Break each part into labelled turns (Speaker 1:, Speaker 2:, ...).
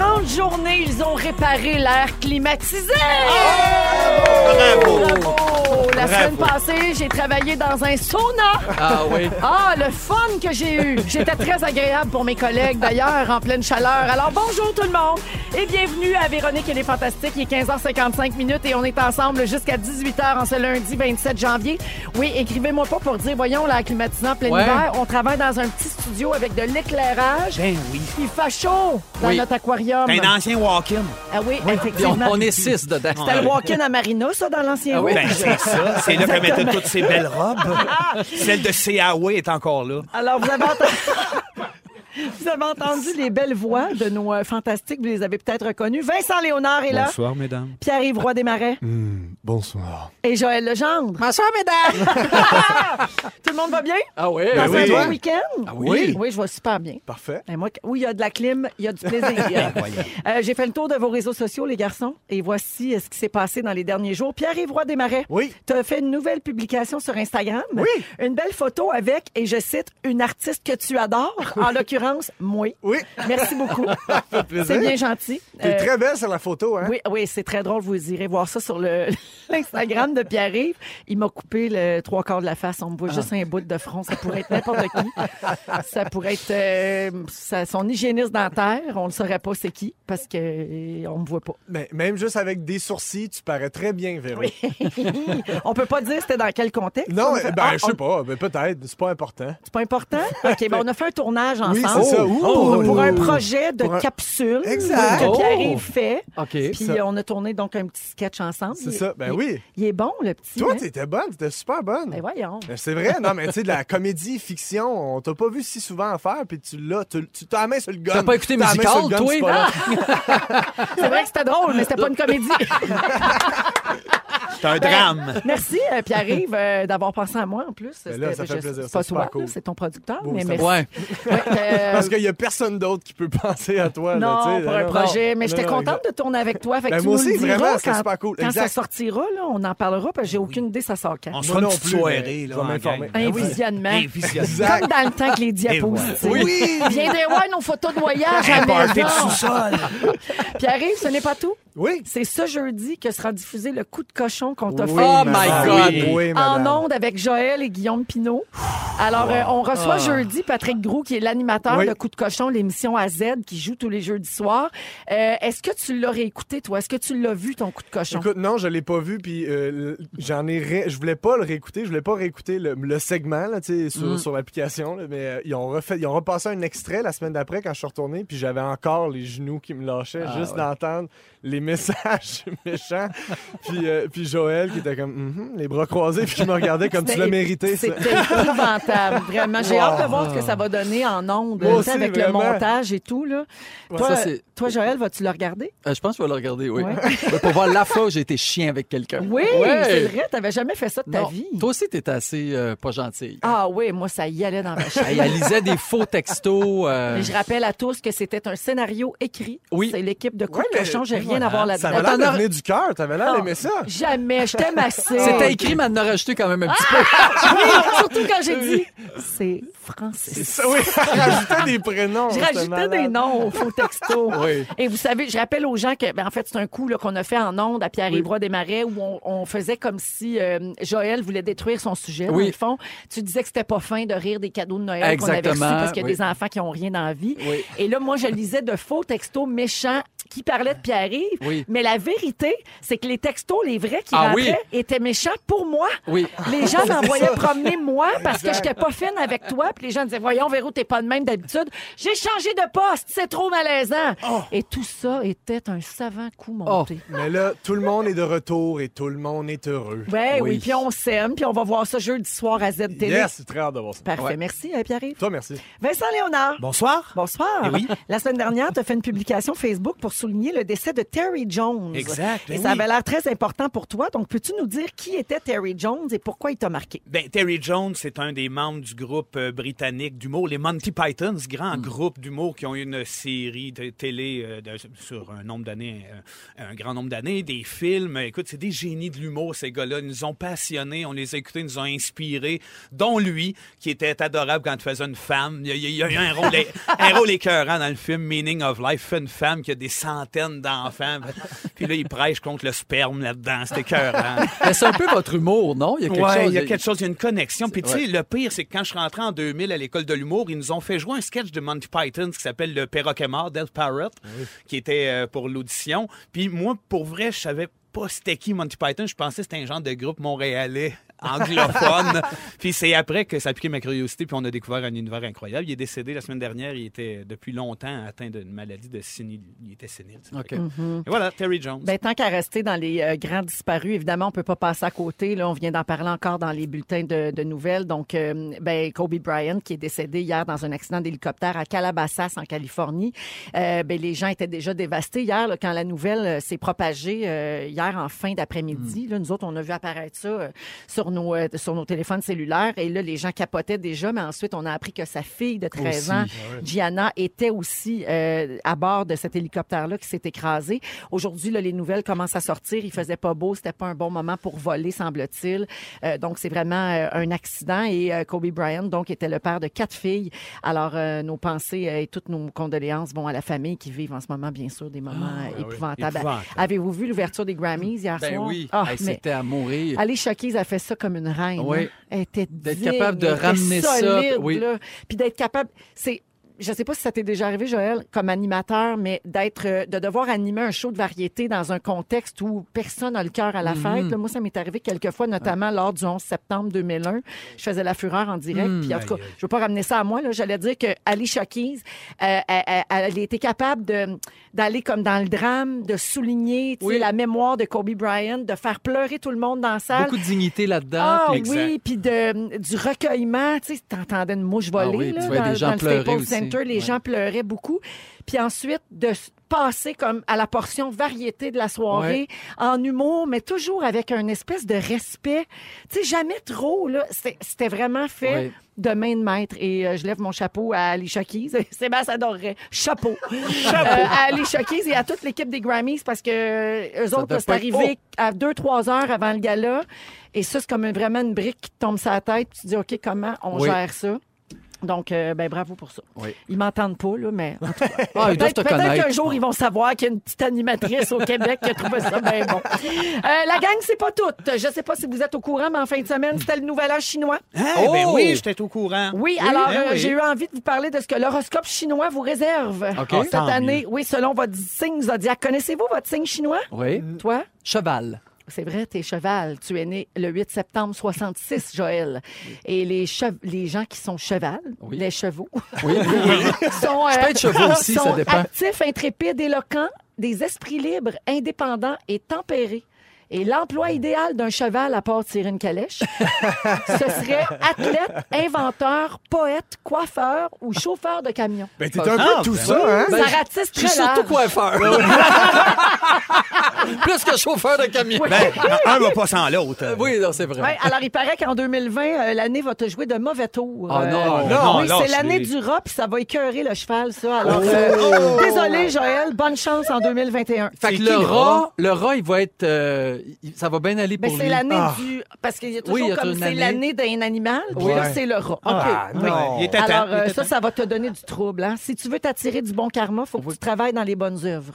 Speaker 1: Ah,
Speaker 2: journée, ils ont réparé l'air climatisé.
Speaker 3: Ah, Bravo!
Speaker 2: Bravo! La
Speaker 3: Bravo.
Speaker 2: semaine passée, j'ai travaillé dans un sauna.
Speaker 4: Ah oui.
Speaker 2: Ah, le fun que j'ai eu! J'étais très agréable pour mes collègues, d'ailleurs, en pleine chaleur. Alors, bonjour tout le monde et bienvenue à Véronique et les Fantastiques. Il est 15h55 minutes et on est ensemble jusqu'à 18h en ce lundi 27 janvier. Oui, écrivez-moi pas pour dire, voyons, la climatisant en plein
Speaker 4: Ouais.
Speaker 2: hiver, on travaille dans un petit studio avec de l'éclairage.
Speaker 3: Ben oui.
Speaker 2: Il fait chaud dans
Speaker 4: Oui.
Speaker 2: notre aquarium.
Speaker 3: T'es un ancien Ben, walk-in.
Speaker 2: Ah oui,
Speaker 4: Puis on,
Speaker 2: effectivement.
Speaker 4: on est six dedans.
Speaker 2: C'était le walk-in à Marina, ça, dans l'ancien
Speaker 4: Ah oui.
Speaker 2: Rouge.
Speaker 3: Ben, c'est ça. C'est là qu'elle mettait toutes ses belles robes. Celle de Seaway est encore là.
Speaker 2: Alors, vous avez entendu... Vous avez entendu les belles voix de nos euh, fantastiques, vous les avez peut-être reconnues. Vincent Léonard est là,
Speaker 1: Bonsoir, mesdames.
Speaker 2: Pierre-Yves Roy Desmarais
Speaker 1: Bonsoir.
Speaker 2: et Joël Legendre.
Speaker 4: Bonsoir, mesdames.
Speaker 2: Tout le monde va bien?
Speaker 4: Ah oui.
Speaker 2: Dans
Speaker 1: Eh oui.
Speaker 2: un
Speaker 1: Toi?
Speaker 2: bon week-end?
Speaker 1: oui.
Speaker 2: Oui, je vais super bien.
Speaker 1: Parfait.
Speaker 2: Et moi, où il y a de la clim, il y a du plaisir. Euh, J'ai fait le tour de vos réseaux sociaux, les garçons, et voici euh, ce qui s'est passé dans les derniers jours. Pierre-Yves Roy Desmarais.
Speaker 1: Oui.
Speaker 2: Tu as fait une nouvelle publication sur Instagram.
Speaker 1: Oui.
Speaker 2: Une belle photo avec, et je cite, une artiste que tu adores, en l'occurrence, moi.
Speaker 1: Oui.
Speaker 2: Merci beaucoup. C'est
Speaker 1: plaisir.
Speaker 2: bien gentil.
Speaker 1: T'es
Speaker 2: Euh,
Speaker 1: très belle sur la photo, hein?
Speaker 2: oui, oui, c'est très drôle. Vous irez voir ça sur le- l'Instagram de Pierre-Yves. Il m'a coupé le trois quarts de la face. On me voit
Speaker 1: Ah.
Speaker 2: juste un bout de front. Ça pourrait être n'importe qui. Ça pourrait être euh, ça- son hygiéniste dentaire. On ne saurait pas c'est qui parce que euh, on me voit pas.
Speaker 1: Mais Ben, même juste avec des sourcils, tu parais très bien, Véro.
Speaker 2: on peut pas dire c'était dans quel contexte.
Speaker 1: Non,
Speaker 2: On a fait-
Speaker 1: ben,
Speaker 2: Ah,
Speaker 1: je
Speaker 2: on-
Speaker 1: sais pas. Ben, peut-être. C'est pas important.
Speaker 2: C'est pas important? OK, ben on a fait un tournage ensemble.
Speaker 1: Oui, c'est ça. Ouh.
Speaker 2: Pour, pour un projet de
Speaker 1: Pour un-
Speaker 2: capsule
Speaker 1: Exact.
Speaker 2: que
Speaker 4: Oh.
Speaker 2: Pierre-Yves fait.
Speaker 4: OK.
Speaker 2: Puis
Speaker 1: ça.
Speaker 2: euh, on a tourné donc un petit sketch ensemble.
Speaker 1: C'est
Speaker 2: Il-
Speaker 1: ça. Ben
Speaker 2: il-
Speaker 1: oui.
Speaker 2: Il est bon, le petit.
Speaker 1: Toi,
Speaker 2: hein?
Speaker 1: t'étais bonne. T'étais super bonne.
Speaker 2: Ben voyons.
Speaker 1: Ben, C'est vrai, non, mais tu sais, de la comédie fiction, on t'a pas vu si souvent en faire, puis tu l'as, tu tu- t'as la main sur le gun.
Speaker 4: T'as pas écouté
Speaker 1: la main sur le
Speaker 4: Musical,
Speaker 1: gun,
Speaker 4: toi?
Speaker 1: c'est pas long.
Speaker 2: C'est vrai que c'était drôle, mais c'était pas une comédie.
Speaker 3: C'est un drame.
Speaker 2: Merci, euh, Pierre-Yves, euh, d'avoir pensé à moi en plus.
Speaker 1: Ben là,
Speaker 2: C'était-
Speaker 1: ça fait
Speaker 2: je-
Speaker 1: plaisir,
Speaker 2: C'est
Speaker 1: ça,
Speaker 2: pas
Speaker 1: super
Speaker 2: toi,
Speaker 1: cool.
Speaker 2: là, c'est ton producteur.
Speaker 1: Beau,
Speaker 2: mais
Speaker 1: ça.
Speaker 2: merci.
Speaker 4: Ouais.
Speaker 2: Ouais, euh,
Speaker 1: Parce qu'il y a personne d'autre qui peut penser à toi. là,
Speaker 2: non,
Speaker 1: tu sais,
Speaker 2: pour
Speaker 1: là,
Speaker 2: un
Speaker 1: non.
Speaker 2: projet. Mais
Speaker 1: Non,
Speaker 2: j'étais
Speaker 1: non,
Speaker 2: contente de tourner avec toi. Fait que
Speaker 1: Ben,
Speaker 2: tu
Speaker 1: moi
Speaker 2: nous le
Speaker 1: aussi,
Speaker 2: diras
Speaker 1: vraiment,
Speaker 2: quand,
Speaker 1: c'était super cool.
Speaker 2: quand ça
Speaker 1: Exact.
Speaker 2: sortira, là, on en parlera parce que j'ai aucune idée ça sort quand.
Speaker 3: On
Speaker 1: Moi
Speaker 3: se fait une
Speaker 1: non
Speaker 3: petite
Speaker 1: plus, mais
Speaker 3: soirée,
Speaker 1: je
Speaker 3: là.
Speaker 1: vais
Speaker 3: en
Speaker 1: m'informer. Ben
Speaker 3: gang.
Speaker 2: Un visionnement.
Speaker 3: Hey, visionnaire.
Speaker 1: Exact.
Speaker 2: Comme dans le temps avec les
Speaker 3: Ben Et
Speaker 2: diapositives.
Speaker 3: voilà.
Speaker 2: Viens de voir nos photos de voyage à
Speaker 3: Un party de
Speaker 2: maison.
Speaker 3: sous-sol.
Speaker 2: Pierre-Yves, ce n'est pas tout.
Speaker 1: Oui.
Speaker 2: C'est ce jeudi que sera diffusé le coup de cochon qu'on t'a
Speaker 1: Oui,
Speaker 2: fait.
Speaker 3: Ah,
Speaker 4: Oh my
Speaker 1: madame. Ah
Speaker 4: God.
Speaker 1: Oui, oui,
Speaker 2: en
Speaker 1: madame.
Speaker 2: onde avec Joël et Guillaume Pinault. Alors, euh, on reçoit jeudi Patrick Groux, qui est l'animateur
Speaker 1: Ah. Oui.
Speaker 2: de Coup de cochon, l'émission à Z, qui joue tous les jeudis soirs. Euh, Est-ce que tu l'as réécouté, toi? Est-ce que tu l'as vu, ton coup de cochon?
Speaker 1: Écoute, non, je l'ai pas vu, puis euh, l- j'en ai. ré- Je voulais pas le réécouter, je voulais pas réécouter le, le segment là, tu sais, sur,
Speaker 2: Mm.
Speaker 1: sur l'application, là, mais euh, ils, ont refait, ils ont repassé un extrait la semaine d'après quand je suis retourné, puis j'avais encore les genoux qui me lâchaient
Speaker 2: Ah
Speaker 1: juste d'entendre les messages méchants. puis, euh, puis Joël qui était comme, Mhm, les bras croisés, puis qui me regardait comme tu l'as mérité. ça.
Speaker 2: C'était épouvantable, vraiment. J'ai
Speaker 1: Wow.
Speaker 2: hâte de voir ce que ça va donner en ondes,
Speaker 1: Moi
Speaker 2: tu sais,
Speaker 1: aussi,
Speaker 2: avec
Speaker 1: vraiment.
Speaker 2: le montage et tout. Là. Toi,
Speaker 4: Ça, c'est-
Speaker 2: toi, Joël, vas-tu le regarder?
Speaker 4: Euh, je pense que je vais le regarder, oui.
Speaker 2: Ouais.
Speaker 4: Mais pour voir la fois où j'ai été chien avec quelqu'un.
Speaker 2: Oui,
Speaker 4: Ouais.
Speaker 2: c'est vrai, t'avais jamais fait ça de ta
Speaker 4: Non,
Speaker 2: vie.
Speaker 4: Toi aussi, t'étais assez euh, pas gentille.
Speaker 2: Ah oui, moi, ça y allait dans ma chair.
Speaker 4: Elle, elle lisait des faux textos. euh,
Speaker 2: Mais je rappelle à tous que c'était un scénario écrit.
Speaker 4: Oui.
Speaker 2: C'est l'équipe de coup
Speaker 1: Ouais,
Speaker 2: de
Speaker 1: mais- hein.
Speaker 2: cochon. J'ai rien
Speaker 4: voilà.
Speaker 2: à voir là-dedans.
Speaker 1: Ça avait l'air de
Speaker 4: T'en as-
Speaker 1: venir du cœur, t'avais l'air
Speaker 2: Ah.
Speaker 1: d'aimer ça.
Speaker 2: Jamais. Je t'aime assez.
Speaker 4: C'était écrit, mais elle en a rajouté quand même un petit peu.
Speaker 2: Ah! Surtout quand j'ai dit c'est Francis.
Speaker 1: Ça, oui, rajoutais des prénoms.
Speaker 2: Je
Speaker 1: c'était
Speaker 2: rajoutais
Speaker 1: malade.
Speaker 2: des noms au faux texto.
Speaker 4: Oui.
Speaker 2: Et vous savez, je rappelle aux gens que, ben, en fait, c'est un coup là, qu'on a fait en ondes à pierre yves des Marais où on, on faisait comme si euh, Joël voulait détruire son sujet.
Speaker 4: Oui.
Speaker 2: Dans le fond, tu disais que c'était pas fin de rire des cadeaux de Noël qu'on avait reçus
Speaker 4: Exactement,
Speaker 2: parce qu'il y a
Speaker 4: oui.
Speaker 2: des enfants qui ont rien dans la vie.
Speaker 4: Oui.
Speaker 2: Et là, moi, je lisais de faux textos méchants qui parlaient de Pierre-Yves.
Speaker 4: Oui.
Speaker 2: Mais la vérité, c'est que les textos, les vrais qui
Speaker 4: Ah
Speaker 2: rentraient,
Speaker 4: oui.
Speaker 2: étaient méchants pour moi.
Speaker 4: Oui.
Speaker 2: Les gens m'envoyaient
Speaker 1: ça.
Speaker 2: promener moi parce que
Speaker 1: Exact.
Speaker 2: j'étais pas fine avec toi. Puis les gens disaient Voyons, Véro, t'es pas de même d'habitude. J'ai changé de poste, c'est trop malaisant. Et tout ça était un savant coup monté.
Speaker 1: Mais là, tout le monde est de retour et tout le monde est heureux.
Speaker 2: Ouais, oui,
Speaker 4: Oui.
Speaker 2: puis on s'aime, puis on va voir ça jeudi soir à ZTV.
Speaker 1: Yes, c'est très hâte de voir ça.
Speaker 2: Parfait,
Speaker 4: Ouais.
Speaker 2: merci euh, Pierre-Yves.
Speaker 1: Toi, merci.
Speaker 2: Vincent Léonard.
Speaker 3: Bonsoir.
Speaker 2: Bonsoir.
Speaker 3: Eh oui.
Speaker 2: La semaine dernière, tu as fait une publication Facebook pour souligner le décès de Terry Jones.
Speaker 3: Exact,
Speaker 2: Et
Speaker 3: ben
Speaker 2: ça
Speaker 3: oui.
Speaker 2: avait l'air très important pour toi. Donc, peux-tu nous dire qui était Terry Jones et pourquoi il t'a marqué?
Speaker 3: Ben, Terry Jones, c'est un des membres du groupe euh, britannique d'humour, les Monty Pythons, grand groupe d'humour qui ont eu une série de télé euh, de- sur un nombre d'années, euh, un grand nombre d'années, des films. Écoute, c'est des génies de l'humour, ces gars-là. Ils nous ont passionnés, on les a écoutés, ils nous ont inspirés, dont lui, qui était adorable quand il faisait une femme. Il y a, il y a eu un rôle, é- un rôle écœurant dans le film Meaning of Life, fait une femme qui a des centaine d'enfants. Puis là, ils prêchent contre le sperme là-dedans. C'est écœurant.
Speaker 4: Mais c'est un peu votre humour, non? Il y a quelque
Speaker 3: Ouais,
Speaker 4: chose.
Speaker 3: il y a quelque chose, il y a une connexion. Puis tu sais,
Speaker 4: ouais.
Speaker 3: le pire, c'est que quand je suis rentré en 2000 à l'école de l'humour, ils nous ont fait jouer un sketch de Monty Python qui s'appelle Le perroquet mort, Death Parrot,
Speaker 4: Ah
Speaker 3: qui était euh, pour l'audition. Puis moi, pour vrai, je savais pas c'était qui Monty Python. Je pensais que c'était un genre de groupe montréalais anglophone. puis c'est après que ça a piqué ma curiosité, puis on a découvert un univers incroyable. Il est décédé la semaine dernière. Il était euh, depuis longtemps atteint d'une maladie de sénile. Il était sénile. tu sais.
Speaker 4: OK.
Speaker 3: Et voilà, Terry Jones.
Speaker 2: Mhm. Ben, tant qu'à rester dans les euh, grands disparus, évidemment, on peut pas passer à côté. Là, on vient d'en parler encore dans les bulletins de, de nouvelles. Donc, euh, ben, Kobe Bryant, qui est décédé hier dans un accident d'hélicoptère à Calabasas, en Californie. Euh, ben, les gens étaient déjà dévastés hier là, quand la nouvelle euh, s'est propagée euh, hier en fin d'après-midi. Là, nous autres, on a vu apparaître ça euh, sur, nos, euh, sur nos téléphones cellulaires. Et là, les gens capotaient déjà. Mais ensuite, on a appris que sa fille de 13 ans,
Speaker 1: Ben
Speaker 2: Gianna, était aussi euh, à bord de cet hélicoptère-là qui s'est écrasé. Aujourd'hui, là, les nouvelles commencent à sortir. Il faisait pas beau, c'était pas un bon moment pour voler, semble-t-il. Euh, donc, c'est vraiment euh, un accident. Et euh, Kobe Bryant, donc, était le père de quatre filles. Alors, euh, nos pensées euh, et toutes nos condoléances vont à la famille qui vivent en ce moment, bien sûr, des moments
Speaker 4: Ah,
Speaker 2: euh, épouvantables.
Speaker 3: Épouvantable.
Speaker 2: Avez-vous vu l'ouverture des Grammys hier
Speaker 4: Ben
Speaker 2: soir?
Speaker 4: oui,
Speaker 2: Ah,
Speaker 4: Hey,
Speaker 2: mais-
Speaker 4: c'était à mourir.
Speaker 2: Allez, Choquise a fait ça comme une reine.
Speaker 4: Oui.
Speaker 2: hein. Elle était
Speaker 4: D'être
Speaker 2: digne,
Speaker 4: capable de
Speaker 2: elle était
Speaker 4: ramener ça,
Speaker 2: solide,
Speaker 4: oui.
Speaker 2: là. Puis d'être capable, c'est je sais pas si ça t'est déjà arrivé, Joël, comme animateur, mais d'être, euh, de devoir animer un show de variété dans un contexte où personne n'a le cœur à la
Speaker 4: Mhm.
Speaker 2: fête. là. moi, ça m'est arrivé quelques fois, notamment lors du 11 septembre 2001. Je faisais la fureur en direct.
Speaker 4: Hmm.
Speaker 2: Puis en tout cas, je veux pas ramener ça à moi. là. J'allais dire que Ali Choquise, euh, elle, elle- elle était capable de- d'aller comme dans le drame, de souligner tu sais,
Speaker 4: Oui.
Speaker 2: la mémoire de Kobe Bryant, de faire pleurer tout le monde dans la salle.
Speaker 4: Beaucoup de dignité là-dedans.
Speaker 2: Ah
Speaker 4: puis-
Speaker 2: oui, puis de, du recueillement, tu sais, t'entendais une mouche voler
Speaker 4: Ah oui,
Speaker 2: là,
Speaker 4: tu voyais
Speaker 2: dans,
Speaker 4: des gens
Speaker 2: dans le Staples
Speaker 4: pleurer aussi.
Speaker 2: Center, les
Speaker 4: Ouais.
Speaker 2: gens pleuraient beaucoup. Puis ensuite, de s- passer comme à la portion variété de la soirée, en humour, mais toujours avec un espèce de respect. Tu sais, jamais trop, là. C'était c'était vraiment fait
Speaker 4: Ouais.
Speaker 2: de main de maître. Et euh, je lève mon chapeau à Ali Choquise. Sébastien adorerait. Chapeau. Euh, à Ali Choquise et à toute l'équipe des Grammys parce que euh, eux autres,
Speaker 4: devait
Speaker 2: là, c'est
Speaker 4: pas être-
Speaker 2: arrivé
Speaker 4: Oh!
Speaker 2: à 2-3 heures avant le gala. Et ça, c'est comme un- vraiment une brique qui te tombe sur la tête. Tu te dis, OK, comment on
Speaker 4: Oui.
Speaker 2: gère ça? Donc, euh, ben bravo pour ça.
Speaker 4: Oui.
Speaker 2: Ils m'entendent pas, là, mais en tout cas,
Speaker 4: Ah, ils doivent te
Speaker 2: peut-être peut-être
Speaker 4: connaître.
Speaker 2: qu'un jour, ils vont savoir qu'il y a une petite animatrice au Québec qui a trouvé ça bien bon. Euh, la gang, c'est pas toute. Je sais pas si vous êtes au courant, mais en fin de semaine, c'était le Nouvel An chinois.
Speaker 3: Ah, ben
Speaker 4: Oh!
Speaker 3: oui, j'étais au courant.
Speaker 2: Oui,
Speaker 4: eh
Speaker 2: alors
Speaker 3: ben
Speaker 2: euh,
Speaker 3: oui.
Speaker 2: j'ai eu envie de vous parler de ce que l'horoscope chinois vous réserve
Speaker 4: OK.
Speaker 2: cette
Speaker 3: Tant mieux.
Speaker 2: année. Oui, selon votre signe zodiac. Connaissez-vous votre signe chinois?
Speaker 4: Oui.
Speaker 2: Toi?
Speaker 4: Cheval.
Speaker 2: C'est vrai, t'es cheval. Tu es né le 8 septembre 66, Joël. Et les, chev- les gens qui sont cheval,
Speaker 4: Oui.
Speaker 2: les chevaux,
Speaker 4: Oui.
Speaker 2: sont, euh,
Speaker 4: Je peux être chevaux aussi,
Speaker 2: sont
Speaker 4: ça dépend.
Speaker 2: actifs, intrépides, éloquents, des esprits libres, indépendants et tempérés. Et l'emploi idéal d'un cheval à part tirer une calèche, ce serait athlète, inventeur, poète, coiffeur ou chauffeur de camion.
Speaker 1: Ben, t'es un
Speaker 3: Ah,
Speaker 1: peu tout
Speaker 3: ben
Speaker 1: ça, hein?
Speaker 2: Ça ratisse
Speaker 4: Je suis
Speaker 2: très
Speaker 4: surtout
Speaker 2: large.
Speaker 4: coiffeur. Plus que chauffeur de camion. Ben,
Speaker 3: Ben, un va pas sans l'autre.
Speaker 4: oui, non, c'est vrai.
Speaker 2: Ouais, alors il paraît qu'en 2020, euh, l'année va te jouer de mauvais tours.
Speaker 4: Ah non,
Speaker 2: Euh,
Speaker 3: non,
Speaker 2: oui,
Speaker 3: lâche-les.
Speaker 2: c'est l'année du rap, puis ça va écœurer le cheval, ça. Alors, euh,
Speaker 4: Oh!
Speaker 2: désolé, Joël, bonne chance en 2021.
Speaker 4: Fait que
Speaker 3: C'est
Speaker 4: le
Speaker 3: qui, le
Speaker 4: rat, le rat, il va être. euh, il- ça va bien aller
Speaker 2: Ben,
Speaker 4: pour
Speaker 2: c'est
Speaker 4: lui.
Speaker 2: l'année
Speaker 1: Ah.
Speaker 2: du. Parce qu'il y a toujours
Speaker 4: Oui, il y a
Speaker 2: comme
Speaker 4: une
Speaker 2: c'est
Speaker 4: année.
Speaker 2: l'année d'un animal, puis
Speaker 4: Ouais.
Speaker 2: là, c'est le rat.
Speaker 1: Ah,
Speaker 2: OK.
Speaker 1: non.
Speaker 3: Il était temps,
Speaker 2: Alors,
Speaker 3: il
Speaker 2: euh,
Speaker 3: était
Speaker 2: ça,
Speaker 3: temps.
Speaker 2: ça va te donner du trouble. Hein? Si tu veux t'attirer du bon karma, faut que tu travailles dans les bonnes œuvres.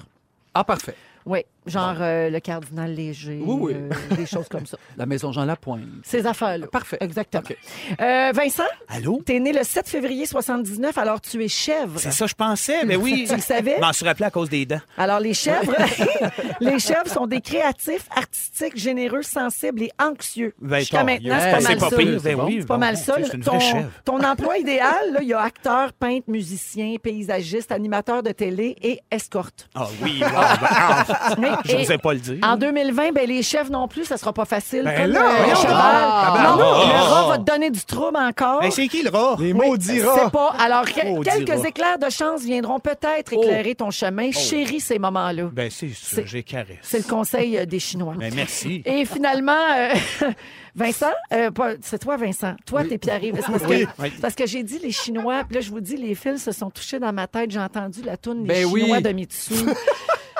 Speaker 4: Ah, parfait.
Speaker 2: Oui, genre euh, le cardinal léger,
Speaker 4: Oui, oui.
Speaker 2: euh, des choses comme ça.
Speaker 4: La maison Jean Lapointe.
Speaker 2: Ces affaires-là.
Speaker 4: Parfait.
Speaker 2: Exactement.
Speaker 4: OK.
Speaker 2: Euh, Vincent,
Speaker 3: Allô?
Speaker 2: T'es né le 7 février 79, alors tu es chèvre.
Speaker 3: C'est ça, je pensais, mais oui.
Speaker 2: Tu le savais? Euh,
Speaker 3: Je m'en suis rappelé à cause des dents.
Speaker 2: Alors les chèvres, les chèvres sont des créatifs, artistiques, généreux, sensibles et anxieux.
Speaker 3: Ben,
Speaker 2: Jusqu'à
Speaker 3: tant
Speaker 2: maintenant,
Speaker 3: mieux.
Speaker 2: c'est
Speaker 4: Hey,
Speaker 2: pas
Speaker 3: c'est
Speaker 2: mal
Speaker 3: pas
Speaker 2: ça.
Speaker 3: pire,
Speaker 4: C'est
Speaker 3: ben
Speaker 4: bon.
Speaker 3: oui.
Speaker 2: C'est pas mal ça.
Speaker 3: C'est une
Speaker 2: ton,
Speaker 3: vraie chèvre.
Speaker 2: ton emploi idéal, là, il y a acteur, peintre, musicien, paysagiste, animateur de télé et escorte.
Speaker 3: Ah oui, wow, ben, ah,
Speaker 2: Mais-
Speaker 3: je
Speaker 2: et-
Speaker 3: n'osais pas le dire.
Speaker 2: En 2020, ben, les chefs non plus, ça sera pas facile.
Speaker 1: Ben
Speaker 2: comme
Speaker 1: là,
Speaker 2: euh, le
Speaker 1: voyons
Speaker 2: cheval.
Speaker 4: donc.
Speaker 2: Non,
Speaker 3: Ah,
Speaker 2: le
Speaker 3: ah,
Speaker 2: rat
Speaker 3: ah.
Speaker 2: va te donner du trouble encore.
Speaker 3: Ben, c'est qui le rat?
Speaker 1: Les
Speaker 2: Oui,
Speaker 1: maudits
Speaker 2: C'est
Speaker 1: rats.
Speaker 2: pas. Alors, que-
Speaker 3: Maudit
Speaker 2: quelques
Speaker 3: rat.
Speaker 2: éclairs de chance viendront peut-être
Speaker 4: Oh.
Speaker 2: éclairer ton chemin. Chéris ces moments-là.
Speaker 3: Ben, c'est ça,
Speaker 2: C'est-
Speaker 3: j'ai caresse.
Speaker 2: C'est le conseil euh, des Chinois.
Speaker 3: Ben, merci.
Speaker 2: Et finalement, euh, Vincent, euh, pas- c'est toi, Vincent. Toi, t'es Pierre-Yves. C'est parce que,
Speaker 3: Oui. Oui.
Speaker 2: c'est parce que j'ai dit les Chinois. Puis là, je vous dis, les fils se sont touchés dans ma tête. J'ai entendu la toune Les
Speaker 4: Ben oui.
Speaker 2: Chinois de Mitsu.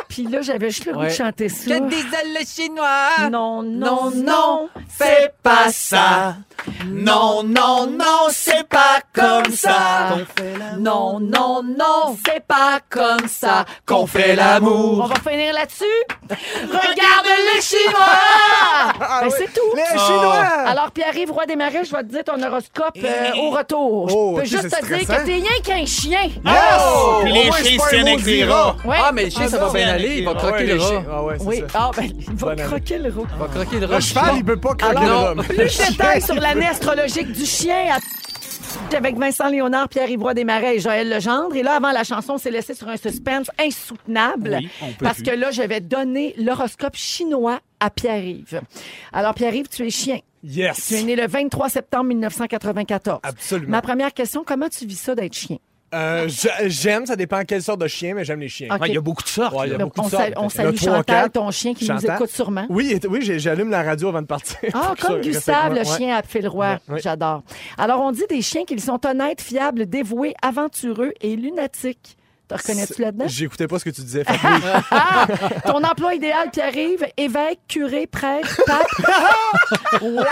Speaker 2: Puis là, j'avais juste le goût de
Speaker 4: Ouais.
Speaker 2: chanter ça.
Speaker 4: désole le chinois.
Speaker 2: Non, non, non.
Speaker 4: Fais pas ça.
Speaker 3: Non, non, non, c'est pas comme ça.
Speaker 2: Non, non, non, c'est pas comme ça
Speaker 3: qu'on fait
Speaker 2: On
Speaker 3: l'amour.
Speaker 2: va finir là-dessus. Regarde les Chinois! Ben, C'est tout.
Speaker 1: Les Chinois!
Speaker 2: Alors, Pierre-Yves, roi des marais, je vais te dire ton horoscope euh, au retour.
Speaker 1: Oh,
Speaker 2: je peux
Speaker 1: ok,
Speaker 2: juste
Speaker 1: c'est
Speaker 2: te dire
Speaker 1: stressant. Ah,
Speaker 2: que t'es rien qu'un chien.
Speaker 3: Oh! Puis
Speaker 1: Au
Speaker 3: les
Speaker 1: moins, c'est
Speaker 3: chiens,
Speaker 1: pas un
Speaker 3: c'est
Speaker 1: mot
Speaker 3: un
Speaker 1: de
Speaker 3: éclairant.
Speaker 1: Zira.
Speaker 2: Ouais.
Speaker 4: Ah, mais le chien, ça va
Speaker 3: Ah,
Speaker 4: bien
Speaker 3: non.
Speaker 4: aller. Il va
Speaker 3: Ah,
Speaker 1: Ah ouais,
Speaker 4: croquer
Speaker 1: les
Speaker 4: le rat.
Speaker 1: chiens. Ah ouais, c'est
Speaker 2: Oui,
Speaker 1: ça.
Speaker 2: ah ben, il va
Speaker 1: Bonne année.
Speaker 2: croquer le rat.
Speaker 4: Il va croquer le rat.
Speaker 1: Le cheval, il peut pas croquer le
Speaker 2: Alors,
Speaker 1: rhum.
Speaker 2: plus de détails sur l'année astrologique du chien à- avec Vincent Léonard, Pierre Ivoire Desmarais et Joël Legendre. Et là, avant la chanson, on s'est laissé sur un suspense insoutenable.
Speaker 3: Oui, on peut
Speaker 2: parce
Speaker 3: plus.
Speaker 2: que là, je vais donner l'horoscope chinois à Pierre-Yves. Alors, Pierre-Yves, tu es chien. Tu es
Speaker 1: Yes!
Speaker 2: né le 23 septembre 1994.
Speaker 1: Absolument.
Speaker 2: Ma première question, comment tu vis ça d'être chien?
Speaker 1: Euh, j'a- j'aime, ça dépend quelle sorte de chien, mais j'aime les chiens.
Speaker 2: Ok.
Speaker 3: Ouais, Il y a beaucoup de sortes.
Speaker 1: Ouais, il y a
Speaker 3: là.
Speaker 2: Donc,
Speaker 1: beaucoup de
Speaker 2: on,
Speaker 1: sortes,
Speaker 2: salue- on
Speaker 1: peut-être.
Speaker 2: salue
Speaker 1: Le trois,
Speaker 2: Chantal,
Speaker 1: quatre.
Speaker 2: ton chien qui nous
Speaker 1: Chantal.
Speaker 2: écoute sûrement.
Speaker 1: Oui, et- oui j'ai- j'allume la radio avant de partir.
Speaker 2: Ah, comme
Speaker 1: Ça,
Speaker 2: Gustave, le
Speaker 1: respecte-moi.
Speaker 2: chien à Pfil-Roi.
Speaker 1: Ouais.
Speaker 2: J'adore. Alors, on dit des chiens qu'ils sont honnêtes, fiables, dévoués, aventureux et lunatiques. Te reconnais-tu là-dedans?
Speaker 1: Ouais. J'écoutais pas ce que tu disais. fait que oui.
Speaker 2: Ah! Ton emploi idéal qui arrive, évêque, curé, prêtre, pape
Speaker 1: wow!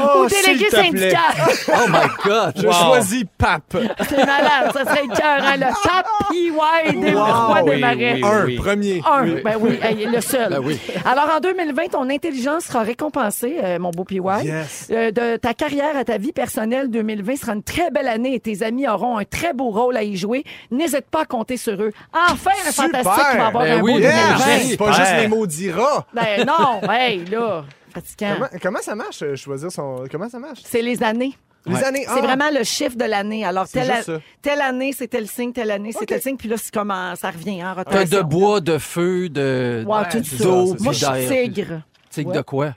Speaker 1: Oh,
Speaker 2: ou délégué
Speaker 1: s'il te plaît.
Speaker 2: syndical.
Speaker 4: Oh my God.
Speaker 1: Je
Speaker 3: Wow.
Speaker 1: choisis pape.
Speaker 2: C'est malade, ça serait le cœur, hein? Le pape PY des
Speaker 1: Wow!
Speaker 2: rois des
Speaker 3: Oui,
Speaker 2: marais.
Speaker 3: Eh oui,
Speaker 1: Un, premier.
Speaker 2: Un,
Speaker 1: Oui.
Speaker 2: ben oui, hey, le seul.
Speaker 4: Ben oui.
Speaker 2: Alors, en 2020, ton intelligence sera récompensée, euh, mon beau PY.
Speaker 1: Yes.
Speaker 2: Euh, de ta carrière à ta vie personnelle, 2020 sera une très belle année et tes amis auront un très beau rôle à y jouer. N'hésite pas à compter sur eux. Enfin, un
Speaker 1: Super.
Speaker 2: fantastique qui va avoir
Speaker 4: Ben
Speaker 2: un
Speaker 4: oui,
Speaker 3: Oh,
Speaker 2: beau
Speaker 4: ben
Speaker 2: 2020.
Speaker 1: Yes! C'est pas juste
Speaker 3: Super.
Speaker 1: les maudits rats.
Speaker 2: Ben non, hey, là, fatigant.
Speaker 1: Comment, comment ça marche, euh, choisir son. Comment ça marche?
Speaker 2: C'est les années.
Speaker 1: Les années.
Speaker 2: C'est
Speaker 1: ah.
Speaker 2: vraiment le chiffre de l'année. Alors,
Speaker 1: C'est
Speaker 2: telle,
Speaker 1: juste ça.
Speaker 2: telle année, c'est tel signe, telle année, c'est
Speaker 1: Ok.
Speaker 2: tel signe. Puis là, c'est comment ça revient, hein, en
Speaker 4: T'as
Speaker 2: rotation.
Speaker 4: de bois, de feu, de.
Speaker 2: Wow,
Speaker 1: Ouais,
Speaker 2: tout
Speaker 1: c'est
Speaker 2: ça.
Speaker 1: ça,
Speaker 4: d'eau,
Speaker 1: c'est
Speaker 2: Moi,
Speaker 4: puis
Speaker 2: je
Speaker 4: d'air.
Speaker 2: suis tigre.
Speaker 4: C'est que de quoi?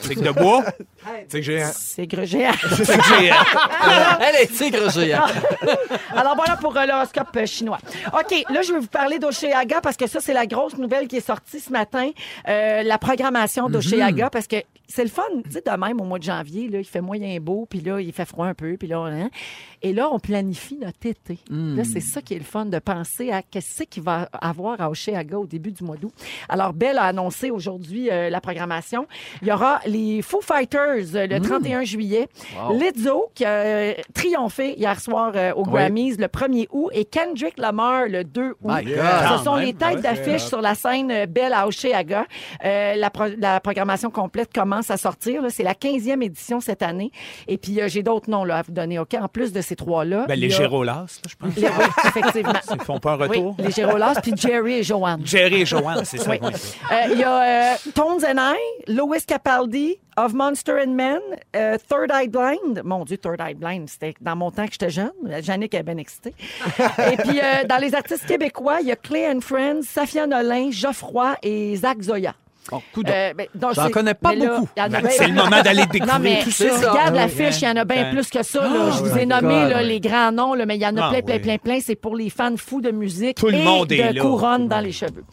Speaker 3: C'est que de bois.
Speaker 1: Tu sais que j'ai.
Speaker 2: Tigre géant.
Speaker 3: C'est que j'ai, euh,
Speaker 2: Ah!
Speaker 4: Elle est tigre géant.
Speaker 2: Alors voilà pour euh, l'horoscope euh, chinois. OK, là, je vais vous parler d'Oceaga parce que ça, c'est la grosse nouvelle qui est sortie ce matin, euh, la
Speaker 4: Mhm.
Speaker 2: programmation d'Oceaga, parce que c'est le fun, tu sais, de même, au mois de janvier, là, il fait moyen beau, puis là, il fait froid un peu, puis là, hein. et là, on planifie notre été.
Speaker 4: Hmm.
Speaker 2: Là, c'est ça qui est le fun, de penser à qu'est-ce qu'il va avoir à Oceaga au début du mois d'août. Alors, Belle a annoncé aujourd'hui euh, la programmation. Il y aura les Foo Fighters euh, le 31 juillet,
Speaker 4: Hmm. Wow.
Speaker 2: Lizzo, qui a euh, triomphé hier soir euh, au
Speaker 4: Oui.
Speaker 2: Grammys le 1er août et Kendrick Lamar le 2 août.
Speaker 4: My
Speaker 3: Ah,
Speaker 2: Ce
Speaker 4: God.
Speaker 2: sont
Speaker 3: même,
Speaker 2: les têtes
Speaker 1: ouais,
Speaker 2: d'affiche
Speaker 1: c'est-
Speaker 2: sur la scène euh, Belle à Oceaga. Euh, la, pro- la programmation complète commence à sortir. là. C'est la 15e édition cette année. Et puis, euh, j'ai d'autres noms là, à vous donner. OK, en plus de ces trois-là.
Speaker 3: ben, les
Speaker 2: il y a-
Speaker 3: Gérolas, là, je pense.
Speaker 2: Les- oui, effectivement.
Speaker 3: Ils font pas un
Speaker 2: Oui,
Speaker 3: retour.
Speaker 2: les Gérolas, puis Jerry et Joanne.
Speaker 3: Jerry et Joanne, c'est ça.
Speaker 2: Oui.
Speaker 3: moi, ça.
Speaker 2: Euh, Il y a euh, Tones and I, Louis Capaldi, Of Monster and Men, euh, Third Eye Blind. Mon Dieu, Third Eye Blind, c'était dans mon temps que j'étais jeune. Jannick est bien excitée. et puis, euh, dans les artistes québécois, il y a Clay and Friends, Safia Nolin, Geoffroy et Zach Zoya.
Speaker 4: Bon, coup
Speaker 2: Euh, ben, donc,
Speaker 4: J'en
Speaker 2: c'est-
Speaker 4: connais pas
Speaker 2: mais là,
Speaker 4: beaucoup.
Speaker 2: il y en a-
Speaker 3: Ben, C'est le moment d'aller
Speaker 2: Ah, Non, mais
Speaker 3: découvrir tout
Speaker 4: c'est
Speaker 3: ça.
Speaker 4: ça.
Speaker 2: regarde la
Speaker 3: Ah oui,
Speaker 2: fiche, il y en a bien
Speaker 3: hein.
Speaker 2: plus que ça. là. Je vous ai
Speaker 4: my
Speaker 2: nommé
Speaker 4: God,
Speaker 2: là,
Speaker 4: oui.
Speaker 2: les grands noms, là, mais il y en a
Speaker 3: Ah
Speaker 2: plein, plein,
Speaker 3: oui.
Speaker 2: plein, plein. C'est pour les fans fous de musique
Speaker 3: Tout le
Speaker 2: et
Speaker 3: monde
Speaker 2: de
Speaker 3: est là. Tout
Speaker 2: couronne
Speaker 3: le
Speaker 2: dans
Speaker 3: monde.
Speaker 2: les cheveux.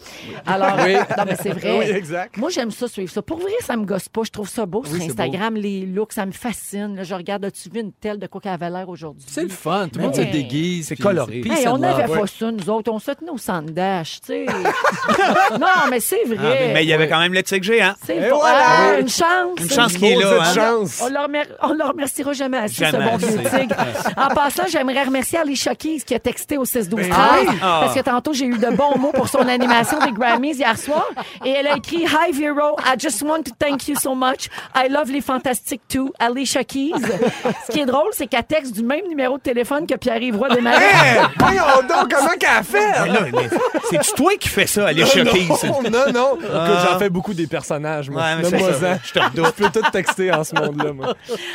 Speaker 2: Alors,
Speaker 4: Oui.
Speaker 2: non, mais c'est vrai.
Speaker 1: Oui, exact.
Speaker 2: Moi, j'aime ça, suivre ça. Pour vrai, ça me gosse pas. Je trouve ça beau sur
Speaker 4: c'est
Speaker 2: Instagram, les looks, ça me fascine. Là, je regarde, as-tu vu une telle de quoi qu'elle avait l'air aujourd'hui?
Speaker 4: C'est le fun. Tout le monde se
Speaker 2: Mais-
Speaker 4: déguise.
Speaker 3: C'est
Speaker 4: puis-
Speaker 3: coloré.
Speaker 4: puis
Speaker 2: Hey,
Speaker 4: c'est
Speaker 2: on
Speaker 4: de l'art.
Speaker 2: n'avait
Speaker 1: ouais.
Speaker 2: pas ça, nous autres. On se tenait au sandage, tu sais. non, mais c'est vrai.
Speaker 3: Ah, mais mais il y avait quand même le tigre géant.
Speaker 2: C'est
Speaker 1: Et
Speaker 2: pas-
Speaker 1: voilà!
Speaker 2: Ah,
Speaker 1: Oui.
Speaker 2: une chance.
Speaker 3: Une chance qui est là,
Speaker 1: Maudite
Speaker 3: hein.
Speaker 1: chance.
Speaker 2: On ne le remerciera jamais assez,
Speaker 3: Jamais
Speaker 2: ce bon vieux
Speaker 3: assez.
Speaker 2: tigre. en passant, j'aimerais remercier Ali Keys qui a texté au 6 12 13
Speaker 3: Ben oui.
Speaker 2: parce que tantôt, j'ai eu de bons mots pour son animation des Grammys hier soir. Et elle a écrit « Hi, Vero, I just want to thank you so much. I love les Fantastic too, Ali Keys. » Ce qui est drôle, c'est qu'elle texte du même numéro de téléphone que Pierre-Yves Roy de
Speaker 3: Hein?
Speaker 1: Hey, voyons donc, comment qu'elle a fait? Ah,
Speaker 3: Mais là, mais C'est-tu toi qui fais ça, aller choquer? ça?
Speaker 1: Non, non, non. Écoute,
Speaker 3: Ah.
Speaker 1: j'en fais beaucoup des personnages, moi.
Speaker 3: Ouais, mais c'est
Speaker 1: Nomme-moi
Speaker 3: ça.
Speaker 1: ça.
Speaker 3: Je te redoute.
Speaker 1: Je peux tout texter en ce monde-là, moi.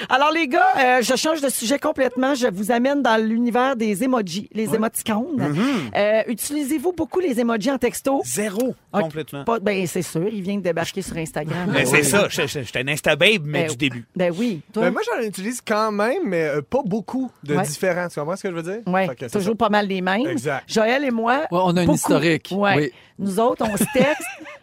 Speaker 2: Alors, les gars, euh, je change de sujet complètement. Je vous amène dans l'univers des emojis, les émoticônes.
Speaker 3: Mm-hmm.
Speaker 2: Euh, Utilisez-vous beaucoup les emojis en texto?
Speaker 3: Zéro, complètement.
Speaker 2: Pas- ben, c'est sûr, il vient de débarquer sur Instagram.
Speaker 3: Mais
Speaker 2: Ben
Speaker 3: Hein? c'est
Speaker 2: oui.
Speaker 3: ça, je- je- j'étais un instababe, mais
Speaker 2: Ben,
Speaker 3: du début.
Speaker 2: Ben oui. Toi?
Speaker 1: Ben, moi, j'en utilise quand même, mais euh, pas beaucoup de
Speaker 2: Ouais.
Speaker 1: différents. Tu comprends ce que je veux dire?
Speaker 2: Ouais,
Speaker 1: Fait que c'est
Speaker 2: toujours pas mal les mêmes.
Speaker 1: Exact.
Speaker 2: Joël et moi.
Speaker 4: Ouais, on a une
Speaker 2: beaucoup.
Speaker 4: historique.
Speaker 2: Ouais.
Speaker 4: Oui.
Speaker 2: Nous autres, on se texte.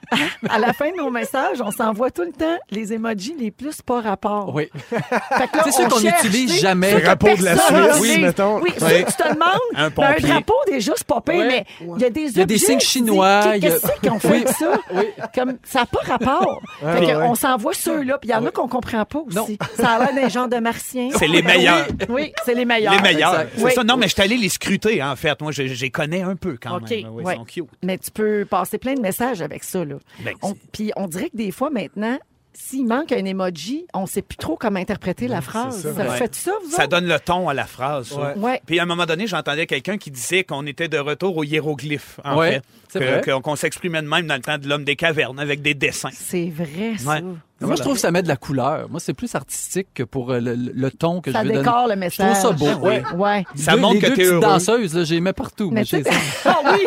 Speaker 2: à la fin de nos messages, on s'envoie tout le temps les emojis les plus pas rapport.
Speaker 4: Oui.
Speaker 2: Fait que là,
Speaker 4: C'est ceux
Speaker 2: on
Speaker 4: qu'on
Speaker 2: cherche, tu
Speaker 4: n'utilise
Speaker 2: sais,
Speaker 1: Le
Speaker 4: jamais.
Speaker 1: drapeau de la
Speaker 2: personne
Speaker 1: Suisse,
Speaker 2: n'utilise.
Speaker 1: mettons.
Speaker 2: Oui,
Speaker 3: Ouais.
Speaker 2: ceux que tu te demandes.
Speaker 3: Un
Speaker 2: ben, un
Speaker 3: pompier.
Speaker 2: drapeau, déjà, c'est pas pire,
Speaker 4: Ouais.
Speaker 2: mais il y a des
Speaker 4: Il y a des
Speaker 2: objets,
Speaker 4: signes
Speaker 2: tu dis,
Speaker 4: chinois, il y a-
Speaker 2: Qu'est-ce qu'on fait avec ça?
Speaker 4: Oui.
Speaker 2: Comme, ça n'a pas rapport.
Speaker 1: Ouais,
Speaker 3: Ah,
Speaker 2: fait que
Speaker 1: ouais.
Speaker 2: On s'envoie ceux-là, puis il y en a qu'on comprend pas aussi.
Speaker 4: Non.
Speaker 2: Ça a l'air d'un genre de martien.
Speaker 3: C'est les meilleurs.
Speaker 2: Oui, c'est les meilleurs.
Speaker 3: Les meilleurs.
Speaker 4: Exact.
Speaker 3: C'est
Speaker 2: Oui.
Speaker 3: ça. Non, mais je suis allé les scruter, en fait. Moi, je, je les connais un peu quand
Speaker 2: OK,
Speaker 3: même. Oui,
Speaker 2: ouais.
Speaker 3: Ils sont cute.
Speaker 2: Mais tu peux passer plein de messages avec ça. Là.
Speaker 3: Ben,
Speaker 2: On-
Speaker 3: c'est-
Speaker 2: Puis on dirait que des fois, maintenant, s'il manque un emoji, on sait plus trop comment interpréter la phrase.
Speaker 1: ça.
Speaker 2: Ça,
Speaker 3: Ouais.
Speaker 2: fait ça, vous
Speaker 3: Ça
Speaker 2: autres?
Speaker 3: donne le ton à la phrase. ça.
Speaker 1: Ouais.
Speaker 2: Ouais.
Speaker 3: Puis à un moment donné, j'entendais quelqu'un qui disait qu'on était de retour au hiéroglyphe, en
Speaker 4: Ouais,
Speaker 3: fait.
Speaker 4: c'est
Speaker 3: Que-
Speaker 4: vrai.
Speaker 3: que- Qu'on s'exprimait de même dans le temps de l'homme des cavernes avec des dessins.
Speaker 2: C'est vrai, ça.
Speaker 3: Ouais.
Speaker 4: Moi, je trouve que ça met de la couleur. Moi, c'est plus artistique que pour euh, le, le- le ton que
Speaker 2: Ça
Speaker 4: je veux donner.
Speaker 2: décore le
Speaker 4: Je trouve
Speaker 2: message. Ah
Speaker 4: ça beau.
Speaker 2: Ouais.
Speaker 4: Ouais.
Speaker 2: Ouais.
Speaker 3: Ça
Speaker 4: Deux-
Speaker 3: montre
Speaker 4: les
Speaker 3: que
Speaker 4: deux
Speaker 3: t'es
Speaker 4: petites
Speaker 3: heureux.
Speaker 4: danseuses, là, j'ai mis partout.
Speaker 2: Mais
Speaker 4: Mais
Speaker 2: tu
Speaker 4: j'ai
Speaker 2: sais- Ah oui!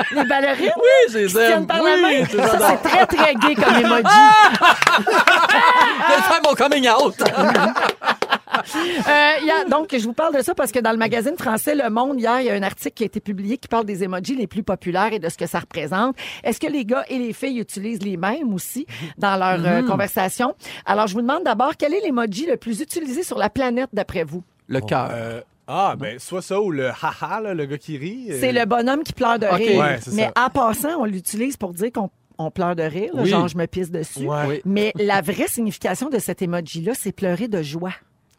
Speaker 2: Les ballerines
Speaker 4: Oui, Ah! j'ai
Speaker 2: tiennent par la main. Ça, c'est très, très gay comme emoji.
Speaker 4: Je vais faire mon coming out.
Speaker 2: Euh, il y a- donc, je vous parle de ça parce que dans le magazine français Le Monde, hier, il y a un article qui a été publié qui parle des emojis les plus populaires et de ce que ça représente. Est-ce que les gars et les filles utilisent les mêmes aussi dans leur
Speaker 4: Mm-hmm.
Speaker 2: euh, conversation? Alors, je vous demande d'abord, quel est l'emoji le plus utilisé sur la planète d'après vous?
Speaker 4: Le cœur.
Speaker 1: Euh, ah, ben, soit ça ou le haha, là, le gars qui rit. euh,
Speaker 2: C'est le bonhomme qui pleure de
Speaker 4: OK.
Speaker 2: rire.
Speaker 1: Ouais, c'est
Speaker 2: Mais
Speaker 1: ça.
Speaker 2: en passant, on l'utilise pour dire qu'on on pleure de rire, là,
Speaker 4: Oui.
Speaker 2: genre je me pisse dessus.
Speaker 1: Ouais.
Speaker 4: Oui.
Speaker 2: Mais la vraie signification de cet emoji-là, c'est pleurer de joie.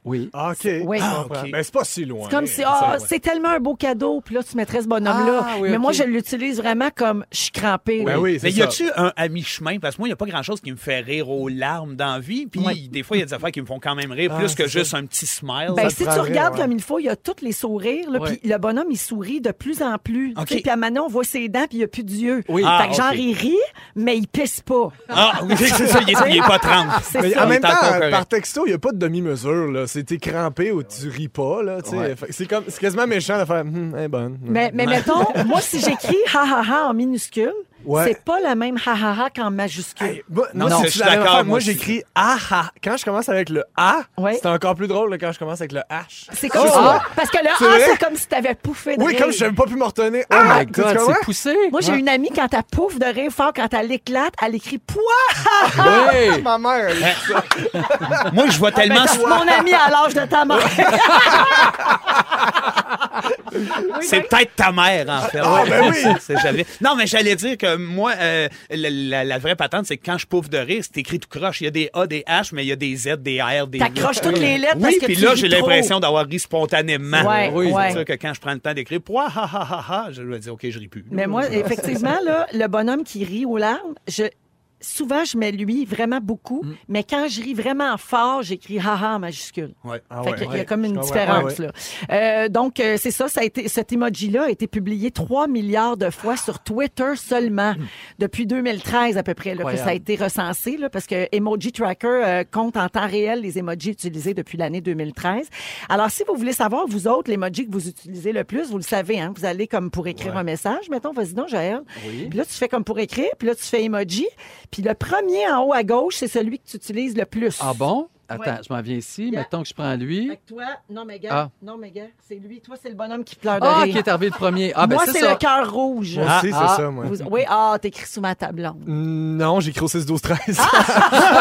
Speaker 4: Oui.
Speaker 1: Ah, OK.
Speaker 2: Oui.
Speaker 1: Je comprends.
Speaker 3: Ah, OK.
Speaker 1: Ben, c'est pas si loin.
Speaker 2: C'est comme si,
Speaker 1: Ça,
Speaker 2: ah,
Speaker 1: ouais.
Speaker 2: c'est tellement un beau cadeau, puis là, tu mettrais ce bonhomme-là.
Speaker 4: Ah, oui,
Speaker 2: Mais
Speaker 4: ok.
Speaker 2: moi, je l'utilise vraiment comme je suis crampée.
Speaker 1: Ben
Speaker 2: là.
Speaker 1: oui, c'est
Speaker 3: Mais y
Speaker 1: ça.
Speaker 3: a-tu un à mi-chemin? Parce que moi, il n'y a pas grand-chose qui me fait rire aux larmes dans la vie. Puis
Speaker 2: Ouais.
Speaker 3: des fois, il y a des affaires qui me font quand même rire,
Speaker 1: Ah,
Speaker 3: plus
Speaker 1: c'est
Speaker 3: que
Speaker 1: ça.
Speaker 3: juste un petit smile.
Speaker 2: Ben,
Speaker 1: Ça te
Speaker 2: si tu
Speaker 1: prendrait,
Speaker 2: regardes
Speaker 1: ouais.
Speaker 2: comme il faut, il y a tous les sourires, là,
Speaker 4: Ouais.
Speaker 2: puis le bonhomme, il sourit de plus en plus.
Speaker 3: Ok.
Speaker 2: Tu sais, Puis à maintenant, on voit ses dents, puis il n'y a plus d'yeux.
Speaker 4: Oui.
Speaker 3: Ah,
Speaker 2: fait que genre,
Speaker 3: ok.
Speaker 2: il rit, mais il pisse pas.
Speaker 3: Ah, oui, c'est ça, il est, il est pas 30.
Speaker 2: C'est
Speaker 1: Mais
Speaker 2: ça.
Speaker 1: en même
Speaker 3: Il est
Speaker 1: temps,
Speaker 3: encore correct.
Speaker 1: par texto, il n'y a pas de demi-mesure. là. C'est t'es crampé ou tu ris pas. Là, tu sais.
Speaker 4: Ouais.
Speaker 1: Fait que c'est, comme, c'est quasiment méchant de faire Hum, elle est bonne.
Speaker 2: Mais, mais mettons, moi, si j'écris ha ha ha en minuscule,
Speaker 1: Ouais.
Speaker 2: c'est pas la même ha ha ha qu'en majuscule.
Speaker 1: Hey, moi,
Speaker 3: Non,
Speaker 1: moi,
Speaker 3: non,
Speaker 1: c'est
Speaker 3: je suis
Speaker 1: la même
Speaker 3: d'accord,
Speaker 1: affaire.
Speaker 3: moi
Speaker 1: Moi,
Speaker 3: aussi.
Speaker 1: j'écris ah ah. Quand je commence avec le ah,
Speaker 2: Ouais.
Speaker 1: c'est encore plus drôle là, quand je commence avec le h.
Speaker 2: C'est comme
Speaker 1: Oh!
Speaker 2: ça. Parce que le
Speaker 1: C'est
Speaker 2: A,
Speaker 1: vrai?
Speaker 2: c'est comme si t'avais pouffé de
Speaker 1: Oui,
Speaker 2: rire.
Speaker 1: comme j'avais pas pu me retenir.
Speaker 4: Oh
Speaker 1: ah,
Speaker 4: my
Speaker 1: tu sais
Speaker 4: God,
Speaker 1: comment?
Speaker 4: c'est poussé.
Speaker 2: Moi, j'ai une amie, quand elle pouffe de rire fort, quand elle éclate, elle écrit poids.
Speaker 4: Oui.
Speaker 2: Ah!
Speaker 1: Ma mère, elle-
Speaker 3: Moi, je vois
Speaker 2: ben,
Speaker 3: tellement.
Speaker 2: Parce que mon ami à l'âge de ta mort.
Speaker 3: C'est peut-être ta mère, en fait.
Speaker 1: Ah, ben oui.
Speaker 3: C'est- j'avais- Non, mais j'allais dire que moi, euh, la, la- la vraie patente, c'est que quand je pouffe de rire, c'est écrit tout croche. Il y a des A, des H, mais il y a des Z, des R, des.
Speaker 2: T'accroches toutes les lettres parce
Speaker 3: Oui,
Speaker 2: que
Speaker 3: puis
Speaker 2: tu
Speaker 3: là,
Speaker 2: ris
Speaker 3: j'ai
Speaker 2: trop.
Speaker 3: l'impression d'avoir ri spontanément.
Speaker 2: Ouais,
Speaker 4: Oui,
Speaker 3: C'est
Speaker 2: ouais.
Speaker 3: sûr que quand je prends le temps d'écrire, Pouah, ha, ha, ha, ha, je dois dire, OK, je ris plus.
Speaker 2: Mais moi, effectivement, là, le bonhomme qui rit aux larmes, je... souvent, je mets lui vraiment beaucoup,
Speaker 1: Mm.
Speaker 2: mais quand je ris vraiment fort, j'écris haha en majuscule.
Speaker 3: Ouais.
Speaker 1: Ah
Speaker 2: Fait
Speaker 1: ouais,
Speaker 2: qu'il y a
Speaker 1: ouais.
Speaker 2: comme une
Speaker 1: Je comprends.
Speaker 2: différence.
Speaker 1: Ouais, ouais.
Speaker 2: là. Euh, donc, euh, c'est ça, ça a été, cet emoji-là a été publié 3 milliards de fois sur Twitter seulement
Speaker 1: Hmm.
Speaker 2: depuis 2013 à peu près, là, que
Speaker 4: Incroyable.
Speaker 2: ça a été recensé, là, parce que Emoji Tracker euh, compte en temps réel les emojis utilisés depuis l'année 2013. Alors, si vous voulez savoir, vous autres, l'emoji que vous utilisez le plus, vous le savez, hein, vous allez comme pour écrire un message, mettons, vas-y donc, Joël.
Speaker 4: Oui.
Speaker 2: Puis là, tu fais comme pour écrire, puis là, tu fais emoji. Puis le premier en haut à gauche, c'est celui que tu utilises le plus.
Speaker 4: Ah bon? Attends,
Speaker 2: Ouais.
Speaker 4: je m'en viens ici.
Speaker 2: Yeah.
Speaker 4: Mettons que je prends lui.
Speaker 2: Fait que toi, non, mais gars,
Speaker 4: Ah.
Speaker 2: non, mais gars, c'est lui. Toi, c'est le bonhomme qui pleure de
Speaker 4: Ah,
Speaker 2: rire.
Speaker 4: qui est arrivé le premier. Ah, ben
Speaker 2: Moi,
Speaker 4: c'est
Speaker 2: c'est
Speaker 4: ça.
Speaker 2: le cœur rouge.
Speaker 1: Moi
Speaker 4: Ah,
Speaker 1: aussi, c'est
Speaker 4: ah.
Speaker 1: ça, moi.
Speaker 2: Vous- Oui, ah, t'écris sous ma table blonde.
Speaker 1: Non, j'écris au 6, 12, 13.
Speaker 2: Ah!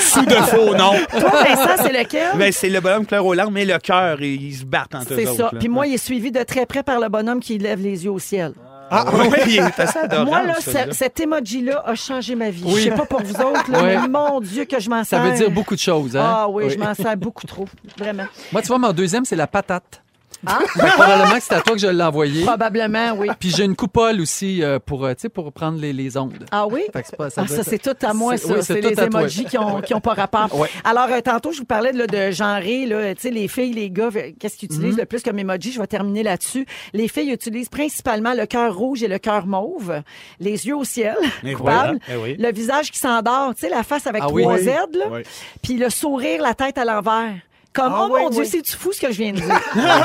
Speaker 3: Sous de faux non.
Speaker 2: Toi, Vincent, c'est lequel?
Speaker 3: Ben, c'est le bonhomme Claire aux larmes et le cœur, et ils se battent entre eux
Speaker 2: c'est ça.
Speaker 3: autres, là.
Speaker 2: Puis moi, il est suivi de très près par le bonhomme qui lève les yeux au ciel.
Speaker 3: Ah, oui, il est assez
Speaker 1: Ah,
Speaker 3: adorable.
Speaker 2: Moi, là,
Speaker 3: celui-là.
Speaker 2: ce- cet emoji-là a changé ma vie.
Speaker 4: Oui.
Speaker 2: Je sais pas pour vous autres, là,
Speaker 4: Ouais.
Speaker 2: mais mon Dieu que je m'en
Speaker 4: Ça
Speaker 2: sers.
Speaker 4: veut dire beaucoup de choses, hein?
Speaker 2: Ah oui, je m'en sers beaucoup trop. Vraiment.
Speaker 4: Moi, tu vois, mon deuxième, c'est la patate.
Speaker 2: Ah.
Speaker 4: Fait que probablement que c'est à toi que je l'ai envoyé.
Speaker 2: Probablement, oui.
Speaker 4: Puis j'ai une coupole aussi euh, pour, euh, tu sais, pour prendre les, les ondes.
Speaker 2: Ah oui?
Speaker 4: Fait que c'est pas- ça
Speaker 2: Ah,
Speaker 4: doit
Speaker 2: ça,
Speaker 4: être-
Speaker 2: c'est tout à moi,
Speaker 4: C'est-
Speaker 2: ça.
Speaker 4: oui,
Speaker 2: c'est
Speaker 4: c'est
Speaker 2: les
Speaker 4: tout à toi.
Speaker 2: emojis qui ont, qui ont pas rapport.
Speaker 4: Ouais.
Speaker 2: Alors, euh, tantôt, je vous parlais là, de genrer, là, tu sais, les filles, les gars, euh, qu'est-ce qu'ils utilisent
Speaker 4: Mhm.
Speaker 2: le plus comme emoji? Je vais terminer là-dessus. Les filles utilisent principalement le cœur rouge et le cœur mauve, les yeux au ciel,
Speaker 3: Eh
Speaker 2: coupable,
Speaker 3: voilà, eh oui.
Speaker 2: le visage qui s'endort, tu sais, la face avec
Speaker 4: hein? Ah oui.
Speaker 2: trois
Speaker 4: Oui.
Speaker 2: Z, là,
Speaker 1: Oui.
Speaker 2: puis le sourire, la tête à l'envers. Comme,
Speaker 1: Ah
Speaker 2: oh
Speaker 1: oui,
Speaker 2: mon Dieu,
Speaker 1: oui.
Speaker 2: c'est-tu fou ce que je viens de dire?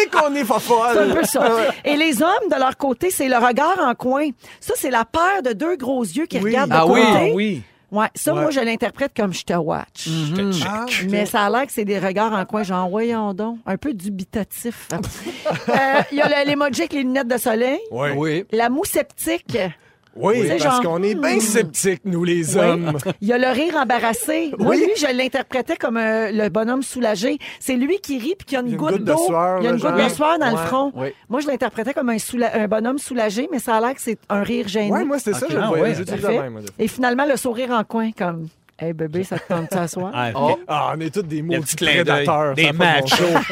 Speaker 1: Et qu'on est pas
Speaker 2: C'est un peu
Speaker 1: folle.
Speaker 4: Ah
Speaker 2: ça. Et les hommes, de leur côté, c'est le regard en coin. Ça, c'est la paire de deux gros yeux qui
Speaker 1: Oui.
Speaker 2: regardent de
Speaker 4: Ah oui.
Speaker 2: côté.
Speaker 3: oui.
Speaker 2: Ouais, ça,
Speaker 1: Ouais.
Speaker 2: moi, je l'interprète comme je te watch.
Speaker 3: Je te check.
Speaker 1: Ah, ok.
Speaker 2: Mais ça a l'air que c'est des regards en coin, genre, voyons donc, un peu dubitatif. Euh, Il y a le- l'emoji avec les lunettes de soleil,
Speaker 1: Ouais. Oui,
Speaker 4: Oui.
Speaker 2: la moue sceptique, C'est
Speaker 1: parce
Speaker 2: genre- hmm.
Speaker 1: qu'on est bien sceptiques, nous, les hommes.
Speaker 2: il y a le rire embarrassé. Moi,
Speaker 1: Oui.
Speaker 2: lui, je l'interprétais comme euh, le bonhomme soulagé. C'est lui qui rit puis qui a une,
Speaker 1: Il y a une
Speaker 2: goutte
Speaker 1: goutte de
Speaker 2: d'eau.
Speaker 1: sueur,
Speaker 2: Il y a une
Speaker 1: là,
Speaker 2: goutte de
Speaker 1: genre.
Speaker 2: sueur dans le
Speaker 1: Ouais.
Speaker 2: front.
Speaker 4: Oui.
Speaker 2: Moi, je l'interprétais comme un, soula- un bonhomme soulagé, mais ça a l'air que c'est un rire gêné.
Speaker 1: Ouais, moi, c'était ça,
Speaker 4: Ok.
Speaker 1: je le
Speaker 4: Ah,
Speaker 1: voyais.
Speaker 4: ouais,
Speaker 1: J'utilise la
Speaker 2: parfait.
Speaker 1: même. moi, des fois.
Speaker 2: Et finalement, le sourire en coin, comme Hey bébé, ça te tente de t'asseoir?
Speaker 3: Ah,
Speaker 4: Oh.
Speaker 3: ok.
Speaker 1: Ah, on est tous des
Speaker 3: Le
Speaker 1: mots
Speaker 3: petit clin d'œil.
Speaker 1: prédateurs.
Speaker 3: Des
Speaker 1: ça a pas de bon
Speaker 3: machos.
Speaker 1: sens.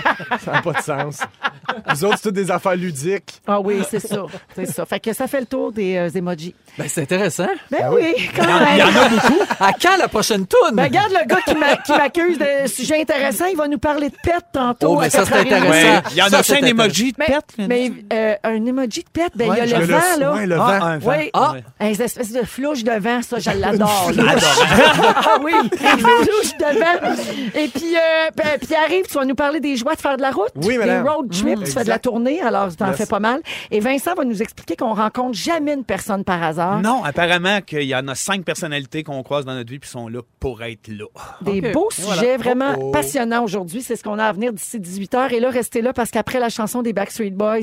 Speaker 1: ça n'a pas de sens. Nous autres, c'est toutes des affaires ludiques.
Speaker 2: Ah oui, c'est ça. C'est ça. Fait que ça fait le tour des euh, emojis.
Speaker 4: Ben, c'est intéressant.
Speaker 2: Ben oui, quand
Speaker 3: Il y
Speaker 2: même.
Speaker 3: en a beaucoup.
Speaker 4: À quand la prochaine toune?
Speaker 2: Ben, regarde le gars qui m'a- qui m'accuse de sujet intéressant, il va nous parler de pète tantôt.
Speaker 4: Oh, mais
Speaker 2: à
Speaker 4: ça, c'est
Speaker 2: 4h30.
Speaker 4: intéressant.
Speaker 3: Ouais. Il y en
Speaker 4: Ça,
Speaker 3: a
Speaker 4: c'est
Speaker 3: plein d'émojis de
Speaker 2: Mais,
Speaker 3: pète. là.
Speaker 2: mais euh, un emoji de pète, ben, il y a
Speaker 1: Je
Speaker 2: le
Speaker 1: le-
Speaker 2: vent, là.
Speaker 1: ouais, le
Speaker 3: Ah,
Speaker 1: vent.
Speaker 3: un vent.
Speaker 2: Oui.
Speaker 4: Ah.
Speaker 2: Un espèce de flouche de vent, ça, je l'adore. là. ah oui, un flouche de vent. Et puis, euh, ben, puis arrive, tu vas nous parler des joies de faire de la route.
Speaker 1: Oui,
Speaker 2: Des
Speaker 1: madame.
Speaker 2: road trips, tu fais de la
Speaker 1: Exact.
Speaker 2: tournée, alors tu en
Speaker 1: Yes.
Speaker 2: fais pas mal. Et Vincent va nous expliquer qu'on rencontre jamais une personne par hasard.
Speaker 3: Non, apparemment qu'il y en a cinq personnalités qu'on croise dans notre vie puis sont là pour être là.
Speaker 2: Des
Speaker 4: Ok.
Speaker 2: beaux
Speaker 4: Et voilà.
Speaker 2: sujets vraiment
Speaker 1: Oh, oh.
Speaker 2: passionnants aujourd'hui. C'est ce qu'on a à venir d'ici 18h. Et là, restez là parce qu'après la chanson des Backstreet Boys,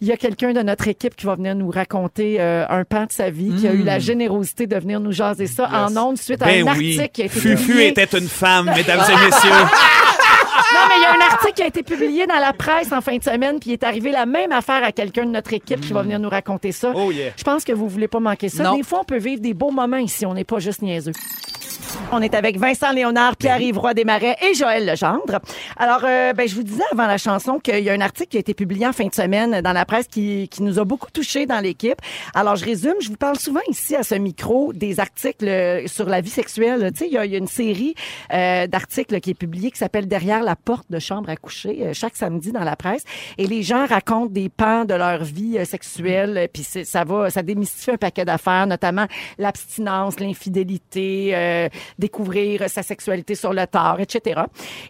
Speaker 2: il y a quelqu'un de notre équipe qui va venir nous raconter euh, un pan de sa vie, qui a eu la générosité de venir nous jaser ça en ondes suite à un
Speaker 3: Hmm. ben oui.
Speaker 2: article qui a été
Speaker 3: Fufu
Speaker 2: publié.
Speaker 3: était une femme, mesdames et messieurs.
Speaker 2: Non, mais il y a un article qui a été publié dans la presse en fin de semaine, puis il est arrivé la même affaire à quelqu'un de notre équipe qui va venir nous raconter ça.
Speaker 3: Oh yeah.
Speaker 2: Je pense que vous voulez pas manquer ça.
Speaker 4: Non.
Speaker 2: Des fois, on peut vivre des beaux moments ici. On n'est pas juste niaiseux. On est avec Vincent Léonard, Pierre-Yves Roy Desmarais et Joël Legendre. Alors, euh, ben, je vous disais avant la chanson qu'il y a un article qui a été publié en fin de semaine dans la presse qui, qui nous a beaucoup touchés dans l'équipe. Alors, je résume, je vous parle souvent ici à ce micro des articles euh, sur la vie sexuelle. Tu sais, il y, a- il y a une série euh, d'articles qui est publiée qui s'appelle Derrière la porte de chambre à coucher euh, chaque samedi dans la presse. Et les gens racontent des pans de leur vie euh, sexuelle. euh, Puis c'est- ça va, ça démystifie un paquet d'affaires, notamment l'abstinence, l'infidélité, euh, découvrir sa sexualité sur le tard, etc.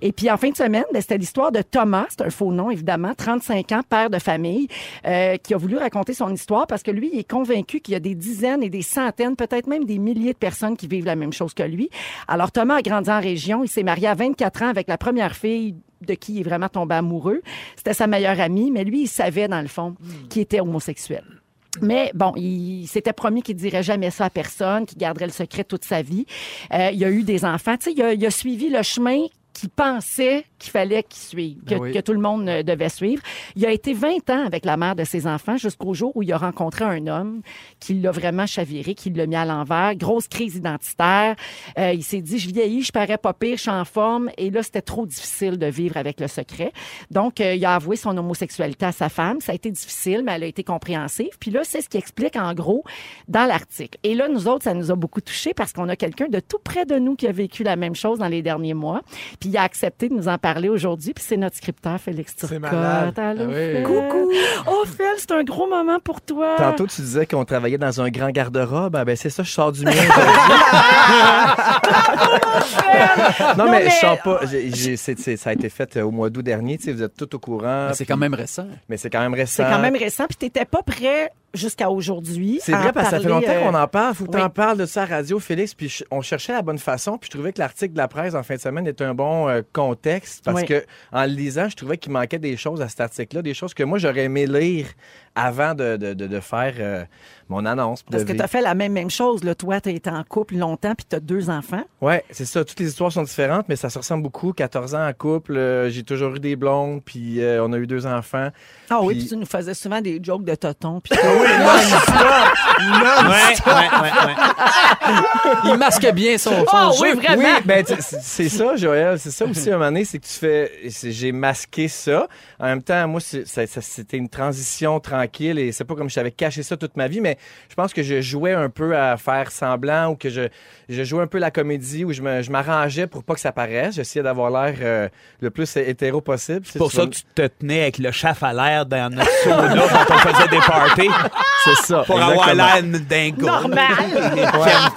Speaker 2: Et puis en fin de semaine, ben, c'était l'histoire de Thomas, c'est un faux nom évidemment, 35 ans, père de famille, euh, qui a voulu raconter son histoire parce que lui, il est convaincu qu'il y a des dizaines et des centaines, peut-être même des milliers de personnes qui vivent la même chose que lui. Alors Thomas a grandi en région, il s'est marié à 24 ans avec la première fille de qui il est vraiment tombé amoureux. C'était sa meilleure amie, mais lui, il savait dans le fond qu'il était homosexuel. Mais bon, il s'était promis qu'il dirait jamais ça à personne, qu'il garderait le secret toute sa vie. Euh, il a eu des enfants. Tu sais, il a, il a suivi le chemin qu'il pensait qu'il fallait qu'il suive, que,
Speaker 4: Ah oui.
Speaker 2: que tout le monde euh, devait suivre. Il a été 20 ans avec la mère de ses enfants jusqu'au jour où il a rencontré un homme qui l'a vraiment chaviré, qui l'a mis à l'envers. Grosse crise identitaire. Euh, il s'est dit, je vieillis, je parais pas pire, je suis en forme. Et là, c'était trop difficile de vivre avec le secret. Donc, euh, il a avoué son homosexualité à sa femme. Ça a été difficile, mais elle a été compréhensive. Puis là, c'est ce qui explique, en gros, dans l'article. Et là, nous autres, ça nous a beaucoup touchés parce qu'on a quelqu'un de tout près de nous qui a vécu la même chose dans les derniers mois. Puis il a accepté de nous en parler aujourd'hui. Puis c'est notre scripteur, Félix
Speaker 1: C'est
Speaker 2: Turcotte.
Speaker 1: malade.
Speaker 2: Allô,
Speaker 4: Ah oui.
Speaker 2: Phil. Oh, Phil, c'est un gros moment pour toi.
Speaker 5: Tantôt, tu disais qu'on travaillait dans un grand garde-robe. Ah, ben, c'est ça, je sors du mien. non,
Speaker 2: Non,
Speaker 5: mais,
Speaker 2: mais- Ah.
Speaker 5: je sors pas. J'ai- j'ai- c'est- c'est- ça a été fait euh, au mois d'août dernier. tu sais, Vous êtes tout au courant.
Speaker 3: Ah,
Speaker 4: Ben, C'est quand même récent.
Speaker 5: Mais c'est quand même récent.
Speaker 2: C'est quand même récent. Puis t'étais pas prêt jusqu'à aujourd'hui.
Speaker 5: Euh, C'est
Speaker 2: à
Speaker 5: vrai,
Speaker 2: en
Speaker 5: parce que ça fait
Speaker 2: parler,
Speaker 5: longtemps
Speaker 2: euh,
Speaker 5: qu'on en parle. Faut que
Speaker 2: oui.
Speaker 5: t'en parles de ça à Radio, Félix. Puis je- on cherchait la bonne façon. Puis je trouvais que l'article de la presse en fin de semaine est un bon euh, contexte. Parce
Speaker 2: Oui.
Speaker 5: que en le lisant, je trouvais qu'il manquait des choses à cet article-là. Des choses que moi, j'aurais aimé lire avant de, de- de- de faire euh, mon annonce. puis
Speaker 2: Parce
Speaker 5: de
Speaker 2: que
Speaker 5: vivre.
Speaker 2: t'as fait la même, même chose. Là. Toi, t'as été en couple longtemps, puis t'as deux enfants.
Speaker 5: Oui, c'est ça. Toutes les histoires sont différentes, mais ça se ressemble beaucoup. 14 ans en couple, euh, j'ai toujours eu des blondes, puis euh, on a eu deux enfants.
Speaker 2: Ah oui,
Speaker 5: Puis-
Speaker 2: puis tu nous faisais souvent des jokes de toton. Puis
Speaker 3: Ouais, ouais, ouais, ouais.
Speaker 4: Il masque bien son,
Speaker 2: Ah,
Speaker 4: son jeu.
Speaker 5: Oui, ben, tu- c'est c'est ça, Joël. C'est ça aussi, à un moment donné, c'est que tu fais... c'est- J'ai masqué ça. En même temps, moi, c'est- ça- ça- c'était une transition tranquille et c'est pas comme si j'avais caché ça toute ma vie, mais je pense que je jouais un peu à faire semblant ou que je, je jouais un peu la comédie où je me- je m'arrangeais pour pas que ça paraisse. J'essayais d'avoir l'air euh, le plus hétéro possible.
Speaker 3: C'est pour ça que tu te tenais avec le chef à l'air dans notre sauna quand on faisait des parties
Speaker 5: C'est ça.
Speaker 3: pour avoir
Speaker 5: exactement.
Speaker 3: l'air dingo.
Speaker 2: normal.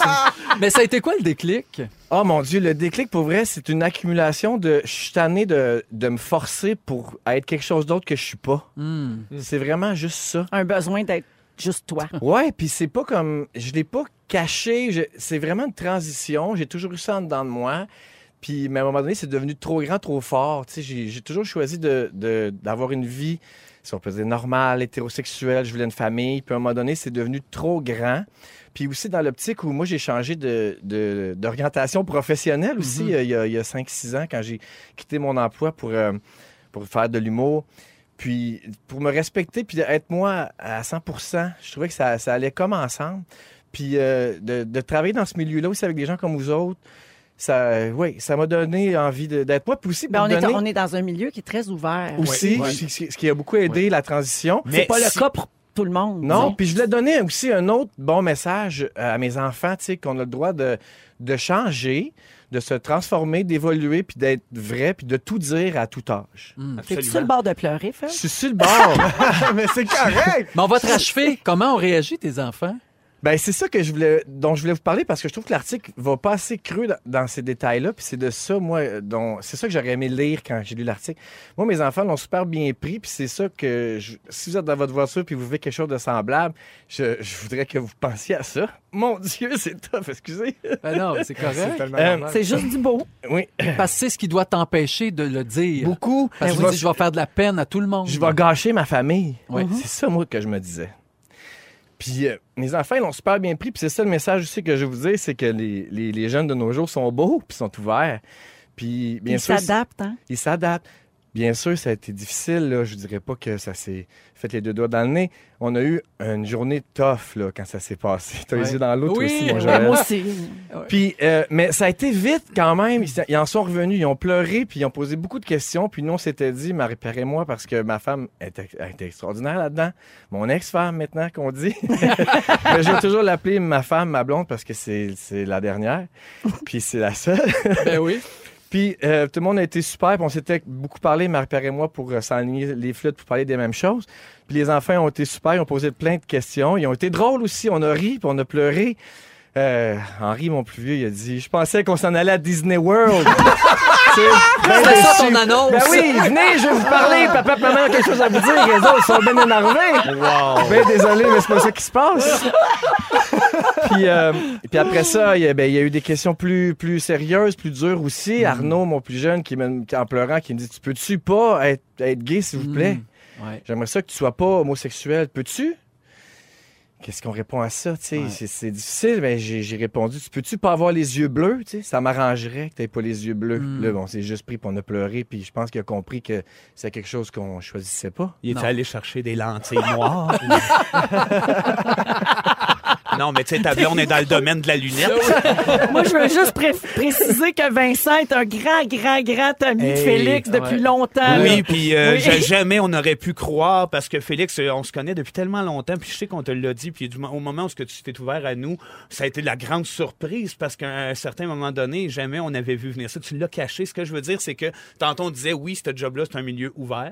Speaker 4: Mais ça a été quoi le déclic?
Speaker 5: Oh mon Dieu, le déclic, pour vrai, c'est une accumulation de je suis tanné de, de me forcer pour être quelque chose d'autre que je suis pas.
Speaker 4: Hmm.
Speaker 3: Mm.
Speaker 5: C'est vraiment juste ça.
Speaker 2: Un besoin d'être juste toi.
Speaker 5: Ouais, puis c'est pas comme. Je l'ai pas caché. je- C'est vraiment une transition. J'ai toujours eu ça en dedans de moi. Puis, mais à un moment donné, c'est devenu trop grand, trop fort. Tu sais, j'ai j'ai toujours choisi de- de- d'avoir une vie, si on peut dire, normale, hétérosexuelle. Je voulais une famille. Puis à un moment donné, c'est devenu trop grand. Puis aussi dans l'optique où moi, j'ai changé de- de- d'orientation
Speaker 2: Mm-hmm.
Speaker 5: professionnelle aussi euh, il y a- il y a 5-6 ans, quand j'ai quitté mon emploi pour, euh, pour faire de l'humour. Puis pour me respecter, puis être moi à 100 je trouvais que ça, ça allait comme ensemble. Puis euh, de, de travailler dans ce milieu-là aussi avec des gens comme vous autres, ça euh, oui, ça m'a donné envie de- d'être moi. Puis aussi, pour
Speaker 2: Ben, on, est,
Speaker 5: donner
Speaker 2: on est dans un milieu qui est très ouvert.
Speaker 5: aussi,
Speaker 3: Ouais.
Speaker 5: ce qui- ce qui a beaucoup aidé la transition.
Speaker 2: C'est pas
Speaker 3: si-
Speaker 2: le cas pour tout le monde.
Speaker 5: Non,
Speaker 2: tu
Speaker 5: puis je voulais donner aussi un autre bon message euh, à mes enfants, tu sais, qu'on a le droit de, de changer, de se transformer, d'évoluer, puis d'être vrai, puis de tout dire à tout âge.
Speaker 2: sais. T'es-tu
Speaker 3: Absolument.
Speaker 2: sur le bord de pleurer, Phil?
Speaker 5: Je suis sur le bord.
Speaker 1: mais c'est correct!
Speaker 4: Mais on va te rachever. Comment ont réagi tes enfants?
Speaker 5: Ben, c'est ça que je voulais, dont je voulais vous parler parce que je trouve que l'article va pas assez creux dans, dans ces détails-là. Puis c'est de ça, moi, euh, dont c'est ça que j'aurais aimé lire quand j'ai lu l'article. Moi, mes enfants l'ont super bien pris. Puis c'est ça que je- si vous êtes dans votre voiture puis vous vivez quelque chose de semblable, je, je voudrais que vous pensiez à ça. Mon Dieu, c'est tough, excusez.
Speaker 4: Ben non, c'est
Speaker 1: C'est
Speaker 4: correct.
Speaker 1: tellement
Speaker 5: Euh,
Speaker 1: normal.
Speaker 2: C'est juste du beau.
Speaker 5: Oui,
Speaker 4: Parce que c'est ce qui doit t'empêcher de le dire.
Speaker 5: beaucoup.
Speaker 4: Parce que
Speaker 2: Ben
Speaker 5: je,
Speaker 4: tu
Speaker 5: vais,
Speaker 4: dis, je vais faire de la peine à tout le monde. Ben
Speaker 5: je vais gâcher ma famille. Mm-hmm.
Speaker 4: Oui.
Speaker 5: C'est ça, moi, que je me disais. Puis euh, mes enfants, ils l'ont super bien pris. Puis c'est ça le message aussi que je vous dis, c'est que les, les- les jeunes de nos jours sont beaux, puis sont ouverts. Puis bien
Speaker 2: Il
Speaker 5: sûr,
Speaker 2: s'adapte, hein?
Speaker 5: ils s'adaptent. Bien sûr, ça a été difficile. Là. Je dirais pas que ça s'est fait les deux doigts dans le nez. On a eu une journée tough là, quand ça s'est passé. T'as
Speaker 4: Ouais.
Speaker 5: les yeux dans l'eau, toi
Speaker 4: Oui,
Speaker 5: aussi, mon
Speaker 4: ouais,
Speaker 2: Ouais,
Speaker 5: Joël.
Speaker 2: moi aussi.
Speaker 5: Puis, euh, mais ça a été vite quand même. Ils, ils en sont revenus, ils ont pleuré, puis ils ont posé beaucoup de questions. Puis nous, on s'était dit, Marie Pierre et moi, parce que ma femme était, elle était extraordinaire là-dedans. Mon ex-femme, maintenant qu'on dit. Mais je vais toujours l'appeler ma femme, ma blonde, parce que c'est c'est la dernière. Puis c'est la seule.
Speaker 4: Ben oui.
Speaker 5: Puis euh, tout le monde a été super. puis on s'était beaucoup parlé, Marie-Pierre et moi, pour euh, s'aligner les flûtes, pour parler des mêmes choses. Puis les enfants ont été super. Ils ont posé plein de questions. Ils ont été drôles aussi. On a ri, puis on a pleuré. Euh, Henri, mon plus vieux, il a dit Je pensais qu'on s'en allait à Disney World. Tu sais, ben
Speaker 4: C'est ça
Speaker 5: déçu.
Speaker 4: ton annonce.
Speaker 5: Ben oui, venez, je vais vous parler. Papa, maman ont quelque chose à vous dire. Les autres sont bien énervés. Ben désolé, mais c'est pas ça qui se passe. puis, euh, puis après ça, il y, a, ben, il y a eu des questions plus, plus sérieuses, plus dures aussi. Arnaud, mon plus jeune, qui me- qui, en pleurant, qui me dit Tu peux-tu pas être, être gay, s'il vous plaît
Speaker 4: Ouais.
Speaker 5: J'aimerais ça que tu sois pas homosexuel. Peux-tu Qu'est-ce qu'on répond à ça? tu sais?
Speaker 4: Ouais.
Speaker 5: C'est, c'est difficile, mais j'ai, j'ai répondu Tu peux-tu pas avoir les yeux bleus? tu sais? Ça m'arrangerait que tu pas les yeux bleus.
Speaker 4: Mm.
Speaker 5: Là, bon, c'est juste pris, puis on a pleuré, puis je pense qu'il a compris que c'est quelque chose qu'on choisissait pas.
Speaker 3: Il est
Speaker 4: Non.
Speaker 3: allé chercher des lentilles noires. non, mais tu sais, ta blonde est dans le domaine de la lunette.
Speaker 2: Moi, je veux juste pré- préciser que Vincent est un grand, grand, grand ami de
Speaker 5: Hey,
Speaker 2: Félix depuis
Speaker 4: ouais.
Speaker 2: longtemps. là.
Speaker 3: Oui, puis euh,
Speaker 2: Oui.
Speaker 3: ja- jamais on aurait pu croire parce que Félix, euh, on se connaît depuis tellement longtemps, puis je sais qu'on te l'a dit, puis du mo- au moment où ce que tu t'es ouvert à nous, ça a été de la grande surprise parce qu'à un certain moment donné, jamais on avait vu venir ça. Tu l'as caché. Ce que je veux dire, c'est que tantôt on disait oui, ce job-là, c'est un milieu ouvert.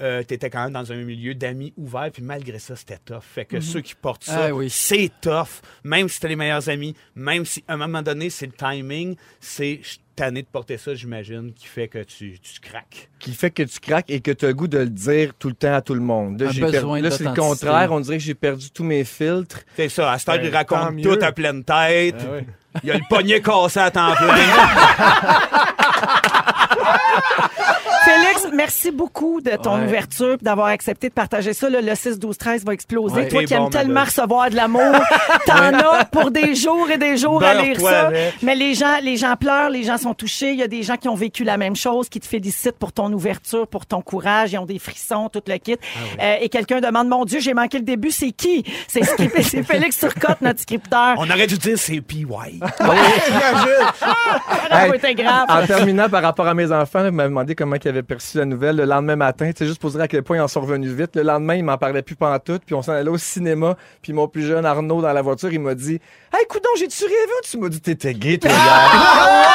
Speaker 3: Euh, t'étais quand même dans un milieu d'amis ouverts, puis malgré ça, c'était tough. Fait que ceux qui portent ça,
Speaker 4: Mm-hmm. Ah oui.
Speaker 3: c'est tough. Même si t'es les meilleurs amis, même si à un moment donné, c'est le timing, c'est je suis tanné de porter ça, j'imagine, qui fait que tu, tu craques.
Speaker 5: Qui fait que tu craques et que tu as le goût de le dire tout le temps à tout le monde. Là,
Speaker 4: Un
Speaker 5: j'ai per-
Speaker 4: besoin
Speaker 5: là, c'est le
Speaker 4: d'authenticité.
Speaker 5: contraire. On dirait que j'ai perdu tous mes filtres.
Speaker 3: C'est ça, à cette heure,
Speaker 1: Ben,
Speaker 3: il
Speaker 1: tant
Speaker 3: raconte
Speaker 1: mieux.
Speaker 3: tout à pleine tête.
Speaker 1: Ah ouais.
Speaker 3: Il y a le poignet cassé à temps plein.
Speaker 2: Félix, merci beaucoup de ton
Speaker 4: Ouais.
Speaker 2: ouverture et d'avoir accepté de partager ça. là. le 6-12-13 va exploser.
Speaker 4: Ouais.
Speaker 2: Toi
Speaker 3: T'es
Speaker 2: qui
Speaker 3: bon,
Speaker 2: aimes tellement
Speaker 3: madame.
Speaker 2: recevoir de l'amour, t'en as pour des jours et des jours à lire
Speaker 3: Beurre-toi
Speaker 2: ça.
Speaker 3: avec.
Speaker 2: Mais les gens, les gens pleurent, les gens sont touchés. Il y a des gens qui ont vécu la même chose, qui te félicitent pour ton ouverture, pour ton courage. Ils ont des frissons, tout le kit.
Speaker 3: Ah
Speaker 2: Euh, et quelqu'un demande, mon Dieu, j'ai manqué le début, c'est qui? C'est script- c'est Félix Turcotte, notre scripteur.
Speaker 3: On aurait dû dire c'est PY.
Speaker 2: Bravo, t'es grave.
Speaker 5: En terminant par rapport à mes enfants, là, vous m'avez demandé comment ils avaient perçu la nouvelle le lendemain matin. C'est juste pour dire à quel point ils en sont revenus vite. Le lendemain, ils m'en parlaient plus pantoute. Puis on s'en allait au cinéma. Puis mon plus jeune Arnaud dans la voiture, il m'a dit Hey, coudon, j'ai-tu rêvé ou tu m'as dit que t'étais gay, toi, hier?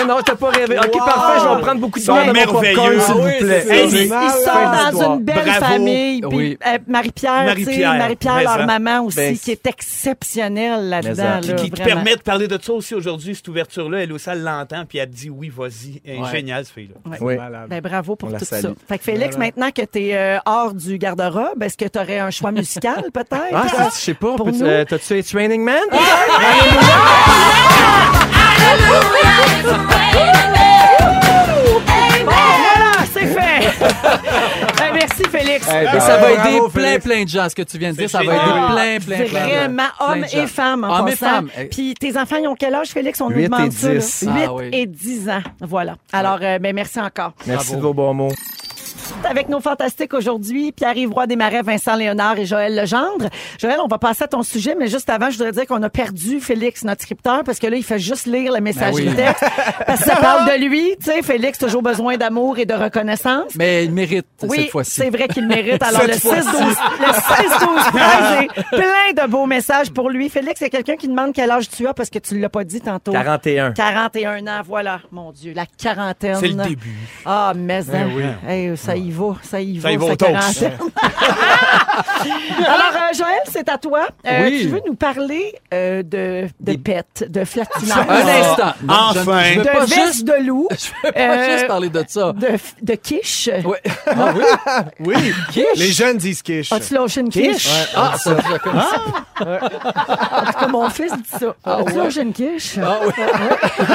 Speaker 5: Eh non, t'as pas rêvé. OK,
Speaker 1: Wow!
Speaker 5: parfait, je vais prendre beaucoup de
Speaker 3: Ils sont
Speaker 5: bière dans mon
Speaker 3: merveilleux.
Speaker 5: popcorn, s'il
Speaker 3: Ah
Speaker 5: vous
Speaker 1: oui,
Speaker 5: plaît.
Speaker 1: c'est
Speaker 5: Hey,
Speaker 1: ça.
Speaker 5: mais-
Speaker 2: Ils,
Speaker 1: malade.
Speaker 2: ils sont
Speaker 1: Bravo.
Speaker 2: dans une belle
Speaker 3: Bravo.
Speaker 2: famille. puis,
Speaker 4: Oui. Ben
Speaker 2: euh, Marie-Pierre, tu sais,
Speaker 3: Marie-Pierre,
Speaker 2: Marie-Pierre,
Speaker 3: mais
Speaker 2: leur
Speaker 3: ça.
Speaker 2: maman aussi,
Speaker 5: Ben,
Speaker 2: qui est exceptionnelle là-dedans.
Speaker 5: ça.
Speaker 3: Qui,
Speaker 2: là,
Speaker 3: qui te
Speaker 2: vraiment.
Speaker 3: permet de parler de ça aussi aujourd'hui, cette ouverture-là. Elle aussi, elle l'entend, puis elle te dit oui, vas-y. Elle est
Speaker 4: Ouais.
Speaker 3: géniale, cette fille-là.
Speaker 5: Oui.
Speaker 1: Malade.
Speaker 2: Ben, bravo pour
Speaker 5: On la
Speaker 2: tout ça.
Speaker 5: salue.
Speaker 2: Fait que Félix, maintenant que tu es hors du garde-robe, est-ce que tu aurais un choix musical peut-être?
Speaker 5: Ah, ça, je sais pas.
Speaker 2: Pour
Speaker 5: peux-tu-
Speaker 2: nous.
Speaker 5: euh, T'as-tu les Training Man?
Speaker 1: Ah!
Speaker 2: Voilà, c'est fait! Ben, merci Félix.
Speaker 5: Eh ben,
Speaker 4: Et
Speaker 2: Ah,
Speaker 4: ça va
Speaker 1: Bravo,
Speaker 4: aider plein,
Speaker 1: Félix.
Speaker 4: plein de gens, ce que tu viens de dire.
Speaker 3: C'est
Speaker 4: Ça va
Speaker 3: génial.
Speaker 4: aider Ah, plein, plein, plein. plein,
Speaker 2: Vraiment,
Speaker 4: plein
Speaker 2: hommes
Speaker 4: de gens.
Speaker 2: et femmes en
Speaker 4: Hommes et
Speaker 2: passant.
Speaker 4: femmes. Eh,
Speaker 2: Puis tes enfants, ils ont quel âge, Félix? On nous
Speaker 5: Huit
Speaker 2: demande
Speaker 5: et
Speaker 2: ça. là.
Speaker 5: dix.
Speaker 2: Huit
Speaker 4: Ah oui.
Speaker 2: et 10 ans. Voilà. Alors, euh, ben, merci encore.
Speaker 5: Merci de vos bons mots.
Speaker 2: Avec nos fantastiques aujourd'hui, Pierre-Yves Roy Desmarais, Vincent Léonard et Joël Legendre. Joël, on va passer à ton sujet, mais juste avant, je voudrais dire qu'on a perdu Félix, notre scripteur, parce que là, il fait juste lire le message
Speaker 4: Ben oui.
Speaker 2: du texte. Parce que ça parle de lui. Tu sais, Félix, toujours besoin d'amour et de reconnaissance.
Speaker 4: Mais il mérite
Speaker 2: Oui,
Speaker 4: Ben, cette fois-ci.
Speaker 2: c'est vrai qu'il le mérite. Alors, le 6-12,
Speaker 1: fois-ci.
Speaker 2: le 6-12, j'ai plein de beaux messages pour lui. Félix, il y a quelqu'un qui demande quel âge tu as parce que tu l'as pas dit tantôt.
Speaker 5: 41.
Speaker 2: 41 ans, voilà, mon Dieu, la quarantaine.
Speaker 3: C'est le début.
Speaker 2: Ah, mais hein.
Speaker 3: Eh oui.
Speaker 2: Hey, ça y va, ça y va.
Speaker 3: Ça y va au
Speaker 2: cette
Speaker 3: toast.
Speaker 2: quarantaine. Alors, euh, Joël, c'est à toi. Euh,
Speaker 4: Oui.
Speaker 2: Tu veux nous parler euh, de, de pets, de flatulence,
Speaker 4: Un
Speaker 3: Ah.
Speaker 4: instant. Non, je-
Speaker 3: Enfin.
Speaker 4: Je,
Speaker 2: de
Speaker 4: veux pas
Speaker 2: vestes
Speaker 4: juste,
Speaker 2: de loup,
Speaker 4: je veux pas
Speaker 2: Euh,
Speaker 4: juste parler de ça.
Speaker 2: de, f- de quiche.
Speaker 4: Oui. Ah oui?
Speaker 1: Oui, les jeunes disent quiche.
Speaker 2: As-tu lâché une quiche? Ah,
Speaker 4: Ah, ça, je connais ça.
Speaker 2: Comme mon fils dit ça. As-tu lâché une quiche?
Speaker 4: Ah oui.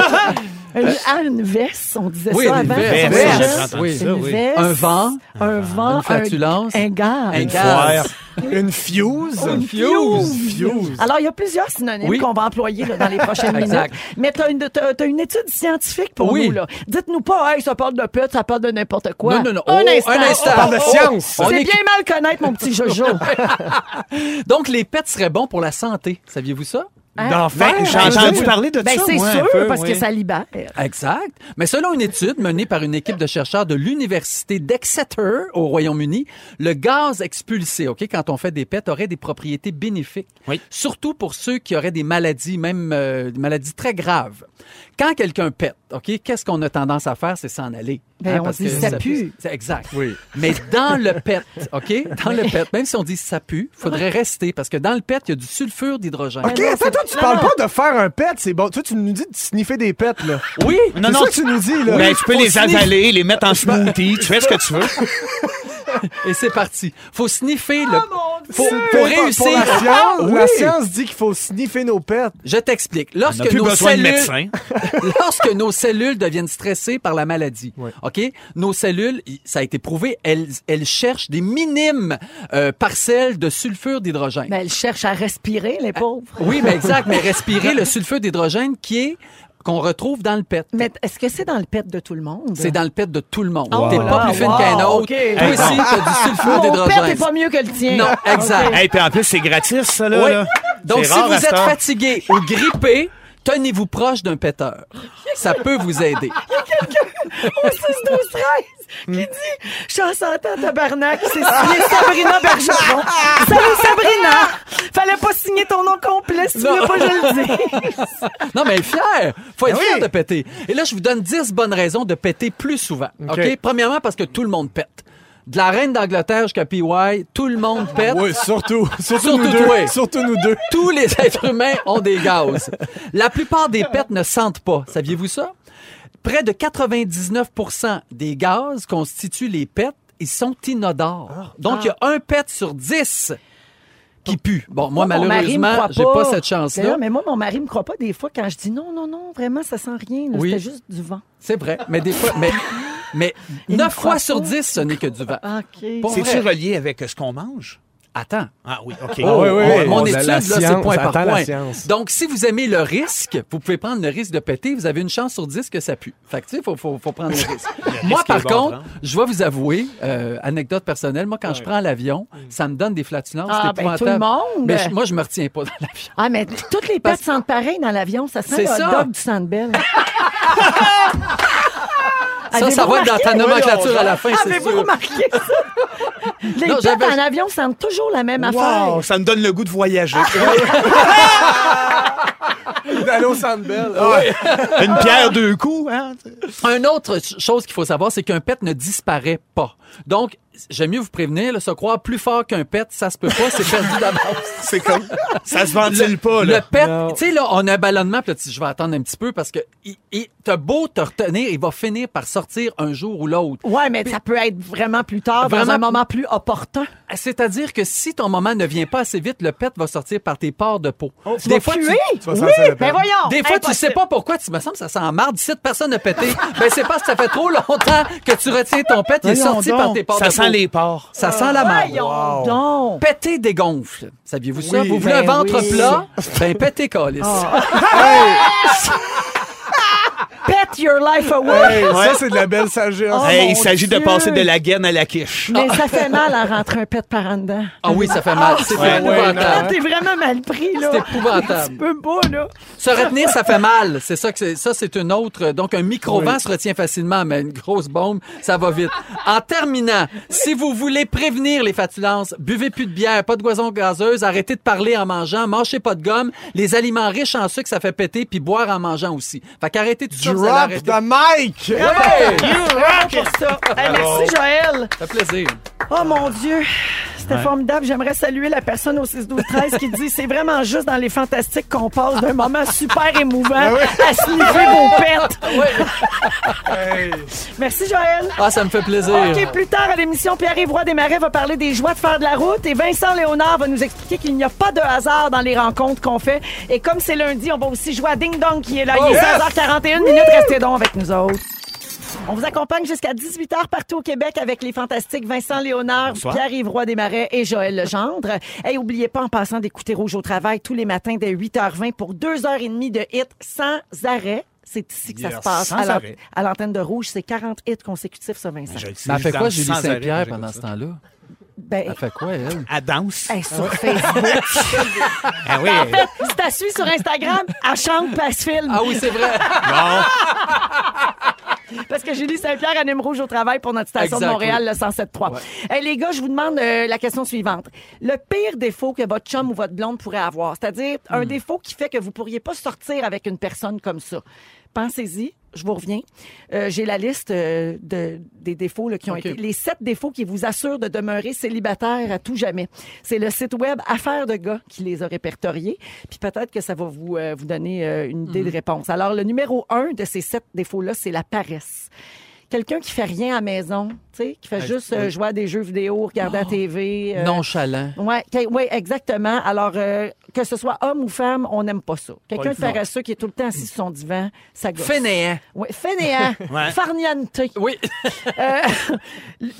Speaker 2: Une, ah, une veste, on disait
Speaker 4: Oui,
Speaker 2: ça
Speaker 4: une
Speaker 2: avant.
Speaker 4: veste,
Speaker 2: Une
Speaker 4: oui,
Speaker 2: veste.
Speaker 4: j'ai entendu
Speaker 3: Oui. ça,
Speaker 2: Une
Speaker 3: oui.
Speaker 2: veste.
Speaker 4: Un vent.
Speaker 2: Un vent.
Speaker 4: Une flatulence.
Speaker 2: Un, un gaz.
Speaker 4: Un gaz.
Speaker 3: Foire.
Speaker 1: Une fuse.
Speaker 2: Une fuse.
Speaker 1: Fuse.
Speaker 2: Alors, il y a plusieurs synonymes
Speaker 4: Oui.
Speaker 2: qu'on va employer là, dans les prochaines minutes.
Speaker 4: Exact.
Speaker 2: Mais tu as, une étude scientifique pour
Speaker 4: Oui.
Speaker 2: nous. là. Dites-nous pas, hey, ça parle de pute, ça parle de n'importe quoi.
Speaker 4: Non, non, non.
Speaker 2: Un
Speaker 4: Oh,
Speaker 2: instant.
Speaker 4: un instant.
Speaker 1: On parle de science.
Speaker 4: On
Speaker 2: C'est
Speaker 4: est-
Speaker 2: bien mal connaître mon petit Jojo. Hein?
Speaker 4: Donc, les pets seraient bons pour la santé. Saviez-vous ça?
Speaker 2: Hein?
Speaker 3: D'enfin,
Speaker 2: Ouais,
Speaker 3: j'ai
Speaker 2: ben,
Speaker 3: entendu
Speaker 2: oui.
Speaker 3: parler de
Speaker 2: Ben,
Speaker 3: ça.
Speaker 2: c'est
Speaker 3: moi, un
Speaker 2: sûr,
Speaker 3: peu,
Speaker 2: parce
Speaker 3: oui.
Speaker 2: que ça libère. Ben,
Speaker 4: Exact. Mais selon une étude menée par une équipe de chercheurs de l'Université d'Exeter au Royaume-Uni, le gaz expulsé, OK, quand on fait des pets, aurait des propriétés bénéfiques.
Speaker 3: Oui.
Speaker 4: Surtout pour ceux qui auraient des maladies, même euh, des maladies très graves. Quand quelqu'un pète, OK, qu'est-ce qu'on a tendance à faire? C'est s'en aller. Hein,
Speaker 2: Ben, on
Speaker 4: parce
Speaker 2: dit
Speaker 4: que
Speaker 2: ça pue.
Speaker 4: C'est exact. Mais dans le pet, OK, dans le pet, même si on dit ça pue, faudrait rester parce que dans le pet, il y a du sulfure d'hydrogène.
Speaker 1: OK, attends, toi, tu parles pas de faire un pet, c'est bon. Toi, tu nous dis de sniffer des pets, là.
Speaker 4: Oui!
Speaker 3: Non,
Speaker 1: c'est
Speaker 3: non,
Speaker 1: ça que tu nous dis, là.
Speaker 3: Ben, tu peux
Speaker 4: Faut
Speaker 3: les
Speaker 4: signer-
Speaker 3: avaler, les mettre en smoothie, tu fais ce que tu veux.
Speaker 4: Et c'est parti. Faut sniffer
Speaker 2: Ah,
Speaker 4: le. Faut,
Speaker 1: Pour-
Speaker 4: pour
Speaker 1: pour
Speaker 4: réussir.
Speaker 1: la science,
Speaker 4: Oui.
Speaker 1: la science dit qu'il faut sniffer nos pets.
Speaker 4: Je t'explique.
Speaker 3: On n'a
Speaker 4: Lorsque
Speaker 3: plus
Speaker 4: nos
Speaker 3: besoin de
Speaker 4: cellules,
Speaker 3: médecin.
Speaker 4: lorsque nos cellules deviennent stressées par la maladie,
Speaker 1: Oui.
Speaker 4: ok, nos cellules, y- ça a été prouvé, elles, elles cherchent des minimes euh, parcelles de sulfure d'hydrogène.
Speaker 2: Ben, elle cherche à respirer, les
Speaker 4: Ah.
Speaker 2: pauvres.
Speaker 4: Oui, mais exact. Mais respirer le sulfure d'hydrogène qui est qu'on retrouve dans le PET.
Speaker 2: Mais est-ce que c'est dans le pet de tout le monde?
Speaker 4: C'est dans le PET de tout le monde.
Speaker 2: Oh
Speaker 4: T'es
Speaker 2: là,
Speaker 4: pas plus fine
Speaker 2: wow,
Speaker 4: qu'un autre.
Speaker 2: ok.
Speaker 4: Toi
Speaker 2: Hey,
Speaker 4: aussi, t'as du sulfure
Speaker 2: Ah, Mon pet n'est
Speaker 4: d'hydrogène.
Speaker 2: pas mieux que le tien. Ah,
Speaker 4: Non, exact.
Speaker 2: Ok.
Speaker 3: Et puis en plus, c'est gratis, ça, là.
Speaker 4: Oui.
Speaker 3: là.
Speaker 4: Donc,
Speaker 3: C'est
Speaker 4: si
Speaker 3: rare
Speaker 4: vous
Speaker 3: à cette
Speaker 4: êtes
Speaker 3: heure.
Speaker 4: fatigué ou grippé, tenez-vous proche d'un péteur. Ça peut vous aider.
Speaker 2: au 6 12
Speaker 4: Hmm.
Speaker 2: 13 qui dit « Je suis en santé en tabarnak, c'est signé Sabrina Bergeron. Salut Sabrina! Fallait pas signer ton nom complet si tu voulais
Speaker 4: Non.
Speaker 2: pas que je le dise.
Speaker 4: Non, mais fier! Faut être
Speaker 1: Ben
Speaker 4: fier
Speaker 1: oui.
Speaker 4: de péter. Et là, je vous donne 10 bonnes raisons de péter plus souvent. OK?
Speaker 1: OK.
Speaker 4: Premièrement, parce que tout le monde pète. De la reine d'Angleterre jusqu'à PY, tout le monde pète.
Speaker 1: Oui, surtout. Surtout,
Speaker 4: Surtout
Speaker 1: nous deux.
Speaker 4: toi.
Speaker 1: Surtout nous deux.
Speaker 4: Tous les êtres humains ont des gaz. La plupart des pets ne sentent pas. Saviez-vous ça? Près de 99 des gaz constituent les pets. Ils sont inodores. Donc, il y a un pet sur 10 qui pue. Bon, moi,
Speaker 2: Mon mari me
Speaker 4: malheureusement,
Speaker 2: croit Ben
Speaker 4: j'ai pas cette chance-là.
Speaker 2: Mais, là, mais moi, mon mari me croit pas des fois quand je dis « Non, non, non, vraiment, ça sent rien. là,
Speaker 4: Oui.
Speaker 2: C'était juste du vent.
Speaker 4: C'est vrai. Mais des fois, mais, mais
Speaker 2: Il me
Speaker 4: 9
Speaker 2: croit
Speaker 4: fois sur
Speaker 2: pas.
Speaker 4: 10, ce n'est que du vent. »
Speaker 2: OK.
Speaker 4: Bon.
Speaker 3: C'est-tu
Speaker 4: vrai.
Speaker 3: relié avec euh, ce qu'on mange?
Speaker 4: Attends.
Speaker 3: Ah oui,
Speaker 4: Oh.
Speaker 3: OK.
Speaker 1: Ah oui, oui, oui.
Speaker 4: Mon
Speaker 1: On a
Speaker 4: étude,
Speaker 1: la
Speaker 4: là, c'est
Speaker 1: science.
Speaker 4: point par
Speaker 1: Attends la
Speaker 4: point.
Speaker 1: science.
Speaker 4: Donc, si vous aimez le risque, vous pouvez prendre le risque de péter. Vous avez une chance sur 10 que ça pue. Fait que, tu sais, faut, faut, faut prendre le risque. moi,
Speaker 3: risque est
Speaker 4: par
Speaker 3: bon,
Speaker 4: contre,
Speaker 3: hein?
Speaker 4: je vais vous avouer, euh, anecdote personnelle, moi, quand je prends l'avion,
Speaker 1: Mm.
Speaker 4: ça me donne des flatulences.
Speaker 2: Ah,
Speaker 4: c'est
Speaker 2: ben, tout
Speaker 4: épouvantable.
Speaker 2: le monde.
Speaker 4: Mais je- moi, je me retiens pas dans l'avion.
Speaker 2: Ah, mais toutes les pets
Speaker 4: Parce-
Speaker 2: sentent pareil dans l'avion. Ça sent
Speaker 4: C'est
Speaker 2: le hot
Speaker 4: ça.
Speaker 2: dog du Sandbell.
Speaker 4: Ça, ça va être dans ta nomenclature à la fin, c'est
Speaker 2: Ah, Avez-vous
Speaker 4: sûr.
Speaker 2: remarqué ça? Les
Speaker 4: Non,
Speaker 2: pets
Speaker 4: j'avais-
Speaker 2: en avion sentent toujours la même
Speaker 3: Wow,
Speaker 2: affaire.
Speaker 3: ça me donne le goût de voyager.
Speaker 1: d'aller au Sandbell.
Speaker 5: Ah,
Speaker 6: Une pierre deux coups, hein?
Speaker 4: Une autre ch- chose qu'il faut savoir, c'est qu'un pet ne disparaît pas. Donc, j'aime mieux vous prévenir, là, se croire plus fort qu'un pet, ça se peut pas, c'est perdu d'avance.
Speaker 6: C'est comme. Ça se ventile pas,
Speaker 4: Le
Speaker 6: là.
Speaker 4: pet,
Speaker 1: Non.
Speaker 4: tu sais, là, on a un ballonnement, puis là, tu- je vais attendre un petit peu parce que il, il- t'as beau te retenir, il va finir par sortir un jour ou l'autre.
Speaker 2: Ouais, mais ça peut être vraiment plus tard, dans
Speaker 4: Vraiment-
Speaker 2: un moment plus opportun.
Speaker 4: C'est-à-dire que si ton moment ne vient pas assez vite, le pet va sortir par tes pores de peau.
Speaker 2: Tu vas
Speaker 4: tu-
Speaker 2: puer?
Speaker 1: tu vas
Speaker 2: oui,
Speaker 1: sentir la peine.
Speaker 2: ben voyons.
Speaker 4: Des fois, tu sais
Speaker 2: Impossible.
Speaker 4: pas pourquoi. Tu me sembles que ça sent marre. 17 personnes a pété. Ben, c'est parce que ça fait trop longtemps que tu retiens ton pet. Il est
Speaker 6: Voyons
Speaker 4: sorti
Speaker 6: donc.
Speaker 4: par tes pores
Speaker 3: Ça
Speaker 4: de
Speaker 3: sent
Speaker 4: peau.
Speaker 3: les porcs.
Speaker 4: Ça sent la
Speaker 2: Ah,
Speaker 4: marde.
Speaker 2: Voyons donc.
Speaker 4: Péter dégonfle. Saviez-vous ça?
Speaker 1: Oui. Ah.
Speaker 4: Vous voulez un
Speaker 2: Ben
Speaker 4: ventre
Speaker 2: oui.
Speaker 4: plat? Ben, pétez calice.
Speaker 2: Pet your life away.
Speaker 1: Hey, Ça, c'est de la belle sagesse.
Speaker 2: Oh,
Speaker 3: Hey, il
Speaker 2: mon
Speaker 3: s'agit de
Speaker 2: Dieu.
Speaker 3: passer de la gaine à la quiche.
Speaker 2: Mais ça fait mal à rentrer un pet par en dedans.
Speaker 4: Ah oui, ça fait mal. C'est
Speaker 1: ouais,
Speaker 2: Ah,
Speaker 4: épouvantable. hein.
Speaker 2: T'es vraiment mal pris, là.
Speaker 4: C'est épouvantable.
Speaker 2: peu beau, là.
Speaker 4: Se retenir, ça fait mal. C'est ça que c'est. Ça, c'est une autre. Donc, un micro-vent se retient facilement, mais une grosse bombe, ça va vite. En terminant, si vous voulez prévenir les flatulences, buvez plus de bière, pas de goison gazeuse, arrêtez de parler en mangeant, mangez pas de gomme, les aliments riches en sucre, ça fait péter, puis boire en mangeant aussi. Fait qu'arrêtez tout ça, vous allez
Speaker 1: Drop
Speaker 4: arrêter.
Speaker 1: the mic!
Speaker 2: Bravo pour ça. Hey, merci, Joël.
Speaker 4: Ça fait plaisir.
Speaker 2: Oh mon Dieu, c'était formidable. J'aimerais saluer la personne au 6-12-13 qui dit c'est vraiment juste dans les fantastiques qu'on passe d'un moment super émouvant à sniffer vos pets. Merci Joël.
Speaker 4: Ah, ça me fait plaisir.
Speaker 2: OK, plus tard à l'émission, Pierre-Yves Roy Desmarais va parler des joies de faire de la route et Vincent Léonard va nous expliquer qu'il n'y a pas de hasard dans les rencontres qu'on fait. Et comme c'est lundi, on va aussi jouer à Ding Dong qui est là.
Speaker 3: Oh,
Speaker 2: Il est 16h41 minutes. Restez donc avec nous autres. On vous accompagne jusqu'à 18h partout au Québec avec les fantastiques Vincent Léonard, Pierre-Yves Roy Desmarais et Joël Legendre. Et n'oubliez pas en passant d'écouter Rouge au travail tous les matins dès 8h20 pour 2h30 de hits sans arrêt. C'est ici que ça se passe.
Speaker 3: sans
Speaker 2: À l'ant-
Speaker 3: arrêt.
Speaker 2: À l'antenne de Rouge, c'est 40 hits consécutifs, ça, Vincent.
Speaker 3: Je le sais,
Speaker 4: Mais elle
Speaker 3: je
Speaker 4: Ben, fait quoi,
Speaker 3: danse
Speaker 4: Julie
Speaker 3: sans arrêt quand
Speaker 4: Saint-Pierre,
Speaker 3: j'écoute
Speaker 4: pendant
Speaker 3: ça.
Speaker 4: ce temps-là?
Speaker 2: Ben,
Speaker 4: Elle fait quoi, elle?
Speaker 3: Elle danse.
Speaker 2: hey, sur Facebook.
Speaker 3: Ah oui.
Speaker 2: En fait, si t'as suivi sur Instagram, elle chante pas ce film.
Speaker 4: Ah oui, c'est vrai.
Speaker 2: Parce que Julie Saint-Pierre anime Rouge au travail pour notre station de
Speaker 4: Exact,
Speaker 2: Montréal, le 107.3. Hey, les gars, je vous demande euh, la question suivante. Le pire défaut que votre chum ou votre blonde pourrait avoir, c'est-à-dire un défaut qui fait que vous pourriez pas sortir avec une personne comme ça. Pensez-y. Je vous reviens. Euh, J'ai la liste euh, de, des défauts là, qui ont
Speaker 4: OK.
Speaker 2: été. Les sept défauts qui vous assurent de demeurer célibataire à tout jamais. C'est le site web Affaires de gars qui les a répertoriés. Puis peut-être que ça va vous, euh, vous donner euh, une idée de réponse. Alors, le numéro un de ces sept défauts-là, c'est la paresse. Quelqu'un qui fait rien à la maison, tu sais, qui fait juste euh, jouer à des jeux vidéo, regarder la TV. euh,
Speaker 4: Nonchalant.
Speaker 2: Ouais, que- ouais, exactement. Alors, euh, que ce soit homme ou femme, on n'aime pas ça. Quelqu'un
Speaker 3: le
Speaker 2: de paresseux qui est tout le temps assis sur son divan, ça gosse.
Speaker 4: Fainéant.
Speaker 2: Ouais, fainéant.
Speaker 3: Ouais.
Speaker 2: Farniente.
Speaker 4: Oui.
Speaker 2: Euh,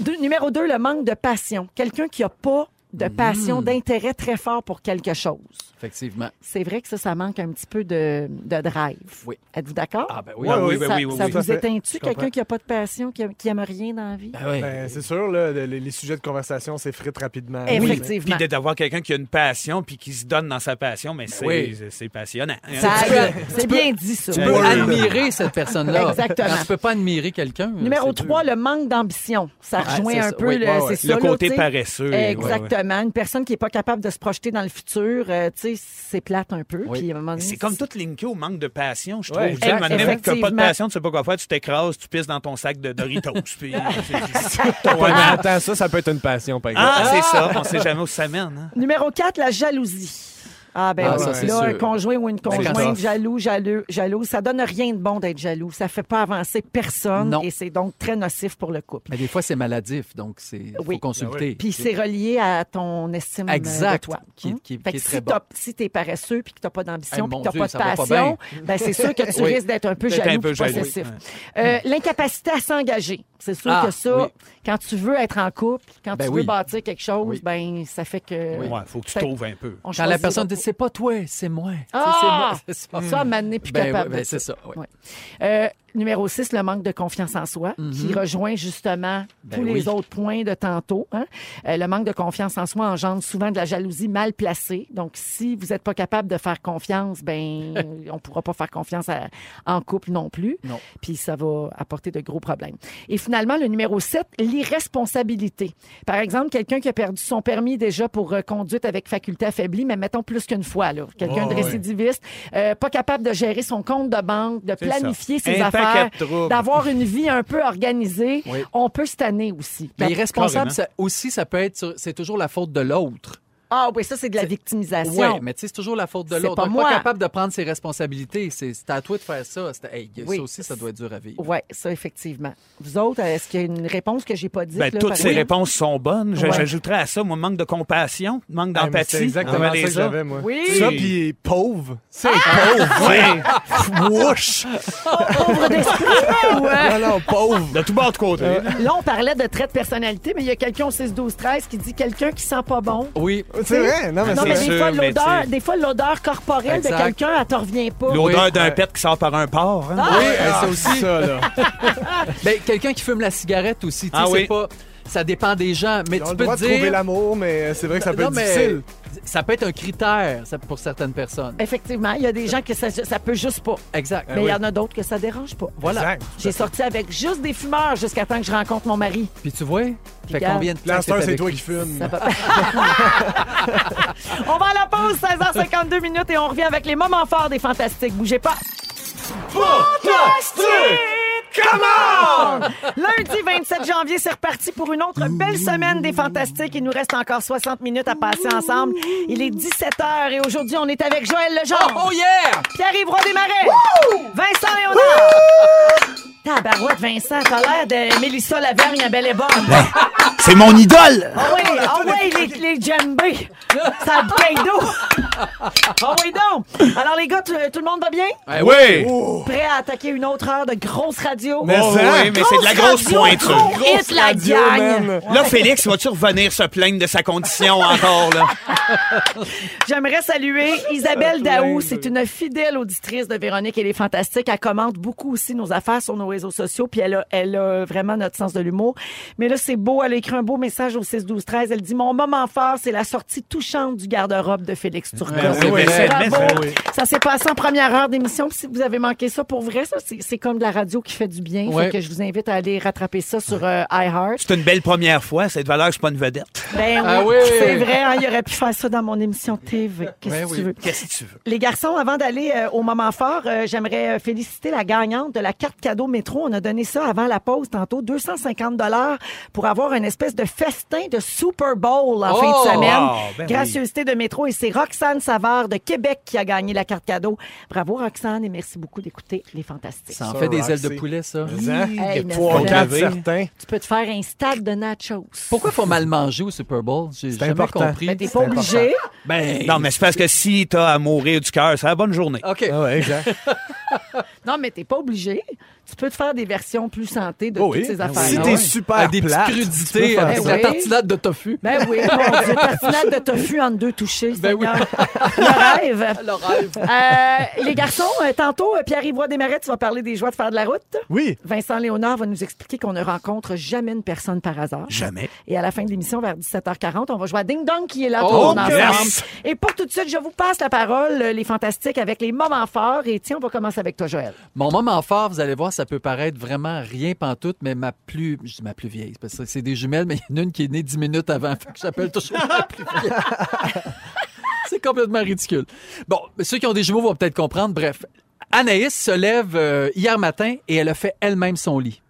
Speaker 2: deux- numéro deux, le manque de passion. Quelqu'un qui n'a pas
Speaker 4: Mm.
Speaker 2: de passion, d'intérêt très fort pour quelque chose.
Speaker 4: Effectivement.
Speaker 2: C'est vrai que ça, ça manque un petit peu de, de drive.
Speaker 4: Oui.
Speaker 2: Êtes-vous d'accord?
Speaker 4: Ah ben oui.
Speaker 1: Ouais,
Speaker 2: Ça-
Speaker 1: oui,
Speaker 2: ça
Speaker 3: oui, oui, oui, oui.
Speaker 2: vous
Speaker 1: Tout à fait.
Speaker 2: éteint-tu,
Speaker 1: Je comprends.
Speaker 2: quelqu'un qui n'a pas de passion, qui, a- qui aime rien dans la vie?
Speaker 4: Ben oui.
Speaker 1: Ben, c'est sûr, là, les, les sujets de conversation s'effritent rapidement.
Speaker 2: Effectivement.
Speaker 3: Puis de- d'avoir quelqu'un qui a une passion puis qui se donne dans sa passion, mais c'est
Speaker 4: Ben oui.
Speaker 3: c'est passionnant. hein.
Speaker 2: Ça-
Speaker 4: Tu peux-
Speaker 2: C'est bien dit, ça.
Speaker 4: Tu peux
Speaker 3: Word.
Speaker 4: admirer cette personne-là.
Speaker 2: Exactement.
Speaker 4: Quand tu peux pas admirer quelqu'un. euh,
Speaker 2: Numéro
Speaker 4: Mm, c'est
Speaker 2: 3, le manque d'ambition. Ça
Speaker 4: Ah,
Speaker 2: rejoint
Speaker 4: c'est
Speaker 2: un
Speaker 4: ça.
Speaker 2: peu
Speaker 4: Oui,
Speaker 2: le,
Speaker 4: ouais, ouais.
Speaker 2: c'est
Speaker 3: le
Speaker 2: ça, là,
Speaker 3: côté
Speaker 2: tu sais.
Speaker 3: paresseux. ouais, ouais.
Speaker 2: Exactement. Une personne qui n'est pas capable de se projeter dans le futur, euh, tu sais, c'est plate un peu.
Speaker 4: Oui.
Speaker 2: Puis à un moment donné,
Speaker 3: C'est comme tout linké au manque de passion, je trouve.
Speaker 1: Ouais,
Speaker 3: Tu sais, à un moment donné,
Speaker 2: exact.
Speaker 3: t'as pas de
Speaker 2: Effectivement.
Speaker 3: passion, tu sais pas quoi faire, tu t'écrases, tu pisses dans ton sac de Doritos. puis-
Speaker 1: Ouais, mais attends, ça, ça peut être une passion, par exemple.
Speaker 3: ah, c'est ça. On sait jamais où ça mène. hein.
Speaker 2: Numéro 4, la jalousie. Ah ben
Speaker 4: Ah,
Speaker 2: oui.
Speaker 1: ça, c'est
Speaker 2: là,
Speaker 4: sûr. Ben,
Speaker 2: un conjoint ou une
Speaker 4: quand
Speaker 2: conjointe
Speaker 1: ça-
Speaker 2: jaloux, jaloux, jaloux, ça donne rien de bon d'être jaloux. Ça fait pas avancer personne
Speaker 4: Non. Ben,
Speaker 2: et c'est donc très nocif pour le couple.
Speaker 4: Mais des fois, c'est maladif, donc c'est faut
Speaker 2: Oui.
Speaker 4: consulter.
Speaker 2: Puis c'est relié à ton estime euh,
Speaker 4: Exact.
Speaker 2: de toi.
Speaker 4: Qui-
Speaker 2: Hum?
Speaker 4: qui-
Speaker 2: Fait
Speaker 4: qui est
Speaker 2: que
Speaker 4: très
Speaker 2: si
Speaker 4: bon.
Speaker 2: t'as- si t'es paresseux puis que t'as pas d'ambition
Speaker 4: Hey,
Speaker 2: puis
Speaker 4: mon
Speaker 2: que t'as
Speaker 4: Dieu,
Speaker 2: pas de
Speaker 4: ça va pas
Speaker 2: passion, ben c'est sûr que tu
Speaker 4: Oui.
Speaker 2: risques d'être un peu
Speaker 3: D'être
Speaker 2: jaloux,
Speaker 3: un peu
Speaker 2: puis
Speaker 3: jaloux,
Speaker 2: possessif.
Speaker 3: ouais.
Speaker 2: Euh, L'incapacité à s'engager, c'est sûr
Speaker 4: Ah,
Speaker 2: que ça,
Speaker 4: oui.
Speaker 2: quand tu veux être en couple, quand
Speaker 4: Ben
Speaker 2: tu
Speaker 4: oui.
Speaker 2: veux bâtir quelque chose,
Speaker 4: Oui.
Speaker 2: ben ça fait que
Speaker 3: Ouais, faut que tu
Speaker 2: Fait-
Speaker 3: trouves un peu.
Speaker 2: on
Speaker 4: Quand la
Speaker 2: choisira
Speaker 4: personne dit
Speaker 2: pas.
Speaker 4: c'est pas toi, c'est moi. Tu sais,
Speaker 2: Ah!
Speaker 4: C'est moi, c'est
Speaker 2: Ça, m'amener plus
Speaker 4: Ben oui,
Speaker 2: capable.
Speaker 4: ben
Speaker 2: de
Speaker 4: c'est ça, oui.
Speaker 2: Ouais. Euh, numéro 6, le manque de confiance en soi, qui rejoint justement tous les
Speaker 4: Mhm. Ben oui.
Speaker 2: autres points de tantôt. hein. Euh, le manque de confiance en soi engendre souvent de la jalousie mal placée. Donc, si vous n'êtes pas capable de faire confiance, ben on ne pourra pas faire confiance à- en couple non plus.
Speaker 4: Non.
Speaker 2: Puis ça va apporter de gros problèmes. Et finalement, le numéro 7, l'irresponsabilité. Par exemple, quelqu'un qui a perdu son permis déjà pour euh, conduite avec faculté affaiblie, mais mettons plus qu'une fois, là. Quelqu'un
Speaker 6: Oh,
Speaker 2: de
Speaker 4: Ah
Speaker 6: oui.
Speaker 2: récidiviste, euh, pas capable de gérer son compte de banque, de
Speaker 5: ça.
Speaker 2: planifier ses
Speaker 3: Un paquet
Speaker 2: affaires,
Speaker 3: de troubles.
Speaker 2: d'avoir une vie un peu organisée. On peut se tanner aussi.
Speaker 4: Mais irresponsable,
Speaker 3: Carrément.
Speaker 4: ça, aussi, ça peut être, sur- c'est toujours la faute de l'autre.
Speaker 2: Ah oui, ça, c'est de la
Speaker 4: Oui,
Speaker 2: victimisation.
Speaker 4: mais tu sais, c'est toujours la faute de
Speaker 2: C'est
Speaker 4: l'autre.
Speaker 2: pas
Speaker 4: Donc,
Speaker 2: moi.
Speaker 4: pas capable de prendre ses responsabilités. C'est c'est à toi de faire ça. C'est- hey,
Speaker 2: Oui.
Speaker 4: Ça aussi, ça doit être dur à vivre.
Speaker 2: Oui, ça, effectivement. Vous autres, est-ce qu'il y a une réponse que j'ai pas dite?
Speaker 3: Ben,
Speaker 2: là,
Speaker 3: toutes
Speaker 2: par
Speaker 3: ces
Speaker 2: exemple?
Speaker 3: réponses sont bonnes. Je-
Speaker 2: Ouais.
Speaker 3: J'ajouterais à ça, moi, manque de compassion, manque
Speaker 1: Ah, mais
Speaker 3: d'empathie.
Speaker 1: C'est exactement
Speaker 3: envers
Speaker 1: ça que
Speaker 3: les autres.
Speaker 1: j'avais, moi.
Speaker 2: Oui.
Speaker 1: Ça, puis pauvre. C'est pauvre. Wouch.
Speaker 2: Pauvre d'esprit. Ouais. Euh,
Speaker 1: Non, non, pauvre.
Speaker 3: De tout bord de côté.
Speaker 2: Là, on parlait de trait de personnalité, mais il y a quelqu'un au 6-12-13 qui dit quelqu'un qui sent pas bon.
Speaker 4: Oui.
Speaker 1: C'est vrai. Non, mais
Speaker 2: Non,
Speaker 1: c'est
Speaker 2: mais
Speaker 3: sûr,
Speaker 2: des fois,
Speaker 3: mais
Speaker 2: l'odeur,
Speaker 3: tu sais.
Speaker 2: des fois, l'odeur corporelle de
Speaker 4: Exact.
Speaker 2: quelqu'un, elle te revient pas.
Speaker 3: L'odeur
Speaker 4: Oui.
Speaker 3: d'un pet qui sort par un porc. hein.
Speaker 4: Oui, euh, ça
Speaker 1: Ah,
Speaker 4: aussi.
Speaker 1: ça, là.
Speaker 4: Ben, quelqu'un qui fume la cigarette aussi, tu sais,
Speaker 3: Ah
Speaker 4: c'est
Speaker 3: oui.
Speaker 4: pas. Ça dépend des gens, mais
Speaker 1: Ils ont
Speaker 4: tu
Speaker 1: le
Speaker 4: peux
Speaker 1: droit
Speaker 4: te
Speaker 1: de trouver
Speaker 4: dire.
Speaker 1: l'amour, mais euh, c'est vrai que ça peut
Speaker 4: Non,
Speaker 1: être
Speaker 4: mais
Speaker 1: difficile.
Speaker 4: ça peut être un critère ça, pour certaines personnes.
Speaker 2: Effectivement, il y a des gens que ça, ça peut juste pas.
Speaker 3: Ben
Speaker 1: Ah
Speaker 4: Exact.
Speaker 2: Mais il y en a d'autres que ça dérange pas.
Speaker 4: Voilà.
Speaker 1: Exact.
Speaker 2: J'ai sorti avec juste des fumeurs jusqu'à temps que je rencontre mon mari.
Speaker 4: Puis tu vois, fait
Speaker 2: Regarde.
Speaker 4: combien de temps
Speaker 1: L'instant,
Speaker 4: t'es
Speaker 1: c'est
Speaker 4: avec
Speaker 1: toi
Speaker 4: lui?
Speaker 1: qui fumes.
Speaker 2: Ça va pas. on va à la pause, 16h52 minutes, et on revient avec les moments forts des Fantastiques. Bougez pas. Lundi 27 janvier, c'est reparti pour une autre belle semaine des Fantastiques. Il nous reste encore 60 minutes à passer ensemble. Il est 17h et aujourd'hui, on est avec Joël Legendre.
Speaker 4: Oh yeah!
Speaker 2: Pierre-Yves Roy Desmarais. Vincent Léonard. Tabarouette, Vincent, t'as l'air de Mélissa Lavergne à Belle et Bonne.
Speaker 6: C'est mon idole!
Speaker 2: Ah oui, ah oui, les, les djembés. Ça bouteille d'eau. Ah oui, donc. Alors, les gars, tout, tout le monde va bien?
Speaker 3: Eh
Speaker 6: Oui!
Speaker 2: Prêt à attaquer une autre heure de grosse radio?
Speaker 1: Mais
Speaker 3: Oh,
Speaker 1: ça,
Speaker 3: oui, mais c'est de la grosse
Speaker 2: radio, gros
Speaker 3: pointure.
Speaker 2: hit, la
Speaker 1: radio,
Speaker 2: gang.
Speaker 1: man.
Speaker 3: Là, Félix, vas-tu revenir se plaindre de sa condition encore, là?
Speaker 2: J'aimerais saluer Isabelle Daou. C'est une fidèle auditrice de Véronique. Elle est fantastique. Elle commente beaucoup aussi nos affaires sur nos réseaux sociaux. Puis elle a, elle a vraiment notre sens de l'humour. Mais là, c'est beau. Elle a écrit un beau message au 6-12-13. Elle dit Mon moment fort, c'est la sortie touchante du garde-robe de Félix Turcotte.
Speaker 3: Ben oui,
Speaker 2: Bravo.
Speaker 3: ben oui, ben oui.
Speaker 2: Ça s'est passé en première heure d'émission. Puis Si vous avez manqué ça, pour vrai, ça, c'est c'est comme de la radio qui fait du bien. Fait
Speaker 4: Ouais.
Speaker 2: que je vous invite à aller rattraper ça sur euh, iHeart.
Speaker 3: C'est une belle première fois. Cette valeur, je suis pas une vedette.
Speaker 2: Ben oui,
Speaker 4: Ah oui.
Speaker 2: c'est vrai. hein, il aurait pu faire ça dans mon émission TV. Qu'est-ce
Speaker 4: Ben
Speaker 2: que
Speaker 4: oui.
Speaker 2: tu veux?
Speaker 3: Qu'est-ce que tu veux?
Speaker 2: Les garçons, avant d'aller euh, au moment fort, euh, j'aimerais euh, féliciter la gagnante de la carte cadeau métro. On a donné ça avant la pause tantôt, 250 dollars pour avoir une espèce de festin de Super Bowl en
Speaker 4: Oh!
Speaker 2: fin de semaine.
Speaker 1: Ah,
Speaker 3: Wow, ben oui.
Speaker 2: Gracieuseté de métro et c'est Roxane Savard de Québec qui a gagné la carte cadeau. Bravo Roxane et merci beaucoup d'écouter les fantastiques.
Speaker 4: Ça en
Speaker 1: Ça,
Speaker 4: fait des
Speaker 1: Roxy.
Speaker 4: ailes de poulet, ça.
Speaker 2: Hey,
Speaker 1: Hein? Il y a
Speaker 2: merci.
Speaker 1: trois, quatre
Speaker 3: Levé.
Speaker 1: certains.
Speaker 2: Tu peux te faire un stade de nachos.
Speaker 4: Pourquoi faut mal manger au Super Bowl? J'ai jamais
Speaker 1: important.
Speaker 4: compris.
Speaker 2: Ben, t'es pas obligé.
Speaker 4: Ben,
Speaker 3: Non, mais c'est parce que si t'as à mourir du cœur, c'est la bonne journée.
Speaker 4: OK.
Speaker 1: Ah ouais, exact.
Speaker 2: Non, mais t'es pas obligé. Tu peux te faire des versions plus santé de
Speaker 1: Oh
Speaker 2: toutes
Speaker 1: oui.
Speaker 2: ces
Speaker 1: Ah
Speaker 2: affaires.
Speaker 1: Si
Speaker 4: Ah
Speaker 1: t'es
Speaker 4: ouais.
Speaker 1: super
Speaker 4: Avec des petites
Speaker 1: plate, tu peux
Speaker 4: crudités,
Speaker 1: faire
Speaker 4: avec
Speaker 2: ça.
Speaker 4: la
Speaker 2: Oui.
Speaker 4: tartinade de tofu.
Speaker 2: Ben oui, mon Dieu, tartinade de tofu en deux touchés.
Speaker 4: Ben oui.
Speaker 2: Seigneur. Le rêve.
Speaker 4: Le rêve.
Speaker 2: Euh, les garçons, euh, tantôt, euh, Pierre-Yvois Desmarais, tu vas parler des joies de faire de la route.
Speaker 1: Oui.
Speaker 2: Vincent Léonard va nous expliquer qu'on ne rencontre jamais une personne par hasard.
Speaker 3: Jamais.
Speaker 2: Et à la fin de l'émission, vers 17h40, on va jouer à Ding Dong qui est là. tout
Speaker 4: Oh,
Speaker 2: le monde ensemble.
Speaker 3: yes!
Speaker 2: Et pour tout de suite, je vous passe la parole, euh, les fantastiques, avec les moments forts. Et tiens, on va commencer avec toi, Joël.
Speaker 4: Mon moment fort, vous allez voir, ça peut paraître vraiment rien pantoute, mais ma plus, je dis ma plus vieille, c'est parce que c'est des jumelles, mais il y en a une qui est née dix minutes avant, fait que j'appelle toujours ma plus vieille. c'est complètement ridicule. Bon, ceux qui ont des jumeaux vont peut-être comprendre. Bref, Anaïs se lève euh, hier matin et elle a fait elle-même son lit.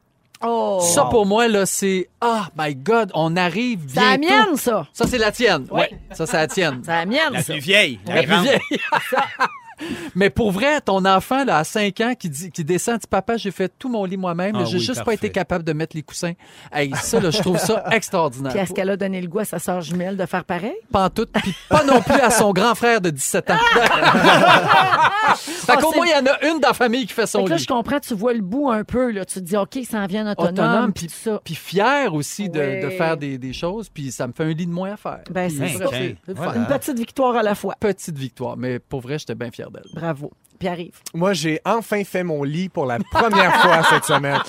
Speaker 2: Oh,
Speaker 4: Ça pour moi là, c'est ah my God, on arrive
Speaker 2: c'est la
Speaker 4: bientôt.
Speaker 2: mienne, ça.
Speaker 4: Ça c'est la tienne.
Speaker 2: Oui.
Speaker 4: Ouais. Ça c'est la tienne.
Speaker 2: C'est la mienne,
Speaker 3: La
Speaker 2: ça.
Speaker 3: plus vieille. La
Speaker 4: La plus
Speaker 3: grande.
Speaker 4: vieille. Mais pour vrai, ton enfant là, à 5 ans qui, dit, qui descend, dit Papa, j'ai fait tout mon lit moi-même,
Speaker 3: Ah
Speaker 4: j'ai
Speaker 3: oui,
Speaker 4: juste
Speaker 3: parfait.
Speaker 4: pas été capable de mettre les coussins. Hey, ça, là, je trouve ça extraordinaire.
Speaker 2: Puis est-ce qu'elle a donné le goût à sa sœur jumelle de faire pareil?
Speaker 4: Pas pantoute, puis pas non plus à son grand frère de 17 ans. fait
Speaker 2: Oh,
Speaker 4: qu'au
Speaker 2: c'est-
Speaker 4: moins, il y en a une dans la famille qui fait
Speaker 2: Fait
Speaker 4: son
Speaker 2: que là,
Speaker 4: lit.
Speaker 2: je comprends, tu vois le bout un peu. Là. Tu te dis, OK, ils s'en viennent autonomes.
Speaker 4: Autonome,
Speaker 2: puis
Speaker 4: puis,
Speaker 2: tout ça.
Speaker 4: puis fier aussi de,
Speaker 2: Ouais.
Speaker 4: de faire des, des choses, puis ça me fait un lit de moins à faire.
Speaker 2: Ben, c'est
Speaker 3: Hey,
Speaker 2: ça.
Speaker 3: tiens,
Speaker 4: C'est le fun.
Speaker 3: voilà.
Speaker 2: Une petite victoire à la fois.
Speaker 4: Petite victoire, mais pour vrai, j'étais bien fier d'elle.
Speaker 2: Bravo. Puis arrive.
Speaker 1: Moi, j'ai enfin fait mon lit pour la première fois cette semaine.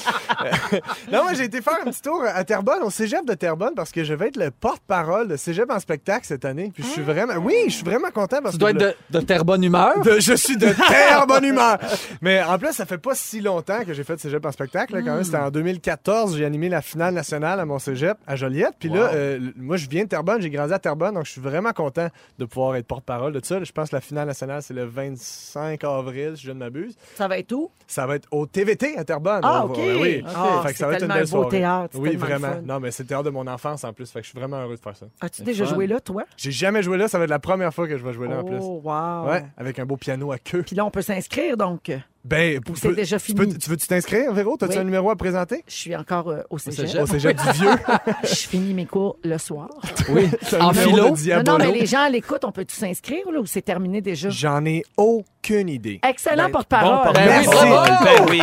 Speaker 1: Euh, non, moi, j'ai été faire un petit tour à Terrebonne, au cégep de Terrebonne, parce que je vais être le porte-parole de cégep en spectacle cette année. Puis je suis vraiment. Oui, je suis vraiment content parce
Speaker 4: Ah. Tu
Speaker 1: que.
Speaker 4: dois être
Speaker 1: je-
Speaker 4: de, de terre bonne humeur.
Speaker 1: de- je suis de terre bonne humeur. Mais en plus, ça fait pas si longtemps que j'ai fait cégep en spectacle. là, quand même, c'était en 2014. J'ai animé la finale nationale à mon cégep, à Joliette. Puis là, euh, l- moi, je viens de Terrebonne. J'ai grandi à Terrebonne. Donc, je suis vraiment content de pouvoir être porte-parole de ça. Je pense que la finale nationale, c'est le 25 avril, si je ne m'abuse.
Speaker 2: Ça va être où?
Speaker 1: Ça va être au TVT à Terrebonne.
Speaker 2: Ah,
Speaker 1: On va-
Speaker 2: OK.
Speaker 1: ouais, Oh, bah, Oui,
Speaker 2: OK.
Speaker 1: Fait que
Speaker 2: C'est
Speaker 1: ça va être une
Speaker 2: tellement
Speaker 1: belle
Speaker 2: un beau
Speaker 1: soirée.
Speaker 2: théâtre, c'est
Speaker 1: Oui,
Speaker 2: tellement le
Speaker 1: vraiment.
Speaker 2: fun.
Speaker 1: Non, mais c'est le théâtre de mon enfance en plus. Fait que je suis vraiment heureux de faire ça.
Speaker 2: As-tu déjà
Speaker 4: fun.
Speaker 2: joué là, toi?
Speaker 1: J'ai jamais joué là. Ça va être la première fois que je vais jouer là en plus.
Speaker 2: Oh, wow.
Speaker 1: Ouais, avec un beau piano à queue.
Speaker 2: Puis là, on peut s'inscrire, donc. Je
Speaker 1: Ben,
Speaker 2: c'est
Speaker 1: peux-
Speaker 2: déjà
Speaker 1: tu
Speaker 2: fini.
Speaker 1: peux- tu veux-tu t'inscrire, Véro? T'as-tu
Speaker 2: Oui.
Speaker 1: un numéro à présenter?
Speaker 2: suis encore euh, au cégep.
Speaker 4: cégep.
Speaker 1: Au cégep du vieux.
Speaker 2: Je finis mes cours le soir.
Speaker 4: Oui,
Speaker 1: T'as un
Speaker 4: en
Speaker 1: numéro
Speaker 4: philo.
Speaker 1: de
Speaker 2: Non,
Speaker 1: Diabolo.
Speaker 2: non, mais les gens à l'écoute, on peut-tu s'inscrire, là, ou c'est terminé déjà?
Speaker 1: J'en ai aucune idée.
Speaker 2: Excellent
Speaker 3: Bon
Speaker 2: porte-parole.
Speaker 3: porte-parole.
Speaker 4: Ben oui, bravo!
Speaker 3: Ben oui.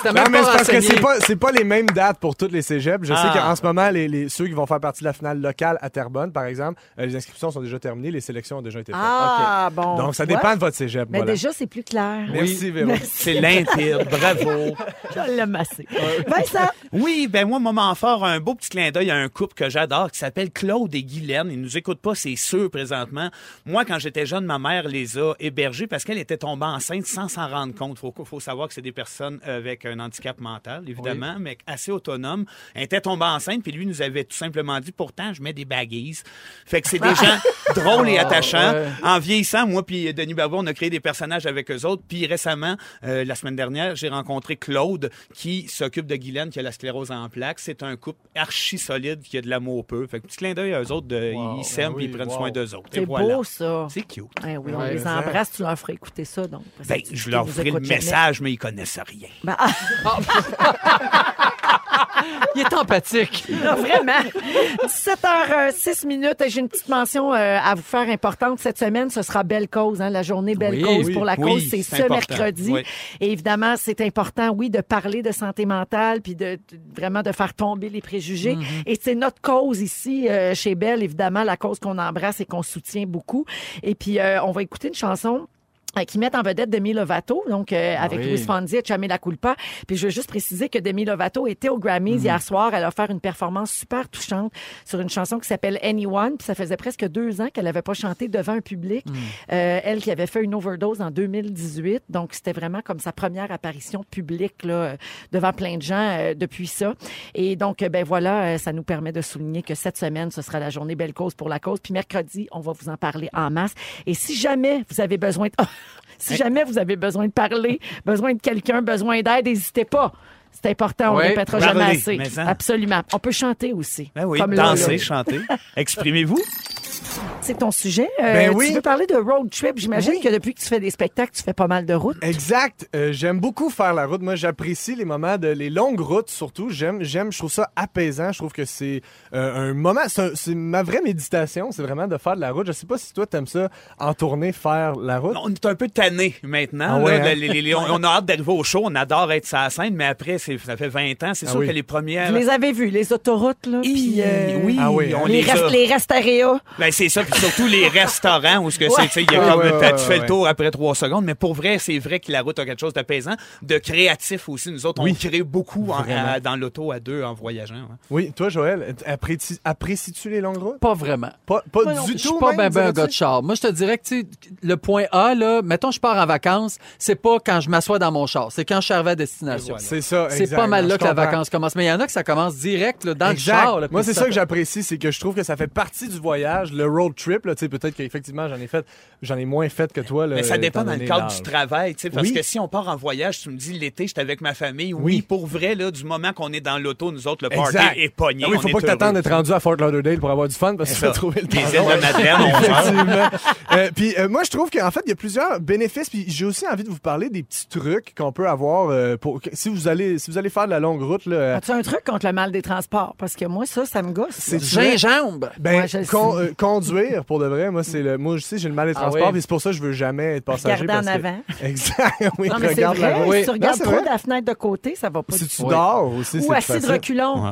Speaker 4: C'était
Speaker 1: Non,
Speaker 4: même
Speaker 1: mais c'est
Speaker 4: pas
Speaker 1: parce que
Speaker 4: renseigné.
Speaker 1: c'est pas, c'est pas les mêmes dates pour toutes les cégeps. Je
Speaker 3: Ah.
Speaker 1: sais qu'en ce moment, les, les- ceux qui vont faire partie de la finale locale à Terrebonne, par exemple, euh, les inscriptions sont déjà terminées, les sélections ont déjà été faites.
Speaker 2: Ah, bon.
Speaker 1: Donc, ça
Speaker 2: Tu vois?
Speaker 1: dépend de votre cégep.
Speaker 2: Mais
Speaker 1: voilà.
Speaker 2: déjà, c'est plus clair.
Speaker 1: Merci, Véro.
Speaker 3: C'est limpide, bravo.
Speaker 2: Je l'ai massé. Vincent,
Speaker 3: Oui, ben moi, moment fort, un beau petit clin d'œil à un couple que j'adore qui s'appelle Claude et Guylaine. Ils nous écoutent pas, c'est sûr, présentement. Moi, quand j'étais jeune, ma mère les a hébergés parce qu'elle était tombée enceinte sans s'en rendre compte. Faut, faut savoir que c'est des personnes euh, avec un handicap mental, évidemment, mais assez autonomes. Elle était tombée enceinte, puis lui nous avait tout simplement dit, pourtant, je mets des baguises. Fait que c'est des gens drôles et attachants.
Speaker 4: ouais.
Speaker 3: Euh, En vieillissant, moi puis Denis Barbeau, on a créé des personnages avec eux autres. Puis récemment, euh, la semaine dernière, j'ai rencontré Claude qui s'occupe de Guylaine qui a la sclérose en plaques. C'est un couple archi solide qui a de l'amour peu. Fait que petit clin d'œil à eux autres, de, ils s'aiment puis ils prennent soin d'eux autres. Et
Speaker 2: c'est
Speaker 3: voilà.
Speaker 2: beau, ça.
Speaker 3: C'est cute.
Speaker 2: Eh oui, on
Speaker 1: Ouais,
Speaker 2: les
Speaker 1: mais ça-
Speaker 2: embrasse, tu leur ferais écouter ça, donc. parce
Speaker 3: Ben,
Speaker 2: que tu-
Speaker 3: je
Speaker 2: tu
Speaker 3: leur
Speaker 2: nous
Speaker 3: ferai le
Speaker 2: écoutes jamais.
Speaker 3: message, mais ils connaissent rien.
Speaker 2: Ben, ah,
Speaker 4: Il est empathique.
Speaker 2: non, vraiment. 17h06 minutes. J'ai une petite mention euh, à vous faire importante cette semaine. Ce sera Belle Cause, hein, la journée Belle
Speaker 4: Oui,
Speaker 2: Cause
Speaker 3: oui,
Speaker 2: pour la
Speaker 3: oui,
Speaker 2: cause. C'est
Speaker 3: c'est
Speaker 2: ce
Speaker 3: important,
Speaker 2: mercredi.
Speaker 3: oui.
Speaker 2: Et évidemment, c'est important, oui, de parler de santé mentale, puis de, de- vraiment de faire tomber les préjugés.
Speaker 3: Mm-hmm.
Speaker 2: Et c'est notre cause ici euh, chez Belle, évidemment, la cause qu'on embrasse et qu'on soutient beaucoup. Et puis, euh, on va écouter une chanson euh, qui met en vedette Demi Lovato, donc euh, avec
Speaker 4: oui.
Speaker 2: Louis Fonzi et Chamé La Culpa. Puis je veux juste préciser que Demi Lovato était au Grammys hier soir. Elle a offert une performance super touchante sur une chanson qui s'appelle Anyone. Puis ça faisait presque deux ans qu'elle n'avait pas chanté devant un public. Euh, elle qui avait fait une overdose en 2018. Donc c'était vraiment comme sa première apparition publique là, euh, devant plein de gens euh, depuis ça. Et donc, euh, ben voilà, euh, ça nous permet de souligner que cette semaine, ce sera la journée Belle Cause pour la cause. Puis mercredi, on va vous en parler en masse. Et si jamais vous avez besoin de... si jamais vous avez besoin de parler, besoin de quelqu'un, besoin d'aide, n'hésitez pas. C'est important, on ne
Speaker 4: Ouais,
Speaker 2: répétera
Speaker 3: parlez,
Speaker 2: jamais assez.
Speaker 3: mais ça.
Speaker 2: Absolument. On peut chanter aussi.
Speaker 3: Ben oui,
Speaker 2: Comme là,
Speaker 3: dansez,
Speaker 2: là.
Speaker 3: chantez. Exprimez-vous.
Speaker 2: C'est ton sujet. Euh,
Speaker 1: Ben oui.
Speaker 2: Tu veux parler de road trip. J'imagine
Speaker 3: Ben
Speaker 1: Oui.
Speaker 2: que depuis que tu fais des spectacles, tu fais pas mal de routes.
Speaker 1: Exact. Euh, j'aime beaucoup faire la route. Moi, j'apprécie les moments de les longues routes surtout. J'aime, j'aime. Je trouve ça apaisant. Je trouve que c'est euh, un moment. C'est, un- c'est ma vraie méditation. C'est vraiment de faire de la route. Je sais pas si toi t'aimes ça en tournée faire la route.
Speaker 3: On est un peu tanné maintenant.
Speaker 1: Ah
Speaker 3: là.
Speaker 1: ouais, hein?
Speaker 3: Les- les- les- on on a hâte d'arriver au show, on adore être sur la scène, mais après, c'est- ça fait 20 ans, c'est
Speaker 1: Ah
Speaker 3: sûr
Speaker 1: oui.
Speaker 3: que les premières.
Speaker 2: Vous les avez vus, les autoroutes, là. puis, euh,
Speaker 3: oui,
Speaker 1: Ah oui, hein.
Speaker 3: on
Speaker 2: les,
Speaker 3: les, a.
Speaker 2: rest- les restaréas.
Speaker 3: Ben, c'est ça, puis surtout les restaurants où ce que c'est, tu sais, il y a
Speaker 1: Ouais,
Speaker 3: comme,
Speaker 1: ouais,
Speaker 3: t'as-
Speaker 1: ouais,
Speaker 3: tu fais
Speaker 1: ouais.
Speaker 3: le tour après trois secondes, mais pour vrai, c'est vrai que la route a quelque chose d'apaisant, de créatif aussi. Nous autres, on crée beaucoup en- à- dans l'auto à deux en voyageant. hein.
Speaker 1: Oui, toi, Joël, t- apprécies- apprécies-tu les longues routes
Speaker 4: Pas vraiment.
Speaker 1: Pas, pas
Speaker 4: Moi,
Speaker 1: du
Speaker 4: non,
Speaker 1: tout.
Speaker 4: Je suis pas
Speaker 1: même,
Speaker 4: ben, ben un
Speaker 1: dirais-tu?
Speaker 4: gars de char. Moi, je te dirais que tu sais, le point A, là, mettons, je pars en vacances, c'est pas quand je m'assois dans mon char, c'est quand je suis arrivé à destination.
Speaker 1: C'est ça.
Speaker 4: C'est
Speaker 1: exact.
Speaker 4: pas mal
Speaker 1: Je
Speaker 4: là que la
Speaker 1: comprends.
Speaker 4: vacance commence. Mais il y en a que ça commence direct là, dans
Speaker 1: Exact.
Speaker 4: le char. là,
Speaker 1: Moi,
Speaker 4: puis
Speaker 1: c'est ça que j'apprécie, c'est que je trouve que ça fait partie du voyage, le road trip. là, tu sais, peut-être qu'effectivement, j'en ai fait, j'en ai moins fait que toi. là,
Speaker 3: Mais ça dépend
Speaker 1: Euh, étant
Speaker 3: dans le
Speaker 1: donné
Speaker 3: cadre
Speaker 1: l'âge.
Speaker 3: du travail, tu sais, parce
Speaker 1: Oui.
Speaker 3: que si on part en voyage, tu me dis l'été, j'étais avec ma famille. Oui,
Speaker 1: Oui.
Speaker 3: pour vrai, là, du moment qu'on est dans l'auto, nous autres, le party
Speaker 1: Exact.
Speaker 3: est pogné.
Speaker 1: Ah oui,
Speaker 3: on
Speaker 1: faut
Speaker 3: est
Speaker 1: pas que
Speaker 3: heureux.
Speaker 1: t'attendes d'être rendu à Fort Lauderdale pour avoir du fun parce que tu vas
Speaker 3: Ça.
Speaker 1: trouver le
Speaker 3: Les
Speaker 1: temps.
Speaker 3: îles de Madeleine, on meurt.
Speaker 1: Effectivement. Euh, puis euh, moi, je trouve qu'en fait, il y a plusieurs bénéfices. Puis j'ai aussi envie de vous parler des petits trucs qu'on peut avoir euh, pour que- si vous allez si vous allez faire de la longue route là. euh,
Speaker 2: As-tu un truc contre le mal des transports? Parce que moi, ça, ça me gosse.
Speaker 1: c'est
Speaker 4: Gingembre.
Speaker 1: ben,
Speaker 2: Ouais, je le
Speaker 1: con-
Speaker 2: sais.
Speaker 1: euh, conduire pour de vrai, moi c'est le moi je sais j'ai le mal des
Speaker 4: Ah
Speaker 1: transports,
Speaker 4: oui.
Speaker 1: puis c'est pour ça que je veux jamais être passager
Speaker 2: Regarder
Speaker 1: parce
Speaker 2: en
Speaker 1: que-
Speaker 2: avant.
Speaker 1: Exact. Oui,
Speaker 2: Non, mais c'est
Speaker 1: regarde la
Speaker 2: vrai,
Speaker 1: route.
Speaker 2: si tu
Speaker 1: Non,
Speaker 2: regardes
Speaker 1: c'est
Speaker 2: trop
Speaker 1: vrai.
Speaker 2: de la fenêtre de côté, ça va pas
Speaker 1: Si
Speaker 2: du
Speaker 1: tu
Speaker 2: tout.
Speaker 1: dors aussi, c'est
Speaker 2: Ou
Speaker 1: plus
Speaker 2: assis de
Speaker 1: facile.
Speaker 2: reculons.
Speaker 3: Ouais.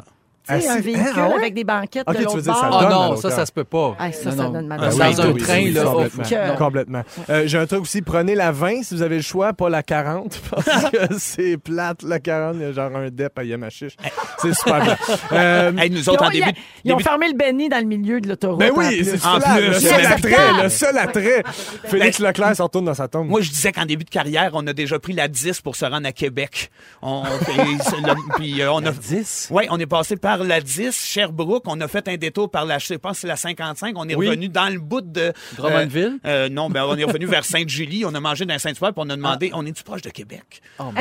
Speaker 2: tu sais,
Speaker 1: Ah,
Speaker 2: un
Speaker 1: si-
Speaker 2: véhicule
Speaker 1: ah, ouais?
Speaker 2: avec des banquettes
Speaker 1: Ok,
Speaker 2: de
Speaker 1: tu
Speaker 2: l'autre
Speaker 1: veux dire, ça
Speaker 4: Ah
Speaker 2: bord.
Speaker 1: donne à
Speaker 4: non,
Speaker 1: l'auteur.
Speaker 4: ça, ça se peut pas.
Speaker 2: Ah, ça,
Speaker 4: Non,
Speaker 2: ça
Speaker 4: non.
Speaker 2: donne mal
Speaker 4: Dans
Speaker 2: au
Speaker 1: Ah oui,
Speaker 4: un
Speaker 1: oui,
Speaker 4: train,
Speaker 1: oui,
Speaker 4: là,
Speaker 1: complètement.
Speaker 4: oh,
Speaker 2: que-
Speaker 1: Complètement. Euh, J'ai un truc aussi, prenez la 20 si vous avez le choix, pas la 40, parce que c'est plate, la 40, il y a genre un dep à Yamachiche. C'est super bien. Euh,
Speaker 3: Hey, nous
Speaker 2: Ils ont,
Speaker 3: autres, en
Speaker 2: ils-
Speaker 3: début,
Speaker 2: ils ont
Speaker 3: début-
Speaker 2: fermé le béni dans le milieu de l'autoroute.
Speaker 1: ben
Speaker 2: en
Speaker 1: oui,
Speaker 2: plus.
Speaker 1: c'est
Speaker 3: En
Speaker 1: super,
Speaker 3: plus,
Speaker 1: le
Speaker 3: c'est
Speaker 1: seul
Speaker 3: même-
Speaker 1: attrait, le seul attrait. Félix Leclerc s'en retourne dans sa tombe.
Speaker 3: Moi, je disais qu'en début de carrière, on a déjà pris la 10 pour se rendre à Québec. On, puis, le- puis, euh, on a,
Speaker 4: 10.
Speaker 3: Oui, on est passé par la 10, Sherbrooke, on a fait un détour par la, je sais pas, c'est la 55, on est
Speaker 4: Oui.
Speaker 3: revenu dans le bout de...
Speaker 4: Drummondville?
Speaker 3: euh, euh, non, ben on est revenu vers Sainte-Julie, on a mangé dans Saint-Hubert, puis on a demandé, on est-tu proche de Québec?
Speaker 2: Hein?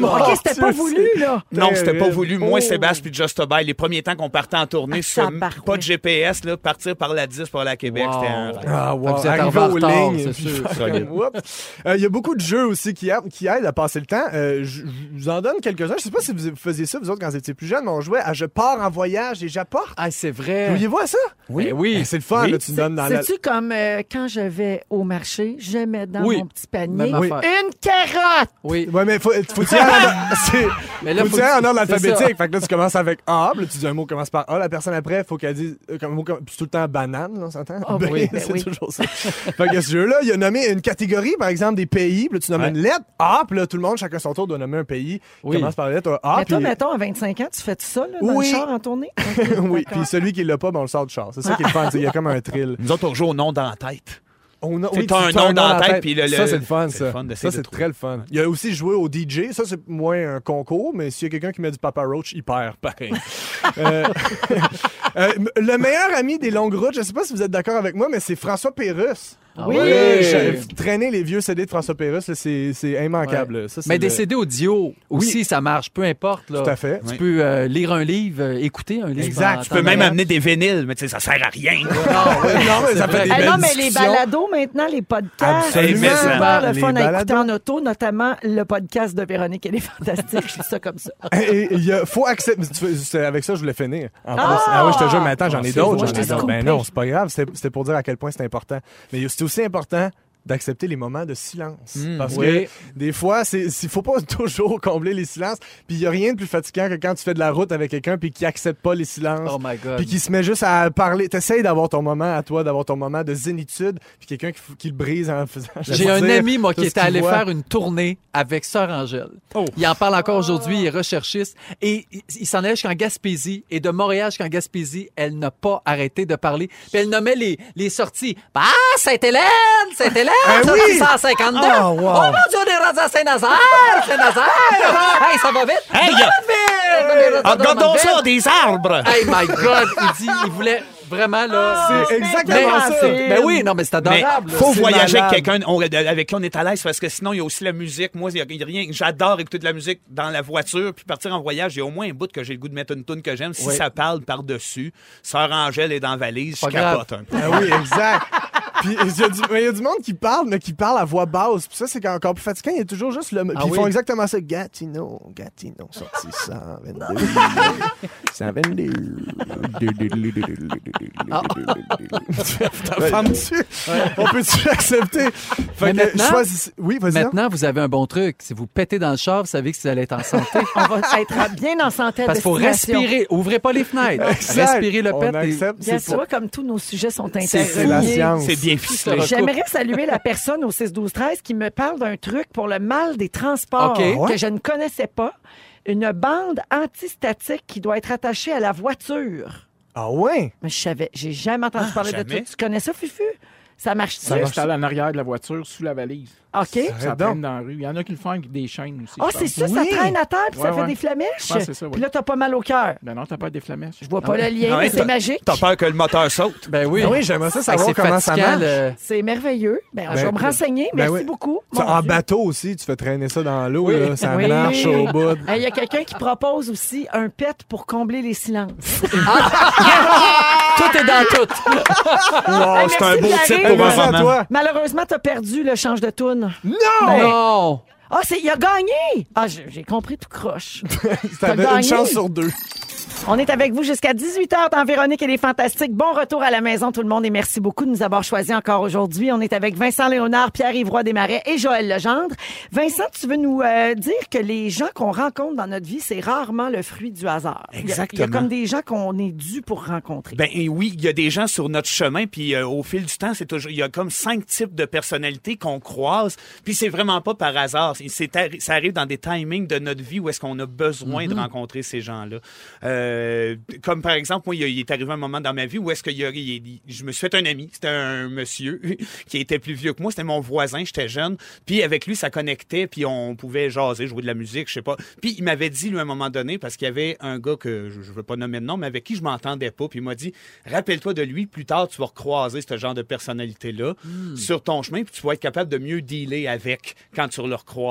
Speaker 2: OK, c'était pas
Speaker 1: Dieu,
Speaker 2: voulu, là.
Speaker 3: Non, c'était pas
Speaker 1: Terrible.
Speaker 3: voulu. Moi,
Speaker 2: Oh.
Speaker 3: Sébastien puis Just Obey, les premiers temps qu'on partait en tournée,
Speaker 2: Ah,
Speaker 3: sur-
Speaker 2: tabarouette.
Speaker 3: pas de GPS, là, partir par la 10 pour aller à Québec,
Speaker 4: Wow.
Speaker 3: c'était un rêve.
Speaker 1: Ah, wow.
Speaker 4: Vous êtes
Speaker 1: Arrivé
Speaker 4: en
Speaker 1: aux
Speaker 4: retard,
Speaker 1: lignes,
Speaker 4: c'est
Speaker 1: puis
Speaker 4: sûr.
Speaker 1: faire
Speaker 5: Solide.
Speaker 1: comme, Oups. Euh, Il y a beaucoup de jeux aussi qui, a- qui aident à passer le temps. Euh, je je vous en donne quelques-uns. Je sais pas si vous faisiez ça, vous autres, quand vous étiez plus jeunes, mais on jouait à Je pars en voyage et j'apporte.
Speaker 4: Ah, c'est vrai. Ben
Speaker 1: Jouiez-vous à ça?
Speaker 4: Oui.
Speaker 1: Eh,
Speaker 4: oui.
Speaker 1: C'est le fun,
Speaker 3: Oui.
Speaker 1: là, tu me donnes dans la...
Speaker 2: C'est-tu comme euh, quand je vais au marché, je mets dans
Speaker 4: Oui.
Speaker 2: mon petit panier
Speaker 4: Même affaire.
Speaker 2: une carotte?
Speaker 4: Oui.
Speaker 1: Ouais, mais faut, faut tirer en ordre- c'est-
Speaker 4: Mais là,
Speaker 1: faut
Speaker 4: faut
Speaker 1: tirer
Speaker 4: que-
Speaker 1: en ordre
Speaker 4: c'est ça.
Speaker 1: alphabétique. Fait que là, tu commences avec A, puis là, tu dis un mot qui commence par A. La personne après, faut qu'elle dise euh, comme mot comme- puis c'est tout le temps banane, là, on s'entend?
Speaker 2: Ah oui, ben
Speaker 1: c'est
Speaker 2: oui.
Speaker 1: toujours ça. fait que ce jeu-là, il a nommé une catégorie, par exemple, des pays, puis là, tu nommes
Speaker 3: Ouais.
Speaker 1: une lettre A, puis là, tout le monde, chacun son tour, doit nommer un pays.
Speaker 4: Oui.
Speaker 1: Commence par la lettre A,
Speaker 2: mais toi,
Speaker 1: Ah, puis-
Speaker 2: mettons, à 25 ans, tu fais tout ça là, dans
Speaker 1: Oui.
Speaker 2: le char en tournée?
Speaker 1: oui, puis celui qui l'a pas, ben, on le sort du char. C'est ça qui est le fun, tu sais, il y a comme un thrill.
Speaker 3: Nous autres, on joue au nom dans la tête.
Speaker 1: On a,
Speaker 3: T'sais, t'as un
Speaker 1: tu- tu
Speaker 3: nom dans la tête, puis le-
Speaker 1: ça,
Speaker 3: le-
Speaker 1: c'est le fun,
Speaker 3: c'est le
Speaker 1: ça.
Speaker 3: fun d'essayer
Speaker 1: ça, c'est
Speaker 3: de trouver.
Speaker 1: très le fun. Il y a aussi joué au DJ. Ça, c'est moins un concours, mais s'il y a quelqu'un qui met du Papa Roach, il perd, pareil. Euh, euh, le meilleur ami des longues routes, je sais pas si vous êtes d'accord avec moi, mais c'est François Pérusse.
Speaker 4: Ah
Speaker 2: Oui.
Speaker 4: ouais.
Speaker 1: Je- Traîner les vieux CD de François Pérusse, là, c'est c'est immanquable. là. Ça, c'est
Speaker 4: Mais
Speaker 1: le-
Speaker 4: des CD audio aussi, ça marche, peu importe. Là.
Speaker 1: Tout à fait.
Speaker 4: Tu
Speaker 3: Oui.
Speaker 4: peux euh, lire un livre, euh, écouter un livre.
Speaker 1: Exact,
Speaker 4: en-
Speaker 1: tu
Speaker 3: Tu peux
Speaker 4: en
Speaker 3: même
Speaker 4: allant.
Speaker 3: amener des vinyles, mais tu sais, ça sert à rien.
Speaker 4: Ah, ouais.
Speaker 1: Non, mais ça fait
Speaker 4: C'est vrai.
Speaker 1: des
Speaker 2: Ah
Speaker 4: Ah,
Speaker 1: belles
Speaker 2: non, mais les
Speaker 1: discussions.
Speaker 2: balados maintenant, les podcasts, c'est
Speaker 3: Absolument.
Speaker 2: super le
Speaker 1: Les
Speaker 2: fun à écouter
Speaker 1: balados.
Speaker 2: en auto, notamment le podcast de Véronique. Elle est fantastique, je dis ça comme ça.
Speaker 1: Et- et il y a- faut accepter. tu fais- c'est Avec ça, je voulais finir. En
Speaker 2: Ah!
Speaker 1: plus. Ah oui, je te jure, mais attends, j'en ai
Speaker 4: c'est
Speaker 1: d'autres.
Speaker 4: moi,
Speaker 1: j'en
Speaker 4: je
Speaker 1: ai
Speaker 4: t'ai
Speaker 1: d'autres.
Speaker 2: coupé.
Speaker 1: Ben non, c'est pas grave. C'était c'était pour dire à quel point c'est important. Mais c'est aussi important d'accepter les moments de silence. parce
Speaker 4: Hmm, oui.
Speaker 1: que des fois, il ne faut pas toujours combler les silences. Puis il n'y a rien de plus fatigant que quand tu fais de la route avec quelqu'un puis qui accepte pas les silences.
Speaker 4: Oh my God.
Speaker 1: Puis qui se met juste à parler. T'essayes d'avoir ton moment à toi, d'avoir ton moment de zénitude. Puis quelqu'un qui, f- qui le brise en faisant.
Speaker 4: J'ai un ami, moi,
Speaker 1: tout
Speaker 4: qui
Speaker 1: ce
Speaker 4: était
Speaker 1: qu'il
Speaker 4: allé
Speaker 1: voit. Oh.
Speaker 4: faire une tournée avec Sœur Angèle. Il en parle encore aujourd'hui, il est recherchiste. Et il, il s'en allait jusqu'en Gaspésie. Et de Montréal jusqu'en Gaspésie, elle n'a pas arrêté de parler. Puis elle nommait les, les sorties. Ah, Sainte-Hélène! Sainte-Hélène! sortie 152!
Speaker 1: Ah, wow.
Speaker 4: Oh mon Dieu, on est rendu à Saint-Nazaire! Saint-Nazaire! hey, ça va vite!
Speaker 3: Hey, y a-
Speaker 4: Drummondville!
Speaker 3: Ah, regardons ça,
Speaker 4: Drummondville!
Speaker 3: des arbres!
Speaker 4: Hey, my God! Il dit, il voulait vraiment, là...
Speaker 1: C'est exactement
Speaker 2: Mais-
Speaker 1: ça.
Speaker 2: c'est-
Speaker 4: Ben oui, non, mais c'est
Speaker 3: Mais
Speaker 4: adorable. là.
Speaker 3: faut
Speaker 1: c'est
Speaker 3: voyager
Speaker 1: malade.
Speaker 3: avec quelqu'un on- euh, avec qui on est à l'aise parce que sinon il y a aussi la musique. Moi, il y a- il y a rien. J'adore écouter de la musique dans la voiture puis partir en voyage. Il y a au moins un bout que j'ai le goût de mettre une tune que j'aime. Si
Speaker 4: Oui.
Speaker 3: ça parle par dessus, Sœur Angèle est dans la valise, je
Speaker 4: Pas grave.
Speaker 3: capote un peu.
Speaker 1: Ah oui, exact. Puis il y, a du- mais il y a du monde qui parle, mais qui parle à voix basse. Puis ça, c'est encore plus fatigant. Il y a toujours juste le. Puis
Speaker 4: Ah
Speaker 1: ils
Speaker 4: oui.
Speaker 1: font exactement ça. Gatineau, Gatineau, sorti 122.
Speaker 4: Ah.
Speaker 1: 122. Putain, femme dessus. On peut-tu accepter? Fait
Speaker 4: Mais
Speaker 1: que
Speaker 4: maintenant-
Speaker 1: choisissez- Oui, vas-y. hein. non?
Speaker 4: Maintenant, vous avez un bon truc. Si vous pétez dans le char, vous savez que vous allez être en santé.
Speaker 2: On va être bien en santé à
Speaker 4: Parce qu'il faut
Speaker 2: destination.
Speaker 4: respirer. Ouvrez pas les fenêtres.
Speaker 1: Exact.
Speaker 4: Respirez le
Speaker 1: On
Speaker 4: pet. et-
Speaker 1: accepte,
Speaker 2: Bien
Speaker 1: c'est
Speaker 2: sûr, comme tous nos sujets sont
Speaker 1: c'est- c'est la
Speaker 2: interreliés.
Speaker 1: science.
Speaker 3: C'est bien ficelé.
Speaker 4: Tout se recoupe.
Speaker 2: J'aimerais saluer la personne au 6-12-13 qui me parle d'un truc pour le mal des transports
Speaker 4: OK. Ah
Speaker 2: que je ne connaissais pas. Une bande antistatique qui doit être attachée à la voiture.
Speaker 1: Ah ouais?
Speaker 2: Mais je savais, j'ai jamais entendu parler
Speaker 3: jamais?
Speaker 2: de ça. Tu connais ça, Fufu? Ça marche
Speaker 7: Ça l'installe en arrière de la voiture, sous la valise.
Speaker 2: OK.
Speaker 7: Ça
Speaker 1: Arrête donc.
Speaker 7: traîne dans la rue. Il y en a qui le font avec des chaînes aussi.
Speaker 2: Ah,
Speaker 7: je
Speaker 2: c'est
Speaker 7: pense.
Speaker 2: ça, ça
Speaker 1: Oui.
Speaker 2: traîne à terre puis ça
Speaker 7: Ouais,
Speaker 2: fait
Speaker 7: ouais.
Speaker 2: des flamèches.
Speaker 7: Ouais, c'est ça, ouais.
Speaker 2: Puis là, t'as pas mal au cœur.
Speaker 7: Ben non, t'as pas des flamèches.
Speaker 2: Je vois pas le lien,
Speaker 3: Ah ouais,
Speaker 2: mais c'est
Speaker 3: t'as-
Speaker 2: magique.
Speaker 3: T'as peur que le moteur saute?
Speaker 4: Ben oui.
Speaker 1: Ah oui, j'aimerais ça
Speaker 4: Hey,
Speaker 1: savoir
Speaker 4: c'est
Speaker 1: comment ça
Speaker 4: fatigant,
Speaker 1: marche.
Speaker 4: le-
Speaker 2: C'est merveilleux. Ben, je vais
Speaker 1: Ben,
Speaker 2: me renseigner.
Speaker 1: ben
Speaker 2: Merci
Speaker 1: oui.
Speaker 2: beaucoup.
Speaker 1: Ça,
Speaker 2: Mon
Speaker 1: en
Speaker 2: Dieu.
Speaker 1: bateau aussi, tu fais traîner ça dans l'eau,
Speaker 4: Oui.
Speaker 1: là, ça
Speaker 2: Oui.
Speaker 1: marche au bout.
Speaker 2: Hey, Il y a quelqu'un qui propose aussi un pet pour combler les silences.
Speaker 4: Tout est dans tout.
Speaker 3: Wow,
Speaker 2: Hey, merci
Speaker 3: c'est un beau
Speaker 2: de la
Speaker 3: titre
Speaker 2: rire.
Speaker 3: pour
Speaker 1: Merci
Speaker 3: un
Speaker 1: à
Speaker 3: roman.
Speaker 1: toi.
Speaker 2: Malheureusement, t'as perdu le change de toune.
Speaker 4: Non.
Speaker 2: Ah, c'est il a gagné! Ah, j'ai j'ai compris tout croche.
Speaker 1: T'avais
Speaker 2: gagné.
Speaker 1: une chance sur deux.
Speaker 2: On est avec vous jusqu'à 18h dans Véronique et les Fantastiques. Bon retour à la maison tout le monde et merci beaucoup de nous avoir choisis encore aujourd'hui. On est avec Vincent Léonard, Pierre-Yves Roy Desmarais et Joël Legendre. Vincent, tu veux nous euh, dire que les gens qu'on rencontre dans notre vie, c'est rarement le fruit du hasard. Il y a- Il y a
Speaker 3: Exactement.
Speaker 2: comme des gens qu'on est dû pour rencontrer.
Speaker 3: Ben et oui, il y a des gens sur notre chemin, puis euh, au fil du temps, c'est toujours, il y a comme cinq types de personnalités qu'on croise, puis c'est vraiment pas par hasard. C'est- c'est arri- ça arrive dans des timings de notre vie où est-ce qu'on a besoin de rencontrer ces gens-là. Euh, comme par exemple, moi, il y a- il est arrivé un moment dans ma vie où est-ce que il y a- il- il- je me suis fait un ami. C'était un monsieur qui était plus vieux que moi. C'était mon voisin. J'étais jeune. Puis avec lui, ça connectait. Puis on pouvait jaser, jouer de la musique, je sais pas. Puis il m'avait dit, lui, à un moment donné, parce qu'il y avait un gars que je, je veux pas nommer de nom, mais avec qui je m'entendais pas. Puis il m'a dit, rappelle-toi de lui. Plus tard, tu vas recroiser ce genre de personnalité-là sur ton chemin. Puis tu vas être capable de mieux dealer avec quand tu le recroiseras.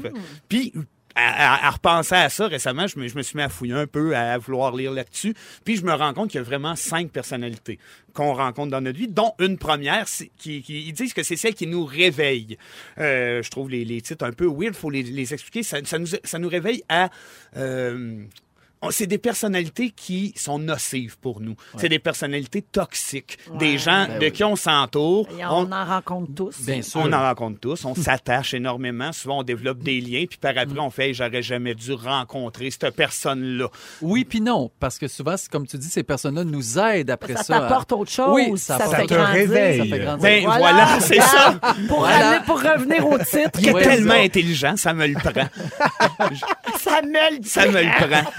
Speaker 3: Fait- Puis à, à- à repenser à ça récemment, je me, je me suis mis à fouiller un peu, à, à vouloir lire là-dessus. Puis je me rends compte qu'il y a vraiment cinq personnalités qu'on rencontre dans notre vie, dont une première, c'est- qui, qui- ils disent que c'est celle qui nous réveille. Euh, je trouve les, les titres un peu weird, faut les, les expliquer. Ça, ça nous, ça nous réveille à... euh, on- c'est des personnalités qui sont nocives pour nous. C'est des personnalités toxiques. des gens de qui on s'entoure.
Speaker 2: Et on,
Speaker 3: Ben, On-
Speaker 2: en rencontre tous.
Speaker 4: Bien sûr.
Speaker 3: on en rencontre tous, on s'attache énormément. Souvent, on développe des liens, puis par après, on fait Hey, j'aurais jamais dû rencontrer cette personne-là.
Speaker 4: Oui, puis non, parce que souvent, c'est- comme tu dis, ces personnes-là nous aident après ça.
Speaker 2: ça t'apporte
Speaker 4: à-
Speaker 2: autre chose.
Speaker 4: Oui, ça
Speaker 2: ça,
Speaker 4: apporte-
Speaker 2: te fait
Speaker 4: Ça te
Speaker 2: grandir.
Speaker 1: réveille.
Speaker 4: Ça fait grandir.
Speaker 3: Ben voilà, c'est ça.
Speaker 2: Pour,
Speaker 4: Voilà.
Speaker 2: aller- pour revenir au titre,
Speaker 3: Il est
Speaker 4: Ouais,
Speaker 3: tellement
Speaker 4: ça.
Speaker 3: intelligent, ça me le prend.
Speaker 2: ça me le
Speaker 3: Ça me le prend.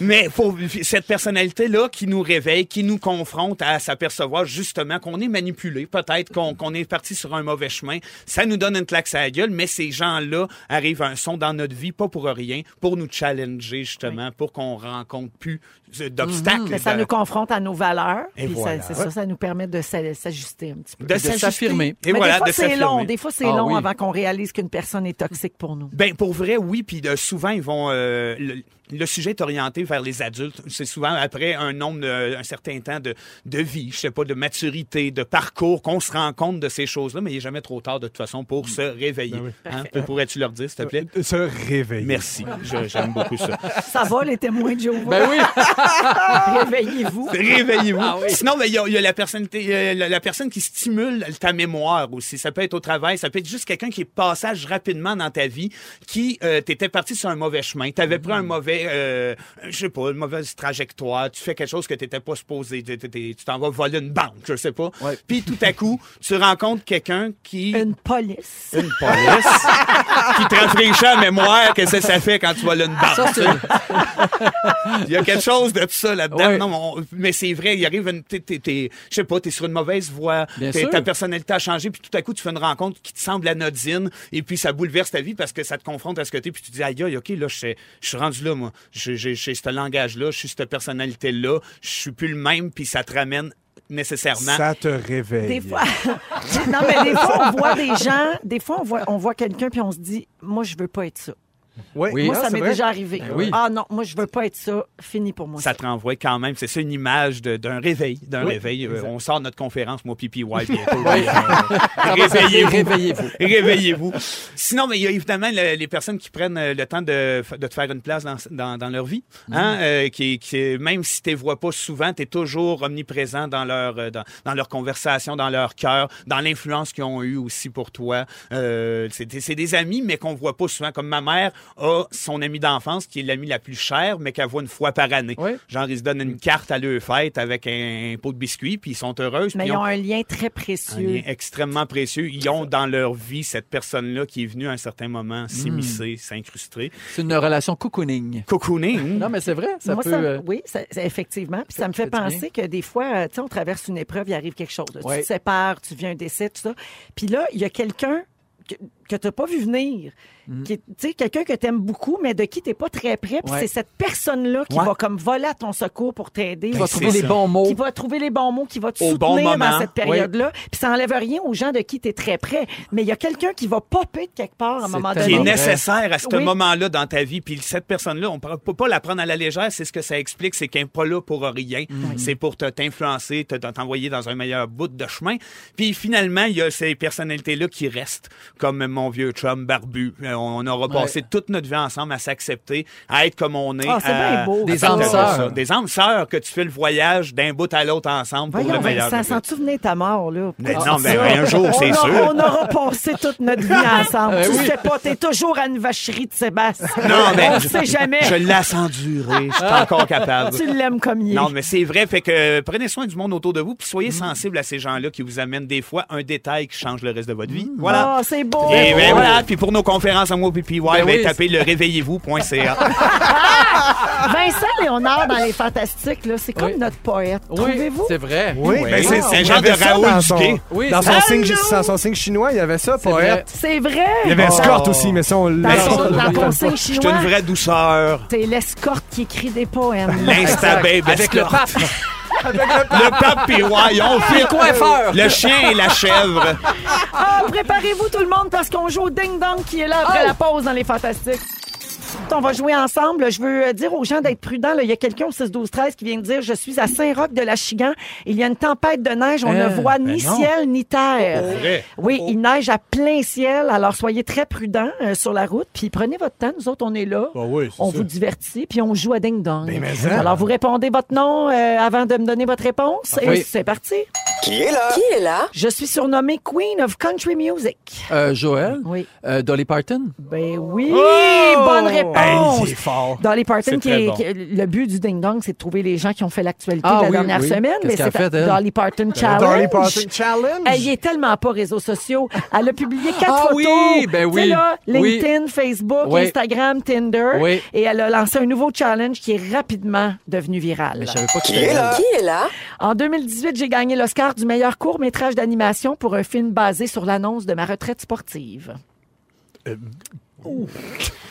Speaker 3: Mais faut, cette personnalité-là qui nous réveille, qui nous confronte à s'apercevoir justement qu'on est manipulé, peut-être qu'on qu'on est parti sur un mauvais chemin, ça nous donne une claque à la gueule, mais ces gens-là arrivent à un son dans notre vie, pas pour rien, pour nous challenger justement, pour qu'on rencontre plus euh, d'obstacles.
Speaker 2: Mm-hmm. Mais ça
Speaker 3: de-
Speaker 2: nous confronte à nos valeurs.
Speaker 3: Et
Speaker 2: puis ça-
Speaker 3: voilà.
Speaker 2: c'est ça, ça nous permet de s'a- s'ajuster un petit peu.
Speaker 3: de
Speaker 4: s'ajuster.
Speaker 3: s'affirmer. Et
Speaker 2: Mais
Speaker 3: voilà,
Speaker 2: des fois,
Speaker 3: de
Speaker 2: c'est long.
Speaker 3: s'affirmer.
Speaker 2: Des fois, c'est
Speaker 4: Ah
Speaker 2: long
Speaker 4: oui.
Speaker 2: avant qu'on réalise qu'une personne est toxique pour nous.
Speaker 3: Ben pour vrai, oui. Puis euh, souvent, ils vont. euh, le, le sujet est orienté vers les adultes. C'est souvent après un nombre, de, un certain temps de, de vie, je sais pas, de maturité, de parcours, qu'on se rend compte de ces choses-là. Mais il n'est jamais trop tard de toute façon pour se réveiller. Hein? Peux- Pourrais-tu leur dire, s'il te plaît?
Speaker 1: Se réveiller.
Speaker 3: Merci. Je- J'aime beaucoup ça.
Speaker 2: Ça va, les témoins de Jéhovah.
Speaker 4: Ben oui,
Speaker 2: Réveillez-vous.
Speaker 3: Réveillez-vous. Sinon, ben, il y a, il y a la, personne, euh, la, la personne qui stimule ta mémoire aussi. Ça peut être au travail, ça peut être juste quelqu'un qui est passage rapidement dans ta vie, qui euh, t'étais parti sur un mauvais chemin, t'avais pris un mauvais, euh, je sais pas, une mauvaise trajectoire, tu fais quelque chose que t'étais pas supposé, t'es- t'es- t'es- tu t'en vas voler une banque, je sais pas. Puis tout à coup, tu rencontres quelqu'un qui...
Speaker 2: Une police.
Speaker 3: Une police qui te rafraîchit la mémoire, qu'est-ce que ça fait quand tu voles une banque?
Speaker 4: ça, c'est-
Speaker 3: Il y a quelque chose de tout ça là-dedans.
Speaker 4: Ouais.
Speaker 3: Non, mais on- mais c'est vrai, il arrive une. t'es- t'es- t'es- Je sais pas, t'es sur une mauvaise voie,
Speaker 4: Bien
Speaker 3: t'es-
Speaker 4: sûr.
Speaker 3: ta personnalité a changé, puis tout à coup, tu fais une rencontre qui te semble anodine, et puis ça bouleverse ta vie parce que ça te confronte à ce que t'es, puis tu te dis, aïe, aïe, OK, là, je sais- je suis rendu là, moi. J'ai j'ai- j'ai ce langage-là, je suis cette personnalité-là, je suis plus le même, puis ça te ramène nécessairement.
Speaker 1: Ça te réveille.
Speaker 2: Des fois, non, mais des fois, on voit des gens, des fois, on voit, on voit quelqu'un puis on se dit, moi, je veux pas être ça.
Speaker 1: Ouais,
Speaker 4: Oui.
Speaker 2: moi,
Speaker 1: non,
Speaker 2: ça
Speaker 1: c'est
Speaker 2: m'est
Speaker 1: vrai.
Speaker 2: déjà arrivé.
Speaker 4: Ben oui.
Speaker 2: Ah non, moi, je veux pas être ça. Fini pour moi.
Speaker 3: Ça te renvoie quand même, c'est ça une image de- d'un réveil, d'un
Speaker 1: Oui,
Speaker 3: réveil. Euh,
Speaker 1: exact.
Speaker 3: on sort notre conférence, moi, pipi, wild, bientôt. euh,
Speaker 4: Ah, ben, ça va, ça va, Réveillez-vous.
Speaker 3: Réveillez-vous. Sinon, mais il y a évidemment le- les personnes qui prennent euh, le temps de, f- de te faire une place dans, dans- dans leur vie. Hein? euh, qui, qui- même si tu ne vois pas souvent, tu es toujours omniprésent dans leur, euh, dans, dans leur conversation, dans leur cœur, dans l'influence qu'ils ont eue aussi pour toi. Euh, c'est des- c'est des amis, mais qu'on voit pas souvent. Comme ma mère a son amie d'enfance, qui est l'amie la plus chère, mais qu'elle voit une fois par année.
Speaker 4: Oui.
Speaker 3: Genre, ils se donnent une carte à leur fête avec un, pot de biscuits, puis ils sont heureuses.
Speaker 2: Mais
Speaker 3: puis
Speaker 2: ils
Speaker 3: ils ont-
Speaker 2: ont un lien très
Speaker 3: un
Speaker 2: précieux.
Speaker 3: lien extrêmement précieux. Ils ont dans leur vie cette personne-là qui est venue à un certain moment s'immiscer, s'incruster.
Speaker 4: C'est une relation cocooning.
Speaker 3: Cocooning.
Speaker 4: Non, mais c'est vrai, ça
Speaker 2: Moi,
Speaker 4: peut...
Speaker 2: ça-
Speaker 4: euh,
Speaker 2: oui, ça- ça- effectivement. Puis ça me fait
Speaker 4: fait du bien.
Speaker 2: penser que des fois, euh, tu sais, on traverse une épreuve, il arrive quelque chose. là.
Speaker 4: Ouais.
Speaker 2: Tu te sépares, tu viens un décès, tout ça. Puis là, il y a quelqu'un que, que tu n'as pas vu venir, qui est- tu sais, quelqu'un que tu aimes beaucoup, mais de qui tu n'es pas très près. Puis
Speaker 4: Mm. Ouais.
Speaker 2: c'est cette personne-là qui
Speaker 3: Ouais.
Speaker 2: va comme voler à ton secours pour t'aider.
Speaker 4: Tu
Speaker 3: Ben,
Speaker 4: vas
Speaker 3: c'est
Speaker 4: trouver les
Speaker 3: ça.
Speaker 4: bons mots.
Speaker 2: qui va trouver les bons mots, qui va te
Speaker 3: Au
Speaker 2: soutenir
Speaker 3: bon
Speaker 2: dans
Speaker 3: moment.
Speaker 2: cette période-là. Puis ça enlève rien aux gens de qui tu es très près. Mais il y a quelqu'un qui va popper de quelque part à un
Speaker 4: C'est
Speaker 2: moment
Speaker 3: qui est
Speaker 2: donné.
Speaker 4: tellement vrai.
Speaker 3: nécessaire à ce
Speaker 2: Oui.
Speaker 3: moment-là dans ta vie. Puis cette personne-là, on ne peut pas la prendre à la légère. C'est ce que ça explique, c'est qu'elle n'est pas là pour rien.
Speaker 2: Mm.
Speaker 3: C'est pour te- t'influencer, te- t'envoyer dans un meilleur bout de chemin. Puis finalement, il y a ces personnalités-là qui restent, comme mon vieux chum barbu. Euh, On aura passé toute notre vie ensemble à s'accepter, à être comme on est.
Speaker 2: Ah, c'est
Speaker 3: à-
Speaker 2: bien beau.
Speaker 3: à
Speaker 4: Des
Speaker 3: partager
Speaker 4: âmes sœurs.
Speaker 3: ça. Des âmes sœurs que tu fais le voyage d'un bout à l'autre ensemble pour
Speaker 2: Voyons,
Speaker 3: le meilleur.
Speaker 2: Vincent,
Speaker 3: de
Speaker 2: s'en souvenir ta mort, là.
Speaker 3: Mais
Speaker 2: Pourquoi
Speaker 3: non,
Speaker 2: tu dis
Speaker 3: mais
Speaker 2: ça?
Speaker 3: un jour, c'est
Speaker 2: on aura-
Speaker 3: sûr.
Speaker 2: On aura passé toute notre vie
Speaker 4: Eh
Speaker 2: ensemble. tu sais pas, t'es toujours à une vacherie de Sébastien.
Speaker 3: Non, mais
Speaker 2: On
Speaker 3: je-
Speaker 2: sait jamais. Ah.
Speaker 3: Je l'ai enduré. Je suis encore capable.
Speaker 2: Tu l'aimes comme il est.
Speaker 3: Non, mais c'est vrai. Fait que euh, prenez soin du monde autour de vous, puis soyez sensible à ces gens-là qui vous amènent des fois un détail qui change le reste de votre vie. Voilà.
Speaker 2: Ah, c'est beau.
Speaker 3: Et ben, voilà. Puis pour nos conférences en moi, PPY, ben,
Speaker 4: oui,
Speaker 3: tapez le réveillez-vous.ca.
Speaker 2: Vincent Léonard dans Les Fantastiques, là, c'est comme
Speaker 4: Oui.
Speaker 2: notre poète.
Speaker 4: Oui,
Speaker 2: Trouvez-vous?
Speaker 4: c'est vrai.
Speaker 1: Oui,
Speaker 3: Ben, c'est- c'est un
Speaker 1: Il
Speaker 3: genre
Speaker 1: avait
Speaker 3: de
Speaker 1: ça
Speaker 3: Raoul
Speaker 1: dans
Speaker 3: du
Speaker 1: son-
Speaker 3: Quai.
Speaker 4: Oui,
Speaker 1: Dans
Speaker 4: c'est-
Speaker 1: son, signe, dans son signe chinois, il y avait ça,
Speaker 4: c'est vrai.
Speaker 1: poète.
Speaker 2: C'est vrai.
Speaker 1: Il y avait escorte aussi, mais ça, on
Speaker 2: Dans,
Speaker 1: l'a.
Speaker 2: ton, dans ton signe
Speaker 3: Je suis une
Speaker 2: chinois,
Speaker 3: vraie douceur.
Speaker 2: c'est l'escorte qui écrit des poèmes.
Speaker 3: L'insta-babe.
Speaker 4: Avec le pape.
Speaker 3: Le pape PY, on fait
Speaker 4: Les coiffeurs.
Speaker 3: Le chien et la chèvre.
Speaker 2: Ah, préparez-vous tout le monde parce qu'on joue au ding-dong qui est là après
Speaker 4: Oh!
Speaker 2: la pause dans les Fantastiques. On va jouer ensemble. Je veux euh, dire aux gens d'être prudents. là. Il y a quelqu'un au 6-12-13 qui vient de dire Je suis à Saint-Roch de la Chigan. Il y a une tempête de neige. On ne voit ni ciel ni terre.
Speaker 3: vrai?
Speaker 2: Oui, il neige à plein ciel. Alors soyez très prudents euh, sur la route. Puis prenez votre temps. Nous autres, on est là. on vous divertit. Puis on joue à ding-dong. Hein? Alors vous répondez votre nom euh, avant de me donner votre réponse. Et
Speaker 4: Oui.
Speaker 2: c'est parti.
Speaker 8: Qui est là?
Speaker 2: Je suis surnommée Queen of Country Music.
Speaker 4: Euh, Joël,
Speaker 2: Oui.
Speaker 4: euh, Dolly Parton.
Speaker 2: Ben oui,
Speaker 4: Oh!
Speaker 2: bonne réponse.
Speaker 1: Hey, c'est fort.
Speaker 2: Dans les Parton,
Speaker 3: C'est
Speaker 2: qui
Speaker 3: très
Speaker 2: est-
Speaker 3: bon.
Speaker 2: qui est- le but du Ding Dong, c'est de trouver les gens qui ont fait l'actualité
Speaker 4: Ah
Speaker 2: de la
Speaker 4: oui,
Speaker 2: dernière
Speaker 4: oui.
Speaker 2: semaine.
Speaker 4: Qu'est-ce qu'elle a fait, elle? Euh,
Speaker 2: Dolly Parton Challenge.
Speaker 1: Dans les passing challenge.
Speaker 2: Elle y est tellement pas réseaux sociaux. Elle a publié quatre
Speaker 4: Ah
Speaker 2: photos.
Speaker 4: oui, ben
Speaker 2: Tu sais,
Speaker 4: oui.
Speaker 2: là,
Speaker 4: Oui.
Speaker 2: LinkedIn, Facebook,
Speaker 4: Oui.
Speaker 2: Instagram, Tinder.
Speaker 4: Oui.
Speaker 2: Et elle a lancé un nouveau challenge qui est rapidement devenu viral.
Speaker 4: Mais je savais pas que
Speaker 8: Qui est
Speaker 4: c'était
Speaker 8: là? Qui est là?
Speaker 2: En 2018, j'ai gagné l'Oscar du meilleur court métrage d'animation pour un film basé sur l'annonce de ma retraite sportive.
Speaker 1: Euh,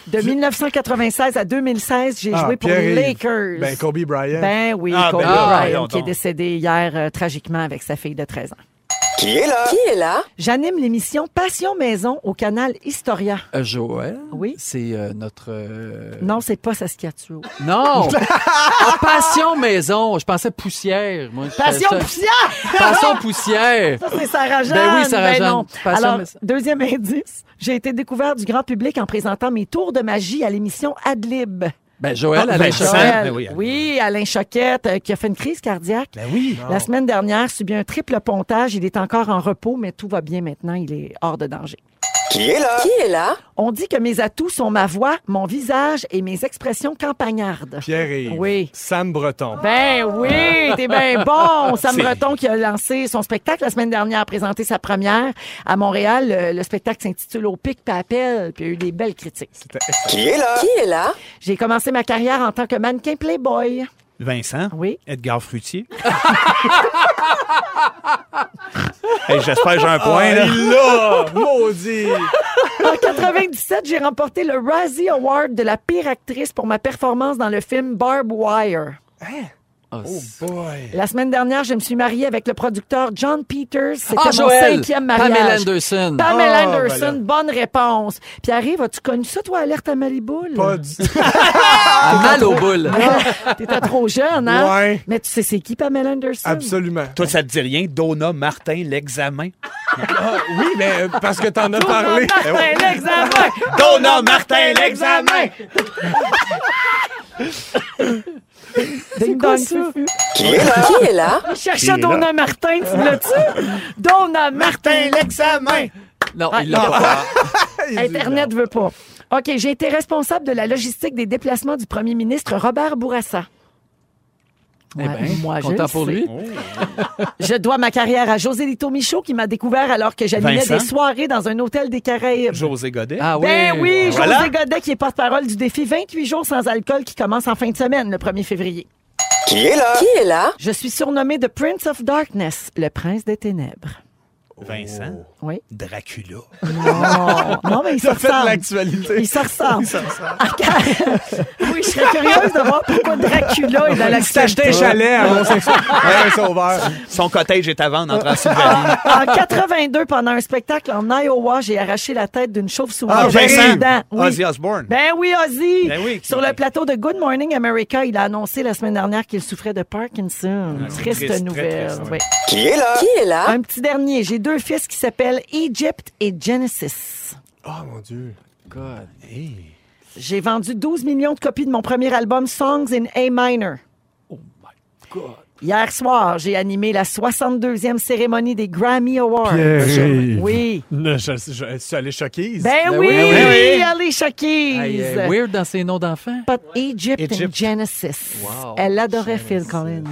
Speaker 2: De 1996 à 2016, j'ai
Speaker 1: Ah,
Speaker 2: joué pour les
Speaker 1: Pierre-Yves.
Speaker 2: Lakers.
Speaker 1: Ben, Kobe Bryant.
Speaker 2: Ben oui,
Speaker 3: Ah,
Speaker 2: Kobe
Speaker 3: ben là,
Speaker 2: Bryant,
Speaker 3: voyons
Speaker 2: qui est
Speaker 3: donc.
Speaker 2: décédé hier euh, tragiquement avec sa fille de 13 ans.
Speaker 8: Qui est là? Qui est là?
Speaker 2: J'anime l'émission Passion Maison au canal Historia.
Speaker 4: Euh, Joël,
Speaker 2: Oui.
Speaker 4: c'est euh, notre... euh,
Speaker 2: Non, c'est pas Saskatchewan.
Speaker 4: Non! Ah, passion maison! Je pensais poussière. Moi, je-
Speaker 2: Passion
Speaker 4: je-
Speaker 2: Poussière!
Speaker 4: Passion poussière!
Speaker 2: Ça, c'est Sarah Jeanne.
Speaker 4: Ben oui, Sarah Jeanne.
Speaker 2: non.
Speaker 4: Passion,
Speaker 2: Alors,
Speaker 4: mais ça-
Speaker 2: deuxième indice, j'ai été découvert du grand public en présentant mes tours de magie à l'émission Adlib.
Speaker 4: Ben, Joël, Alain
Speaker 3: Vincent.
Speaker 4: Choquette.
Speaker 3: Ben oui, Adlib. Ben
Speaker 2: oui, Alain Choquette, euh, qui a fait une crise cardiaque.
Speaker 3: oui.
Speaker 2: La semaine dernière, subit un triple pontage. Il est encore en repos, mais tout va bien maintenant. Il est hors de danger.
Speaker 8: Qui est là? Qui est là?
Speaker 2: On dit que mes atouts sont ma voix, mon visage et mes expressions campagnardes.
Speaker 1: Pierre et
Speaker 2: Oui.
Speaker 1: Sam Breton.
Speaker 2: Ben oui, t'es bien bon. Sam Breton qui a lancé son spectacle la semaine dernière, a présenté sa première à Montréal. Le, le spectacle s'intitule Au pic papel, puis il y a eu des belles critiques.
Speaker 8: Qui est là? Qui est là?
Speaker 2: J'ai commencé ma carrière en tant que mannequin Playboy.
Speaker 3: Vincent.
Speaker 2: Oui.
Speaker 3: Edgar Frutier. Hey, J'espère que j'ai un point. là.
Speaker 1: Là, maudit.
Speaker 2: En 97, j'ai remporté le Razzie Award de la pire actrice pour ma performance dans le film Barb Wire.
Speaker 4: Ah, c'est-
Speaker 2: La semaine dernière, je me suis mariée avec le producteur John Peters. C'était
Speaker 4: Ah,
Speaker 2: mon
Speaker 4: Joël!
Speaker 2: cinquième mariage.
Speaker 4: Pamela Anderson.
Speaker 2: Pamela
Speaker 1: Ah,
Speaker 2: Anderson,
Speaker 1: voilà.
Speaker 2: bonne réponse. Pierre-Yves, as-tu connu ça, toi, Alerte à Malibu? là?
Speaker 1: Pas du
Speaker 2: Ah,
Speaker 4: À mal aux boules.
Speaker 2: T'étais trop jeune, hein?
Speaker 1: Ouais.
Speaker 2: Mais tu sais, c'est qui Pamela Anderson?
Speaker 1: Absolument.
Speaker 3: Toi, ça te dit rien? Donna, Martin, l'examen.
Speaker 1: Oui, mais euh, parce que t'en as
Speaker 2: Donna
Speaker 1: parlé.
Speaker 2: Martin, l'examen!
Speaker 3: Donna, Martin, l'examen!
Speaker 2: Ding dong, fufu.
Speaker 8: Qui est là? Qui est là?
Speaker 2: Je cherchais Donna Martin, tu l'as-tu? Donna Martin,
Speaker 3: l'examen!
Speaker 4: Non,
Speaker 2: Ah,
Speaker 4: il l'a pas.
Speaker 2: Internet veut pas. OK, j'ai été responsable de la logistique des déplacements du premier ministre Robert Bourassa.
Speaker 4: Eh
Speaker 2: Ouais,
Speaker 4: ben,
Speaker 2: moi, je
Speaker 4: content
Speaker 2: le
Speaker 4: pour
Speaker 2: sais.
Speaker 4: lui.
Speaker 2: Je dois ma carrière à José Lito Michaud qui m'a découvert alors que j'animais
Speaker 3: Vincent?
Speaker 2: des soirées dans un hôtel des Caraïbes.
Speaker 3: José Godet.
Speaker 4: Ah oui.
Speaker 2: Ben oui,
Speaker 3: Voilà.
Speaker 2: José Godet qui est porte-parole du défi 28 jours sans alcool qui commence en fin de semaine, le 1er février.
Speaker 8: Qui est là? Qui est là?
Speaker 2: Je suis surnommé The Prince of Darkness, le prince des ténèbres.
Speaker 3: Vincent.
Speaker 2: Oui.
Speaker 3: Dracula.
Speaker 2: Non, non mais il se
Speaker 1: T'as fait de
Speaker 2: ressemble.
Speaker 1: l'actualité.
Speaker 2: Il se ressemble. Ah, car- oui, je serais curieuse de voir pourquoi Dracula est dans la
Speaker 1: Il s'est acheté un chalet à Mont-Saint-Sauveur. Ouais, Sauveur.
Speaker 3: Son cottage est à vendre en Transylvanie.
Speaker 2: En 82, pendant un spectacle en Iowa, j'ai arraché la tête d'une chauve-souris.
Speaker 3: Ah,
Speaker 2: J'avais
Speaker 3: Vincent.
Speaker 2: des dents. Oui.
Speaker 3: Ozzy Osbourne.
Speaker 2: Ben oui, Ozzy!
Speaker 3: Ben oui.
Speaker 2: Sur le plateau de Good Morning America, il a annoncé la semaine dernière qu'il souffrait de Parkinson. triste,
Speaker 3: triste, très
Speaker 2: nouvelle.
Speaker 3: triste,
Speaker 2: oui.
Speaker 8: Qui est là? Qui est là?
Speaker 2: Un petit dernier. J'ai deux fils qui s'appellent Egypt et Genesis.
Speaker 1: Oh mon Dieu.
Speaker 4: God.
Speaker 2: J'ai vendu 12 millions de copies de mon premier album Songs in A Minor. Hier soir, j'ai animé la 62e cérémonie des Grammy Awards.
Speaker 1: Pierre-Yves.
Speaker 2: Oui.
Speaker 1: Là, je, je, je suis allé choquer.
Speaker 2: Ben,
Speaker 4: Ben
Speaker 2: oui,
Speaker 4: oui, ben oui.
Speaker 2: allez, Chuckies!
Speaker 4: Hey, euh, weird dans ses noms d'enfants.
Speaker 2: But Egypt, and
Speaker 5: Egypt.
Speaker 2: Genesis.
Speaker 4: Wow.
Speaker 2: Elle adorait Phil Collins.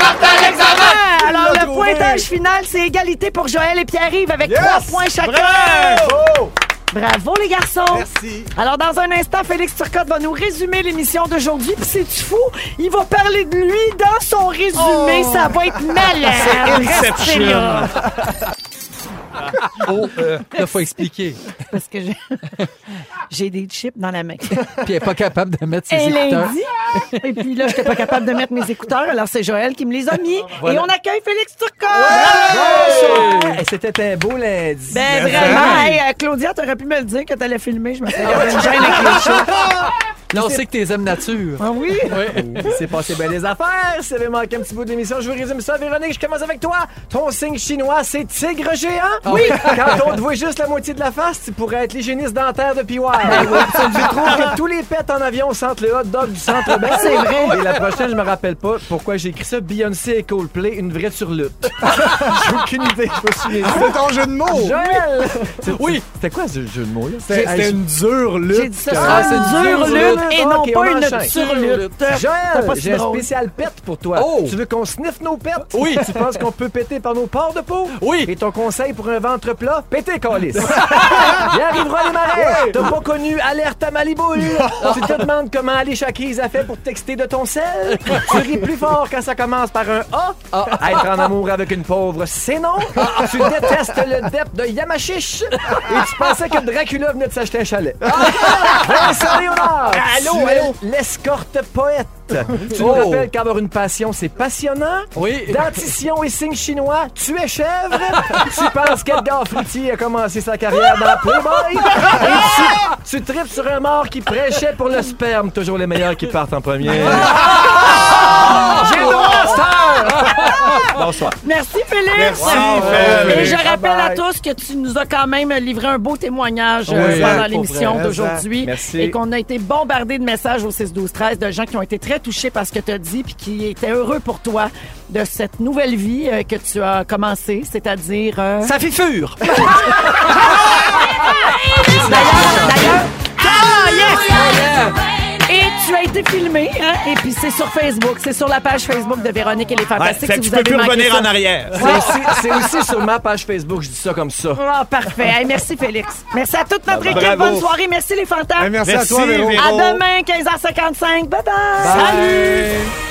Speaker 2: Ah, alors,
Speaker 1: l'a
Speaker 2: le
Speaker 1: trouvé.
Speaker 2: pointage final, c'est égalité pour Joël et Pierre-Yves avec
Speaker 1: Yes!
Speaker 2: trois points chacun.
Speaker 1: Bravo!
Speaker 2: Bravo, les garçons.
Speaker 1: Merci.
Speaker 2: Alors, dans un instant, Félix Turcotte va nous résumer l'émission d'aujourd'hui. Puis, c'est-tu fou? Il va parler de lui dans son résumé.
Speaker 1: Oh!
Speaker 2: Ça va être malade. Restez là.
Speaker 4: Oh, euh, là, faut expliquer.
Speaker 2: Parce que j'ai- j'ai des chips dans la main.
Speaker 4: Puis elle est pas capable de mettre ses
Speaker 2: Et
Speaker 4: écouteurs.
Speaker 2: lundi. Et puis là, j'étais pas capable de mettre mes écouteurs. Alors, c'est Joël qui me les a mis. Et on accueille Félix Turcotte.
Speaker 5: Hey, C'était un beau lundi.
Speaker 2: Ben vraiment, hey, euh, Claudia, t'aurais pu me le dire que t'allais filmer, je me serais gardé une gêne avec les chats.
Speaker 4: Là, on sait que t'es aimes nature.
Speaker 2: Ah oui?
Speaker 5: Il s'est passé bien les affaires. Si vous avez manqué un petit bout de l'émission, je vous résume ça. Véronique, je commence avec toi. Ton signe chinois, c'est tigre géant. Ah Oui. Quand on te voit juste la moitié de la face, tu pourrais être l'hygiéniste dentaire de PY. Je trouve que tous les pets en avion sentent le hot dog du centre belle Ah C'est vrai. Et la prochaine, je me rappelle pas pourquoi j'ai écrit ça. Beyoncé et Coldplay, une vraie surlutte. j'ai aucune idée. Je me souviens.
Speaker 1: C'est ton jeu de mots.
Speaker 5: Joël! Oui! C'était quoi ce jeu de mots là?
Speaker 1: C'était c'était une dure lutte.
Speaker 2: J'ai dit ça,
Speaker 5: Ah,
Speaker 2: c'est
Speaker 5: c'est
Speaker 2: une dure
Speaker 5: une dure
Speaker 2: lutte
Speaker 5: lutte.
Speaker 2: et non
Speaker 5: Ok,
Speaker 2: pas
Speaker 5: on
Speaker 2: une
Speaker 5: enchaîne.
Speaker 2: surlutte.
Speaker 5: Joël,
Speaker 2: pas si
Speaker 5: j'ai un
Speaker 2: drôle.
Speaker 5: spécial pet pour toi.
Speaker 4: Oh!
Speaker 5: Tu veux qu'on sniffe nos pets? Oui! Tu penses qu'on peut péter par nos pores de peau?
Speaker 4: Oui.
Speaker 5: Et ton conseil pour un ventre plat? Péter, Calis! Il arrivera les marais! T'as pas connu alerte à Malibu! tu te demandes comment Alicia Keys a fait pour texter de ton sel? tu ris plus fort quand ça commence par un A? Être en amour avec une pauvre, c'est non! tu détestes le dep de Yamashish! Et tu pensais que Dracula venait de s'acheter un chalet. Vincent Léonard! Allô, allô! L'escorte poète! Tu nous
Speaker 4: Oh.
Speaker 5: rappelles qu'avoir une passion, c'est passionnant?
Speaker 4: Oui.
Speaker 5: Dentition et signe chinois, tu es chèvre. tu penses qu'Edgar Fruitier a commencé sa carrière dans Playboy. Et tu, tu tripes sur un mort qui prêchait pour le sperme. Toujours les meilleurs qui partent en premier. J'ai le droit, sœur! Bonsoir.
Speaker 2: Merci Félix. Et
Speaker 1: Félix.
Speaker 2: je rappelle à
Speaker 5: Bye-bye.
Speaker 2: tous que tu nous as quand même livré un beau témoignage euh,
Speaker 5: Oui,
Speaker 2: pendant
Speaker 5: pour
Speaker 2: l'émission
Speaker 5: vrai.
Speaker 2: d'aujourd'hui.
Speaker 5: Merci.
Speaker 2: Et qu'on a été bombardé de messages au 6-12-13 de gens qui ont été très touchés par ce que tu as dit puis qui étaient heureux pour toi de cette nouvelle vie euh, que tu as commencée, c'est-à-dire... euh,
Speaker 4: Ça fait fur.
Speaker 2: Ah, yes! Oh, Et tu as été filmé, hein? Et puis c'est sur Facebook, c'est sur la page Facebook de Véronique et les Fantastiques.
Speaker 3: fait que
Speaker 2: si
Speaker 3: tu
Speaker 2: vous
Speaker 3: peux
Speaker 2: avez
Speaker 3: plus
Speaker 2: manqué
Speaker 3: revenir
Speaker 2: ça.
Speaker 3: en arrière.
Speaker 5: C'est aussi, c'est aussi sur ma page Facebook, je dis ça comme ça.
Speaker 2: Ah, parfait. Hey, merci, Félix. Merci à toute notre équipe.
Speaker 3: Ah, Bravo.
Speaker 2: Bonne soirée. Merci, les Fantas.
Speaker 1: Hey, merci, à
Speaker 3: Merci,
Speaker 1: toi, Véro.
Speaker 3: Véro.
Speaker 2: À demain, 15h55. Bye-bye.
Speaker 5: Salut!